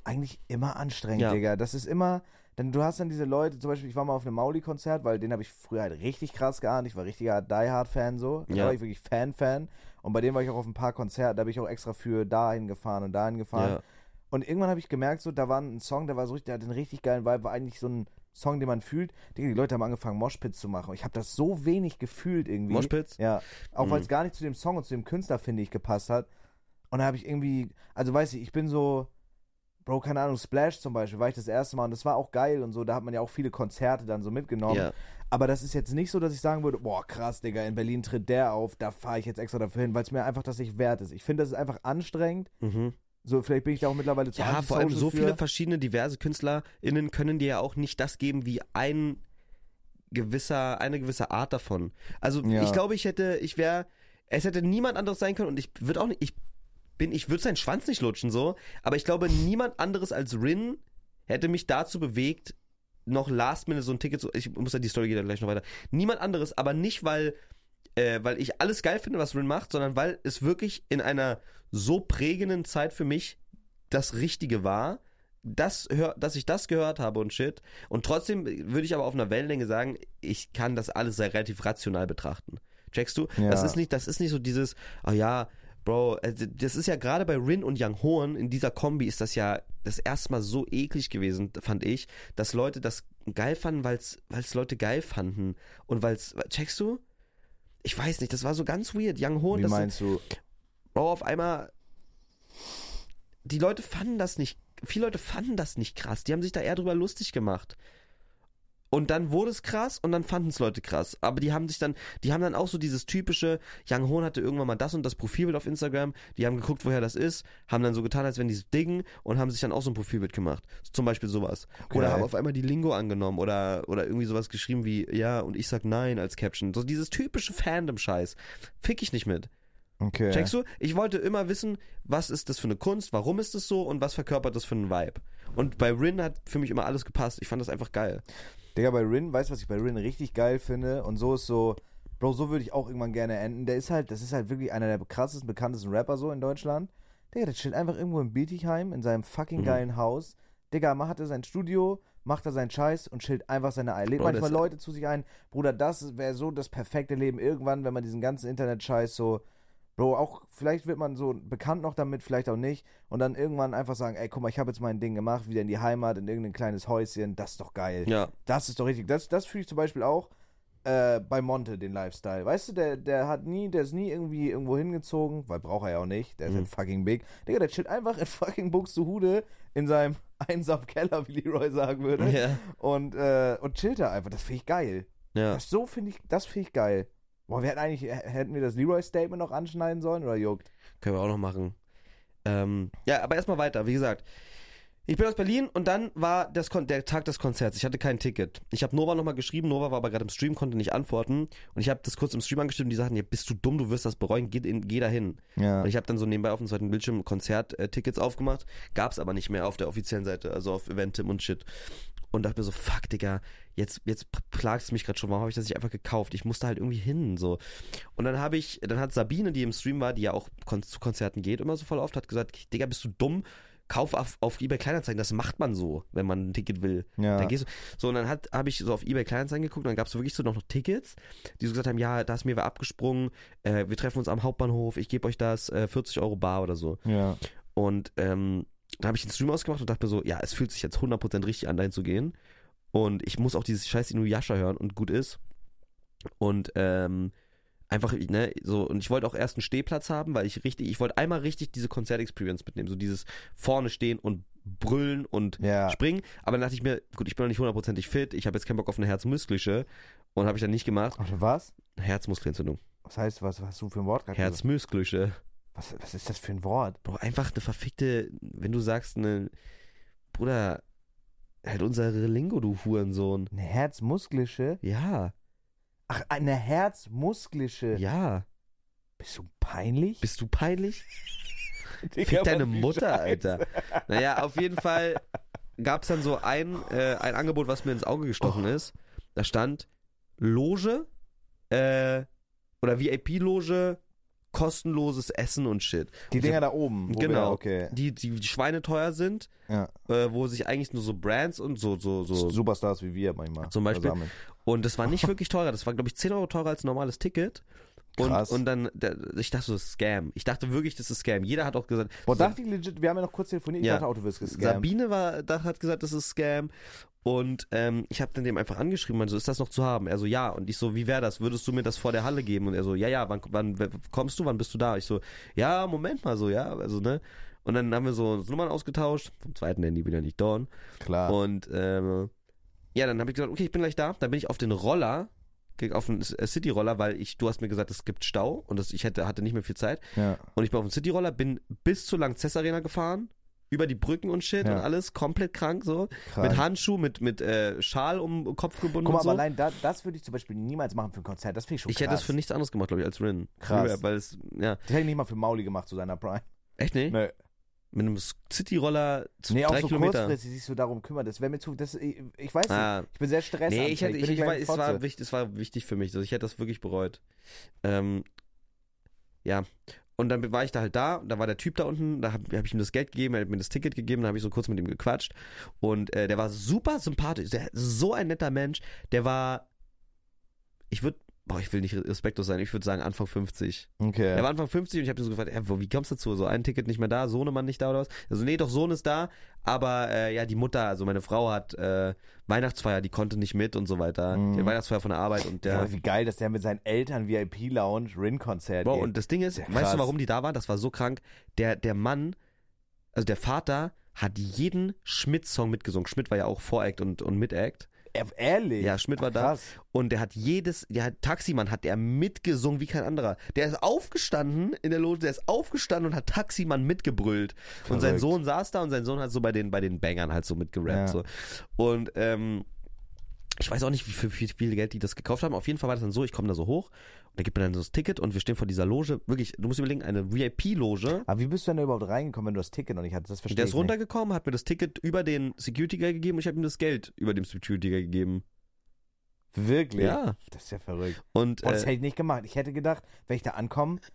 Speaker 1: eigentlich immer anstrengend,
Speaker 2: Ja.
Speaker 1: Digga. Das ist immer. Denn du hast dann diese Leute, zum Beispiel, ich war mal auf einem Mauli-Konzert, weil den habe ich früher halt richtig krass geahnt. Ich war richtiger Die Hard-Fan so. Da
Speaker 2: Ja.
Speaker 1: war ich wirklich Fan-Fan. Und bei dem war ich auch auf ein paar Konzerten, da bin ich auch extra für dahin gefahren und dahin gefahren.
Speaker 2: ja.
Speaker 1: Und irgendwann habe ich gemerkt, so, da war ein Song, der war so richtig, der hatte einen richtig geilen Vibe, war eigentlich so ein Song, den man fühlt. Digga, die Leute haben angefangen, Moshpits zu machen. Und Ich habe das so wenig gefühlt irgendwie.
Speaker 2: Moshpits?
Speaker 1: Ja. Auch
Speaker 2: Mhm.
Speaker 1: weil es gar nicht zu dem Song und zu dem Künstler, finde ich, gepasst hat. Und da habe ich irgendwie, also weiß ich, ich bin so, Bro, keine Ahnung, Splash zum Beispiel, war ich das erste Mal und das war auch geil und so, da hat man ja auch viele Konzerte dann so mitgenommen.
Speaker 2: Ja.
Speaker 1: Aber das ist jetzt nicht so, dass ich sagen würde, boah, krass, Digga, in Berlin tritt der auf, da fahre ich jetzt extra dafür hin, weil es mir einfach das nicht wert ist. Ich finde, das ist einfach anstrengend.
Speaker 2: Mhm.
Speaker 1: So, vielleicht bin ich da auch mittlerweile zu
Speaker 2: Ja, vor allem
Speaker 1: antisocial
Speaker 2: so
Speaker 1: für.
Speaker 2: viele verschiedene diverse KünstlerInnen können dir ja auch nicht das geben, wie ein gewisser, eine gewisse Art davon. Also
Speaker 1: Ja.
Speaker 2: ich glaube, ich hätte, ich wäre, es hätte niemand anderes sein können und ich würde auch nicht, ich bin, ich würde seinen Schwanz nicht lutschen so, aber ich glaube, niemand anderes als Rin hätte mich dazu bewegt, noch last minute so ein Ticket zu, ich muss ja, die Story geht ja gleich noch weiter. Niemand anderes, aber nicht, weil äh, weil ich alles geil finde, was Rin macht, sondern weil es wirklich in einer so prägenden Zeit für mich das Richtige war, das hör, dass ich das gehört habe und shit. Und trotzdem würde ich aber auf einer Wellenlänge sagen, ich kann das alles sehr relativ rational betrachten. Checkst du?
Speaker 1: Ja.
Speaker 2: Das ist nicht, das ist nicht so dieses, ah ja, Bro, also das ist ja gerade bei Rin und Young Horn, in dieser Kombi ist das ja das erstmal so eklig gewesen, fand ich, dass Leute das geil fanden, weil es Leute geil fanden. Und weil es, checkst du? Ich weiß nicht, das war so ganz weird. Young Horn,
Speaker 1: Wie
Speaker 2: das
Speaker 1: meinst du?
Speaker 2: Bro, auf einmal, die Leute fanden das nicht, viele Leute fanden das nicht krass. Die haben sich da eher drüber lustig gemacht. Und dann wurde es krass und dann fanden es Leute krass. Aber die haben sich dann, die haben dann auch so dieses typische, Yang Hoon hatte irgendwann mal das und das Profilbild auf Instagram, die haben geguckt, woher das ist, haben dann so getan, als wenn die es diggen und haben sich dann auch so ein Profilbild gemacht. Zum Beispiel sowas. Oder
Speaker 1: Geil.
Speaker 2: haben auf einmal die Lingo angenommen oder, oder irgendwie sowas geschrieben wie, ja, und ich sag nein als Caption. So dieses typische Fandom-Scheiß. Fick ich nicht mit.
Speaker 1: Okay.
Speaker 2: Checkst du? Ich wollte immer wissen, was ist das für eine Kunst, warum ist es so und was verkörpert das für einen Vibe. Und bei Rin hat für mich immer alles gepasst. Ich fand das einfach geil.
Speaker 1: Digga, bei Rin, weißt du, was ich bei Rin richtig geil finde? Und so ist so, Bro, so würde ich auch irgendwann gerne enden. Der ist halt, das ist halt wirklich einer der krassesten, bekanntesten Rapper so in Deutschland. Digga, der chillt einfach irgendwo in Bietigheim, in seinem fucking
Speaker 2: Mhm.
Speaker 1: geilen Haus. Digga, macht er sein Studio, macht er seinen Scheiß und chillt einfach seine Eier. Lädt
Speaker 2: Bro, das-
Speaker 1: manchmal Leute zu sich ein. Bruder, das wäre so das perfekte Leben irgendwann, wenn man diesen ganzen Internet-Scheiß so, Bro, auch vielleicht wird man so bekannt noch damit, vielleicht auch nicht. Und dann irgendwann einfach sagen, ey, guck mal, ich habe jetzt mein Ding gemacht, wieder in die Heimat, in irgendein kleines Häuschen, das ist doch geil.
Speaker 2: Ja.
Speaker 1: Das ist doch richtig. Das, das fühle ich zum Beispiel auch äh, bei Monte, den Lifestyle. Weißt du, der, der hat nie, der ist nie irgendwie irgendwo hingezogen, weil braucht er ja auch nicht. Der ist halt fucking big. Digga, der chillt einfach in [LAUGHS] fucking Buxtehude in seinem [LAUGHS] einsamen Keller, wie Leroy sagen würde.
Speaker 2: Ja.
Speaker 1: Und, äh, und chillt da einfach. Das finde ich geil.
Speaker 2: Ja.
Speaker 1: Das so finde ich, das finde ich geil. Boah, wir hätten eigentlich, hätten wir das Leroy-Statement noch anschneiden sollen oder juckt?
Speaker 2: Können wir auch noch machen. Ähm, ja, aber erstmal weiter, wie gesagt. Ich bin aus Berlin und dann war das Kon der Tag des Konzerts. Ich hatte kein Ticket. Ich habe Nova nochmal geschrieben, Nova war aber gerade im Stream, konnte nicht antworten. Und ich habe das kurz im Stream angestimmt und die sagten, ja, bist du dumm, du wirst das bereuen, geh, in, geh dahin.
Speaker 1: Ja.
Speaker 2: Und ich habe dann so nebenbei auf dem zweiten Bildschirm Konzerttickets aufgemacht, gab's aber nicht mehr auf der offiziellen Seite, also auf Eventim und shit. Und dachte mir so, fuck, Digga, jetzt, jetzt plagt es mich gerade schon, warum habe ich das nicht einfach gekauft? Ich musste halt irgendwie hin, so. Und dann habe ich, dann hat Sabine, die im Stream war, die ja auch kon zu Konzerten geht, immer so voll oft, hat gesagt, Digga, bist du dumm? Kauf auf, auf eBay Kleinanzeigen, das macht man so, wenn man ein Ticket will.
Speaker 1: Ja.
Speaker 2: Dann gehst du, so und dann hat habe ich so auf eBay Kleinanzeigen geguckt und dann gab es wirklich so noch, noch Tickets, die so gesagt haben, ja, da ist mir wer abgesprungen, äh, wir treffen uns am Hauptbahnhof, ich gebe euch das, äh, 40 Euro bar oder so.
Speaker 1: Ja.
Speaker 2: Und ähm, da habe ich den Stream ausgemacht und dachte mir so, ja, es fühlt sich jetzt 100% richtig an, dahin zu gehen. Und ich muss auch dieses scheiß Inuyasha hören und gut ist. Und ähm, einfach, ne, so, und ich wollte auch erst einen Stehplatz haben, weil ich richtig, ich wollte einmal richtig diese Konzertexperience mitnehmen, so dieses vorne stehen und brüllen und
Speaker 1: Ja.
Speaker 2: springen. Aber dann dachte ich mir, gut, ich bin noch nicht hundertprozentig fit, ich habe jetzt keinen Bock auf eine herzmuskelische und habe ich dann nicht gemacht.
Speaker 1: Ach, was?
Speaker 2: Herzmuskelentzündung.
Speaker 1: Was heißt, was hast du für ein Wort gerade gesagt?
Speaker 2: Herzmuskelische.
Speaker 1: Was, was ist das für ein Wort?
Speaker 2: Bro, einfach eine verfickte, wenn du sagst, eine, Bruder, halt unsere Lingo, du Hurensohn.
Speaker 1: Eine herzmusklische?
Speaker 2: Ja,
Speaker 1: Ach, eine herzmusklische.
Speaker 2: ja.
Speaker 1: Bist du peinlich?
Speaker 2: Bist du peinlich?
Speaker 1: [LAUGHS] Digga,
Speaker 2: Fick deine
Speaker 1: was die
Speaker 2: Mutter,
Speaker 1: Scheiße.
Speaker 2: Alter. Naja, auf jeden Fall gab es dann so ein, äh, ein Angebot, was mir ins Auge
Speaker 1: Oh.
Speaker 2: gestochen ist. Da stand Loge äh, oder VIP-Loge, kostenloses Essen und Shit.
Speaker 1: Die Dinger da oben. wo wir-
Speaker 2: Genau.
Speaker 1: okay.
Speaker 2: Die, die, die Schweine teuer sind,
Speaker 1: Ja.
Speaker 2: äh, wo sich eigentlich nur so Brands und so, so, so,
Speaker 1: Superstars wie wir manchmal.
Speaker 2: Zum Beispiel.
Speaker 1: versammeln.
Speaker 2: Und das war nicht wirklich teurer. Das war, glaube ich, 10 Euro teurer als ein normales Ticket. Und,
Speaker 1: Krass.
Speaker 2: und dann, da, ich dachte, so, das ist Scam. Ich dachte wirklich, das ist Scam. Jeder hat auch gesagt,
Speaker 1: Boah, dachte ich legit, wir haben ja noch kurz telefoniert. Ich
Speaker 2: Ja.
Speaker 1: dachte, Auto wirst gescammt.
Speaker 2: Sabine war, da, hat gesagt, das ist Scam. Und ähm, ich habe dann dem einfach angeschrieben, meinte so, ist das noch zu haben? Er so, ja. Und ich so, wie wäre das? Würdest du mir das vor der Halle geben? Und er so, ja, ja, wann, wann w- kommst du, wann bist du da? Ich so, ja, Moment mal so, ja, also, ne? Und dann haben wir so uns Nummern ausgetauscht, vom zweiten Handy wieder nicht Dawn.
Speaker 1: Klar.
Speaker 2: Und ähm, ja, dann habe ich gesagt, okay, ich bin gleich da. Dann bin ich auf den Roller, ge- auf den S- äh, City-Roller, weil ich, du hast mir gesagt, es gibt Stau und das, ich hätte, hatte nicht mehr viel Zeit.
Speaker 1: ja.
Speaker 2: Und ich bin auf den City-Roller, bin bis zur Lanxess Arena gefahren, über die Brücken und Shit
Speaker 1: Ja.
Speaker 2: und alles, komplett krank so.
Speaker 1: Krank.
Speaker 2: Mit Handschuh, mit, mit äh, Schal um den Kopf gebunden
Speaker 1: Guck mal,
Speaker 2: und so.
Speaker 1: aber allein da, das würde ich zum Beispiel niemals machen für ein Konzert. Das finde ich schon
Speaker 2: ich
Speaker 1: krass.
Speaker 2: hätte das für nichts anderes gemacht, glaube ich, als Rin.
Speaker 1: Krass.
Speaker 2: Früher, Weil es, ja,
Speaker 1: Das hätte ich nicht mal für Mauli gemacht zu seiner Prime.
Speaker 2: echt nicht?
Speaker 1: Nö.
Speaker 2: Mit einem City-Roller zu
Speaker 1: Nee, auch
Speaker 2: drei
Speaker 1: so
Speaker 2: Kilometer.
Speaker 1: kurzfristig sich so darum kümmert. Das wäre mir zu. Das, ich, ich weiß nicht.
Speaker 2: Ah,
Speaker 1: Ich bin sehr stressanfällig.
Speaker 2: Nee, ich hätte,
Speaker 1: bin
Speaker 2: ich,
Speaker 1: eine
Speaker 2: ich
Speaker 1: kleine
Speaker 2: war, es,
Speaker 1: Fotze.
Speaker 2: war wichtig, es war wichtig für mich. Also ich hätte das wirklich bereut. Ähm, ja. Und dann war ich da halt da, und da war der Typ da unten, da habe hab ich ihm das Geld gegeben, er hat mir das Ticket gegeben, da habe ich so kurz mit ihm gequatscht. Und äh, der war super sympathisch, der, so ein netter Mensch. Der war, ich würde boah, ich will nicht respektlos sein, ich würde sagen Anfang 50.
Speaker 1: Okay.
Speaker 2: Er war Anfang 50 und ich habe ihn so gefragt, ey, wo, wie kommst du dazu? So ein Ticket nicht mehr da, Sohnemann nicht da oder was? Also nee, doch Sohn ist da, aber äh, ja, die Mutter, also meine Frau hat äh, Weihnachtsfeier, die konnte nicht mit und so weiter. Die hat Weihnachtsfeier von der Arbeit und
Speaker 1: ja,
Speaker 2: der
Speaker 1: aber wie geil, dass der mit seinen Eltern VIP-Lounge Rin-Konzert
Speaker 2: Bro,
Speaker 1: geht.
Speaker 2: und das Ding ist,
Speaker 1: Ja,
Speaker 2: weißt du,
Speaker 1: krass.
Speaker 2: warum die da waren? Das war so krank. Der, der Mann, also der Vater, hat jeden Schmidt-Song mitgesungen. Schmidt war ja auch Voract und, und Mitact.
Speaker 1: E- Ehrlich?
Speaker 2: Ja, Schmidt war da.
Speaker 1: Krass.
Speaker 2: Und der hat jedes, der hat, Taximann hat er mitgesungen wie kein anderer. Der ist aufgestanden in der Loge, der ist aufgestanden und hat Taximann mitgebrüllt. Und sein
Speaker 1: Verrückt.
Speaker 2: Sohn saß da und sein Sohn hat so bei den, bei den Bangern halt so
Speaker 1: Ja.
Speaker 2: mitgerappt. So. Und ähm, ich weiß auch nicht, wie viel, wie viel Geld die das gekauft haben. Auf jeden Fall war das dann so, ich komme da so hoch und er gibt mir dann so das Ticket und wir stehen vor dieser Loge. Wirklich, du musst überlegen, eine VIP-Loge.
Speaker 1: Aber wie bist du denn da überhaupt reingekommen, wenn du das Ticket noch nicht hattest? Das verstehe
Speaker 2: Der ist
Speaker 1: ich nicht.
Speaker 2: runtergekommen, hat mir das Ticket über den Security Guy gegeben und ich habe ihm das Geld über dem Security Guy gegeben.
Speaker 1: Wirklich?
Speaker 2: Ja.
Speaker 1: Das ist ja verrückt.
Speaker 2: Und
Speaker 1: Boah, das
Speaker 2: äh,
Speaker 1: hätte ich nicht gemacht. Ich hätte gedacht, wenn ich da ankomme, d-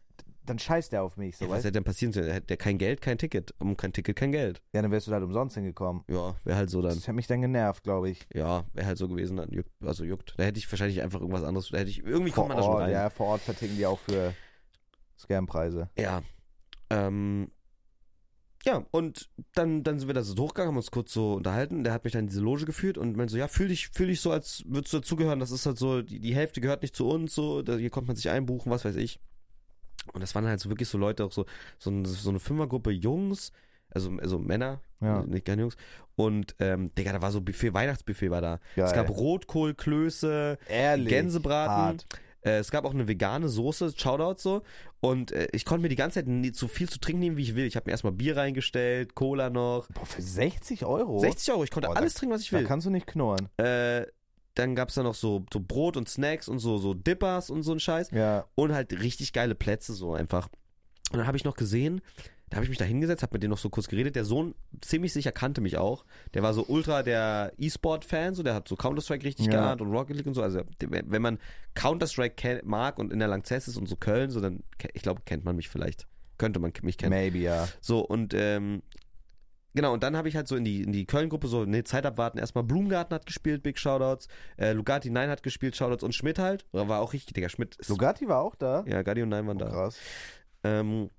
Speaker 1: dann scheißt der auf mich. So,
Speaker 2: Ja, was
Speaker 1: weißt?
Speaker 2: hätte denn passieren sollen? Er hätte kein Geld, kein Ticket. Um kein Ticket, kein Geld.
Speaker 1: Ja, dann wärst du da halt umsonst hingekommen.
Speaker 2: Ja, wäre halt so dann.
Speaker 1: Das hätte mich dann genervt, glaube ich.
Speaker 2: Ja, wäre halt so gewesen, dann juckt, also juckt. Da hätte ich wahrscheinlich einfach irgendwas anderes, da hätte ich, irgendwie kommt man da schon
Speaker 1: Ort,
Speaker 2: rein. Ja.
Speaker 1: ja, vor Ort verticken die auch für Scam-Preise.
Speaker 2: ja. Ähm, ja, und dann, dann sind wir da so hochgegangen, haben uns kurz so unterhalten. Der hat mich dann in diese Loge geführt und meinte so, ja, fühl dich, fühl dich so, als würdest du dazugehören. Das ist halt so, die, die Hälfte gehört nicht zu uns, so, da, hier kommt man sich einbuchen, was weiß ich. Und das waren halt so wirklich so Leute, auch so, so, ein- so eine Fünfergruppe Jungs, also, also Männer,
Speaker 1: Ja,
Speaker 2: Nicht gerne Jungs. Und, ähm, Digga, da war so Buffet, Weihnachtsbuffet war da.
Speaker 1: geil.
Speaker 2: Es gab Rotkohl, Klöße,
Speaker 1: Ehrlich.
Speaker 2: Gänsebraten.
Speaker 1: Hart.
Speaker 2: Äh, es gab auch eine vegane Soße, Shoutout so. Und äh, ich konnte mir die ganze Zeit nie, so viel zu trinken nehmen, wie ich will. Ich habe mir erstmal Bier reingestellt, Cola noch.
Speaker 1: Boah, für 60 Euro?
Speaker 2: 60 Euro, ich konnte
Speaker 1: Boah, da-
Speaker 2: alles trinken, was ich
Speaker 1: Da
Speaker 2: will.
Speaker 1: kannst du nicht knurren.
Speaker 2: Äh, dann gab es da noch so, so Brot und Snacks und so, so Dippers und so ein Scheiß.
Speaker 1: Ja.
Speaker 2: Und halt richtig geile Plätze so einfach. Und dann habe ich noch gesehen, da habe ich mich da hingesetzt, habe mit dem noch so kurz geredet. Der Sohn, ziemlich sicher, kannte mich auch. Der war so ultra der E-Sport-Fan, so der hat so Counter-Strike richtig
Speaker 1: Ja.
Speaker 2: geahnt und Rocket League und so. Also der- wenn man Counter-Strike ken- mag und in der Lanxess ist und so Köln, so dann, ke- ich glaube, kennt man mich vielleicht. Könnte man mich kennen.
Speaker 1: Maybe, ja.
Speaker 2: So, und ähm, genau, und dann habe ich halt so in die, in die Köln-Gruppe so, nee, Zeit abwarten. Erstmal Blumgarten hat gespielt, Big Shoutouts. Äh, Lugati 9 hat gespielt, Shoutouts. Und Schmidt halt, war auch richtig, Digga, Schmidt ist
Speaker 1: Lugatti war auch da.
Speaker 2: ja, Gadi und Nein waren da.
Speaker 1: Oh, Krass.
Speaker 2: Ähm,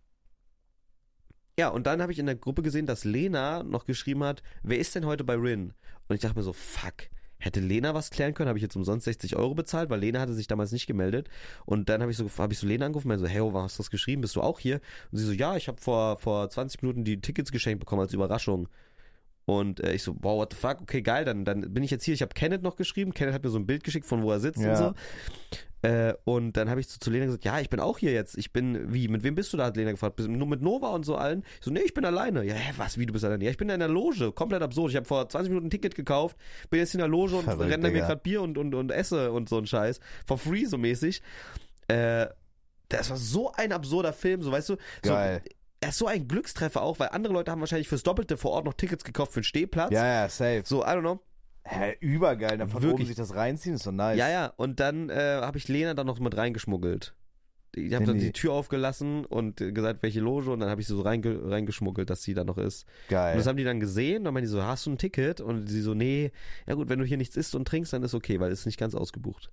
Speaker 2: ja, und dann habe ich in der Gruppe gesehen, dass Lena noch geschrieben hat, wer ist denn heute bei Rin? Und ich dachte mir so, fuck, hätte Lena was klären können, habe ich jetzt umsonst 60 Euro bezahlt, weil Lena hatte sich damals nicht gemeldet. Und dann habe ich so, gef- habe ich so Lena angerufen, meinte so, hey, warum hast du das geschrieben? Bist du auch hier? Und sie so, ja, ich habe vor, vor 20 Minuten die Tickets geschenkt bekommen als Überraschung. Und äh, ich so, wow, what the fuck, okay, geil, dann, dann bin ich jetzt hier. Ich habe Kenneth noch geschrieben. Kenneth hat mir so ein Bild geschickt, von wo er sitzt
Speaker 1: Ja.
Speaker 2: und so. Äh, und dann habe ich so zu Lena gesagt, ja, ich bin auch hier jetzt. Ich bin, wie, mit wem bist du da, hat Lena gefragt. Bist, du nur mit Nova und so allen? Ich so, nee, ich bin alleine. Ja, hä, was, wie, du bist alleine? Ja, ich bin da in der Loge. Komplett absurd. Ich habe vor 20 Minuten ein Ticket gekauft, bin jetzt in der Loge und
Speaker 1: Verrückt,
Speaker 2: renne mir
Speaker 1: Digga.
Speaker 2: gerade Bier und, und, und esse und so ein Scheiß. For free so mäßig. Äh, das war so ein absurder Film, so weißt du. So, äh,
Speaker 1: Geil.
Speaker 2: er ist so ein Glückstreffer auch, weil andere Leute haben wahrscheinlich fürs Doppelte vor Ort noch Tickets gekauft für einen Stehplatz.
Speaker 1: ja, ja, safe.
Speaker 2: So, I don't know.
Speaker 1: Hä, übergeil. Dann von
Speaker 2: Wirklich.
Speaker 1: oben sich das reinziehen, ist so nice.
Speaker 2: Ja, ja. Und dann äh, habe ich Lena dann noch mit reingeschmuggelt. Ich habe
Speaker 1: Nee,
Speaker 2: dann
Speaker 1: nee.
Speaker 2: die Tür aufgelassen und äh, gesagt, welche Loge und dann habe ich sie so reinge reingeschmuggelt, dass sie da noch ist. Und
Speaker 1: Geil.
Speaker 2: das haben die dann gesehen, dann meinen die so, hast du ein Ticket? Und sie so, nee, ja gut, wenn du hier nichts isst und trinkst, dann ist okay, weil es ist nicht ganz ausgebucht.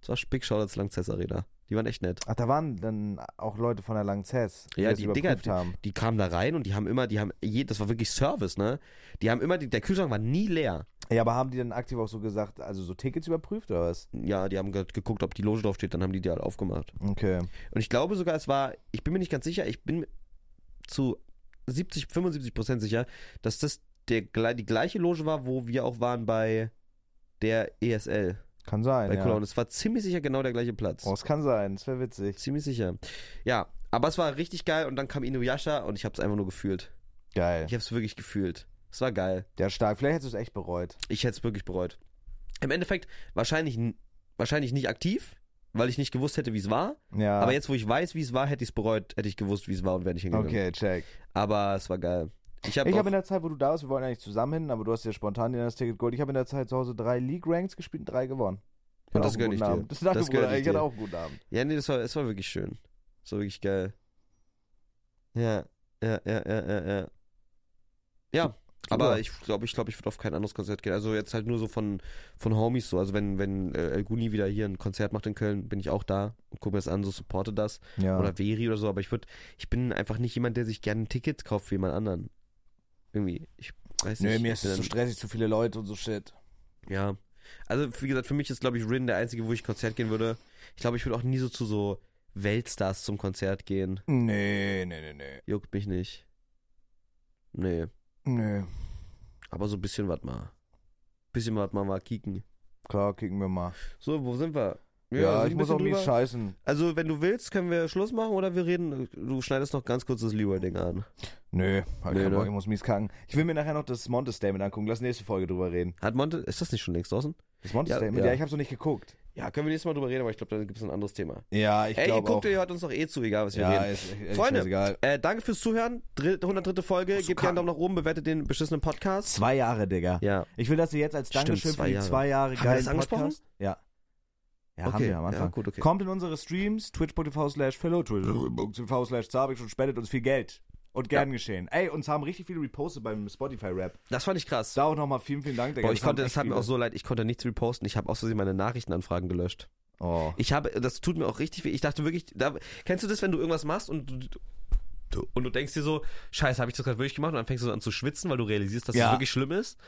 Speaker 2: Das war Spickschau als Langzess Arena. Die waren echt nett.
Speaker 1: Ach, da waren dann auch Leute von der Langzess, die
Speaker 2: Ja,
Speaker 1: das
Speaker 2: die Digga,
Speaker 1: überprüft haben.
Speaker 2: Die kamen da rein und die haben immer, die haben, je, das war wirklich Service, ne? Die haben immer, die, der Kühlschrank war nie leer.
Speaker 1: Ja, aber haben die dann aktiv auch so gesagt, also so Tickets überprüft oder was?
Speaker 2: Ja, die haben ge geguckt, ob die Loge draufsteht, dann haben die die halt aufgemacht.
Speaker 1: Okay.
Speaker 2: Und ich glaube sogar, es war, ich bin mir nicht ganz sicher, ich bin zu 70, 75 Prozent sicher, dass das der, gle- die gleiche Loge war, wo wir auch waren bei der ESL,
Speaker 1: Kann sein.
Speaker 2: bei
Speaker 1: ja.
Speaker 2: Cologne. Es war ziemlich sicher genau der gleiche Platz.
Speaker 1: Oh, es kann sein. Das wäre witzig.
Speaker 2: Ziemlich sicher. Ja, aber es war richtig geil und dann kam Inuyasha und ich hab's einfach nur gefühlt.
Speaker 1: Geil.
Speaker 2: Ich hab's wirklich gefühlt. Es war geil.
Speaker 1: Ja, stark. Vielleicht hättest du es echt bereut.
Speaker 2: Ich hätte es wirklich bereut. Im Endeffekt wahrscheinlich, n- wahrscheinlich nicht aktiv, weil ich nicht gewusst hätte, wie es war.
Speaker 1: Ja.
Speaker 2: Aber jetzt, wo ich weiß, wie es war, hätte ich es bereut, hätte ich gewusst, wie es war und wäre nicht hingegangen.
Speaker 1: Okay, check.
Speaker 2: Aber es war geil. Ich habe
Speaker 1: Ich
Speaker 2: hab
Speaker 1: habe in
Speaker 2: auch-
Speaker 1: der Zeit, wo du da warst, wir wollten eigentlich zusammen hin, aber du hast ja spontan dir das Ticket geholt. Ich habe in der Zeit zu Hause drei League Ranks gespielt und drei gewonnen. Ich
Speaker 2: Und
Speaker 1: hatte auch
Speaker 2: das
Speaker 1: einen
Speaker 2: gönn
Speaker 1: guten
Speaker 2: ich dir.
Speaker 1: Abend. [LAUGHS] Das, danke,
Speaker 2: Das gönn
Speaker 1: Bruder.
Speaker 2: ich
Speaker 1: Ich hatte
Speaker 2: dir.
Speaker 1: auch einen guten Abend.
Speaker 2: ja, nee, das war, es war wirklich schön. Es war wirklich geil. Ja, ja, ja, ja, ja, ja. Ja, Aber
Speaker 1: Ja.
Speaker 2: ich glaube, ich glaube, ich würde auf kein anderes Konzert gehen. Also jetzt halt nur so von, von Homies so. Also wenn, wenn äh, El Guni wieder hier ein Konzert macht in Köln, bin ich auch da und gucke mir das an, so supporte das.
Speaker 1: Ja.
Speaker 2: Oder Veri oder so. Aber ich würde, ich bin einfach nicht jemand, der sich gerne Tickets kauft für jemand anderen. Irgendwie. Ich weiß
Speaker 1: Nö,
Speaker 2: nicht.
Speaker 1: mir ist
Speaker 2: ich bin
Speaker 1: es zu
Speaker 2: dann-
Speaker 1: stressig, zu viele Leute und so Shit.
Speaker 2: Ja. Also, wie gesagt, für mich ist, glaube ich, Rin der einzige, wo ich ein Konzert gehen würde. Ich glaube, ich würde auch nie so zu so Weltstars zum Konzert gehen.
Speaker 1: Nee, nee, nee, nee.
Speaker 2: Juckt mich nicht. Nee.
Speaker 1: Nee.
Speaker 2: Aber so ein bisschen was mal. Bisschen was mal, mal kicken.
Speaker 1: Klar, kicken wir mal.
Speaker 2: So, wo sind wir?
Speaker 1: Ja,
Speaker 2: sind also ein
Speaker 1: ich muss
Speaker 2: bisschen
Speaker 1: auch mies
Speaker 2: drüber.
Speaker 1: scheißen.
Speaker 2: Also, wenn du willst, können wir Schluss machen oder wir reden. Du schneidest noch ganz kurz das Leroy-Ding an.
Speaker 1: Nö, hab
Speaker 2: Nee,
Speaker 1: keinen
Speaker 2: ne?
Speaker 1: halt Bock, ich muss mies kacken. Ich will mir nachher noch das Monte-Statement angucken. Lass nächste Folge drüber reden.
Speaker 2: Hat Monte. Ist das nicht schon längst draußen?
Speaker 1: Das Monte-Statement?
Speaker 2: Ja,
Speaker 1: Ja,
Speaker 2: ja.
Speaker 1: ich hab's noch nicht geguckt.
Speaker 2: Ja, können wir nächstes Mal drüber reden, aber ich glaube, dann gibt es ein anderes Thema.
Speaker 1: Ja, ich
Speaker 2: Ey, ihr
Speaker 1: glaube auch.
Speaker 2: guckt, ihr hört uns doch eh zu, egal was wir
Speaker 1: ja,
Speaker 2: reden.
Speaker 1: ist, ist
Speaker 2: Freunde.
Speaker 1: egal.
Speaker 2: Äh, danke fürs Zuhören. Dritt, 103. Folge.
Speaker 1: Hast du
Speaker 2: Gebt gerne
Speaker 1: Karten?
Speaker 2: einen Daumen nach oben, bewertet den beschissenen Podcast.
Speaker 1: Zwei Jahre, Digga.
Speaker 2: Ja.
Speaker 1: Ich will, dass ihr jetzt als
Speaker 2: Stimmt,
Speaker 1: Dankeschön
Speaker 2: zwei
Speaker 1: für die
Speaker 2: Jahre.
Speaker 1: zwei Jahre
Speaker 2: Haben wir
Speaker 1: geilen
Speaker 2: das angesprochen?
Speaker 1: Podcast. Ja. Ja,
Speaker 2: okay.
Speaker 1: haben wir am
Speaker 2: Ja,
Speaker 1: Anfang.
Speaker 2: gut, okay.
Speaker 1: Kommt in unsere Streams, twitch.tv slash fellow, twitch.tv slash zabix und spendet uns viel Geld. Und gern geschehen. Ey, uns haben richtig viele repostet beim Spotify-Rap.
Speaker 2: Das fand ich krass.
Speaker 1: Da auch nochmal vielen, vielen Dank, Digga.
Speaker 2: Boah, ich
Speaker 1: Das haben
Speaker 2: konnte,
Speaker 1: echt
Speaker 2: es hat mir
Speaker 1: viele.
Speaker 2: auch so leid, ich konnte nichts reposten. Ich habe aus Versehen meine Nachrichtenanfragen gelöscht.
Speaker 1: Oh.
Speaker 2: Ich habe, das tut mir auch richtig weh. Ich dachte wirklich, da, kennst du das, wenn du irgendwas machst und du- du, und du denkst dir so, scheiße, habe ich das gerade wirklich gemacht? Und dann fängst du so an zu schwitzen, weil du realisierst, dass
Speaker 1: Ja.
Speaker 2: das wirklich schlimm ist.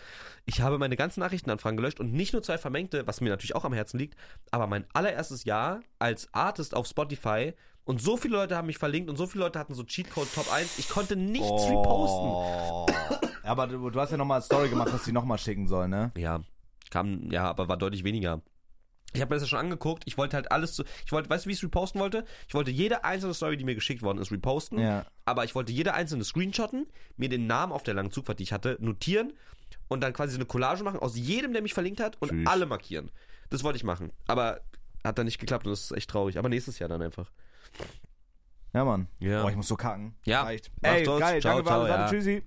Speaker 2: Ich habe meine ganzen Nachrichtenanfragen gelöscht und nicht nur zwei vermengte, was mir natürlich auch am Herzen liegt, aber mein allererstes Jahr als Artist auf Spotify und so viele Leute haben mich verlinkt und so viele Leute hatten so Cheatcode Top 1. Ich konnte nichts
Speaker 1: Oh.
Speaker 2: reposten.
Speaker 1: reposten. Aber du, du hast Oh. ja nochmal eine Story gemacht, dass die nochmal schicken soll, ne?
Speaker 2: Ja, kam, ja, aber war deutlich weniger. Ich habe mir das ja schon angeguckt. Ich wollte halt alles zu. Ich wollte, weißt du, wie ich es reposten wollte? Ich wollte jede einzelne Story, die mir geschickt worden ist, reposten.
Speaker 1: Ja.
Speaker 2: Aber ich wollte jede einzelne screenshotten, mir den Namen auf der langen Zugfahrt, die ich hatte, notieren und dann quasi so eine Collage machen aus jedem, der mich verlinkt hat und
Speaker 1: Tschüss.
Speaker 2: alle markieren. Das wollte ich machen. Aber hat dann nicht geklappt und das ist echt traurig. Aber nächstes Jahr dann einfach.
Speaker 1: Ja, Mann.
Speaker 2: Ja.
Speaker 1: Boah, ich muss so kacken.
Speaker 2: Ja.
Speaker 1: Reicht.
Speaker 2: Macht's
Speaker 1: Ey,
Speaker 2: aus.
Speaker 1: geil.
Speaker 2: Ciao,
Speaker 1: danke für
Speaker 2: ciao,
Speaker 1: alles.
Speaker 2: ja.
Speaker 1: Tschüssi.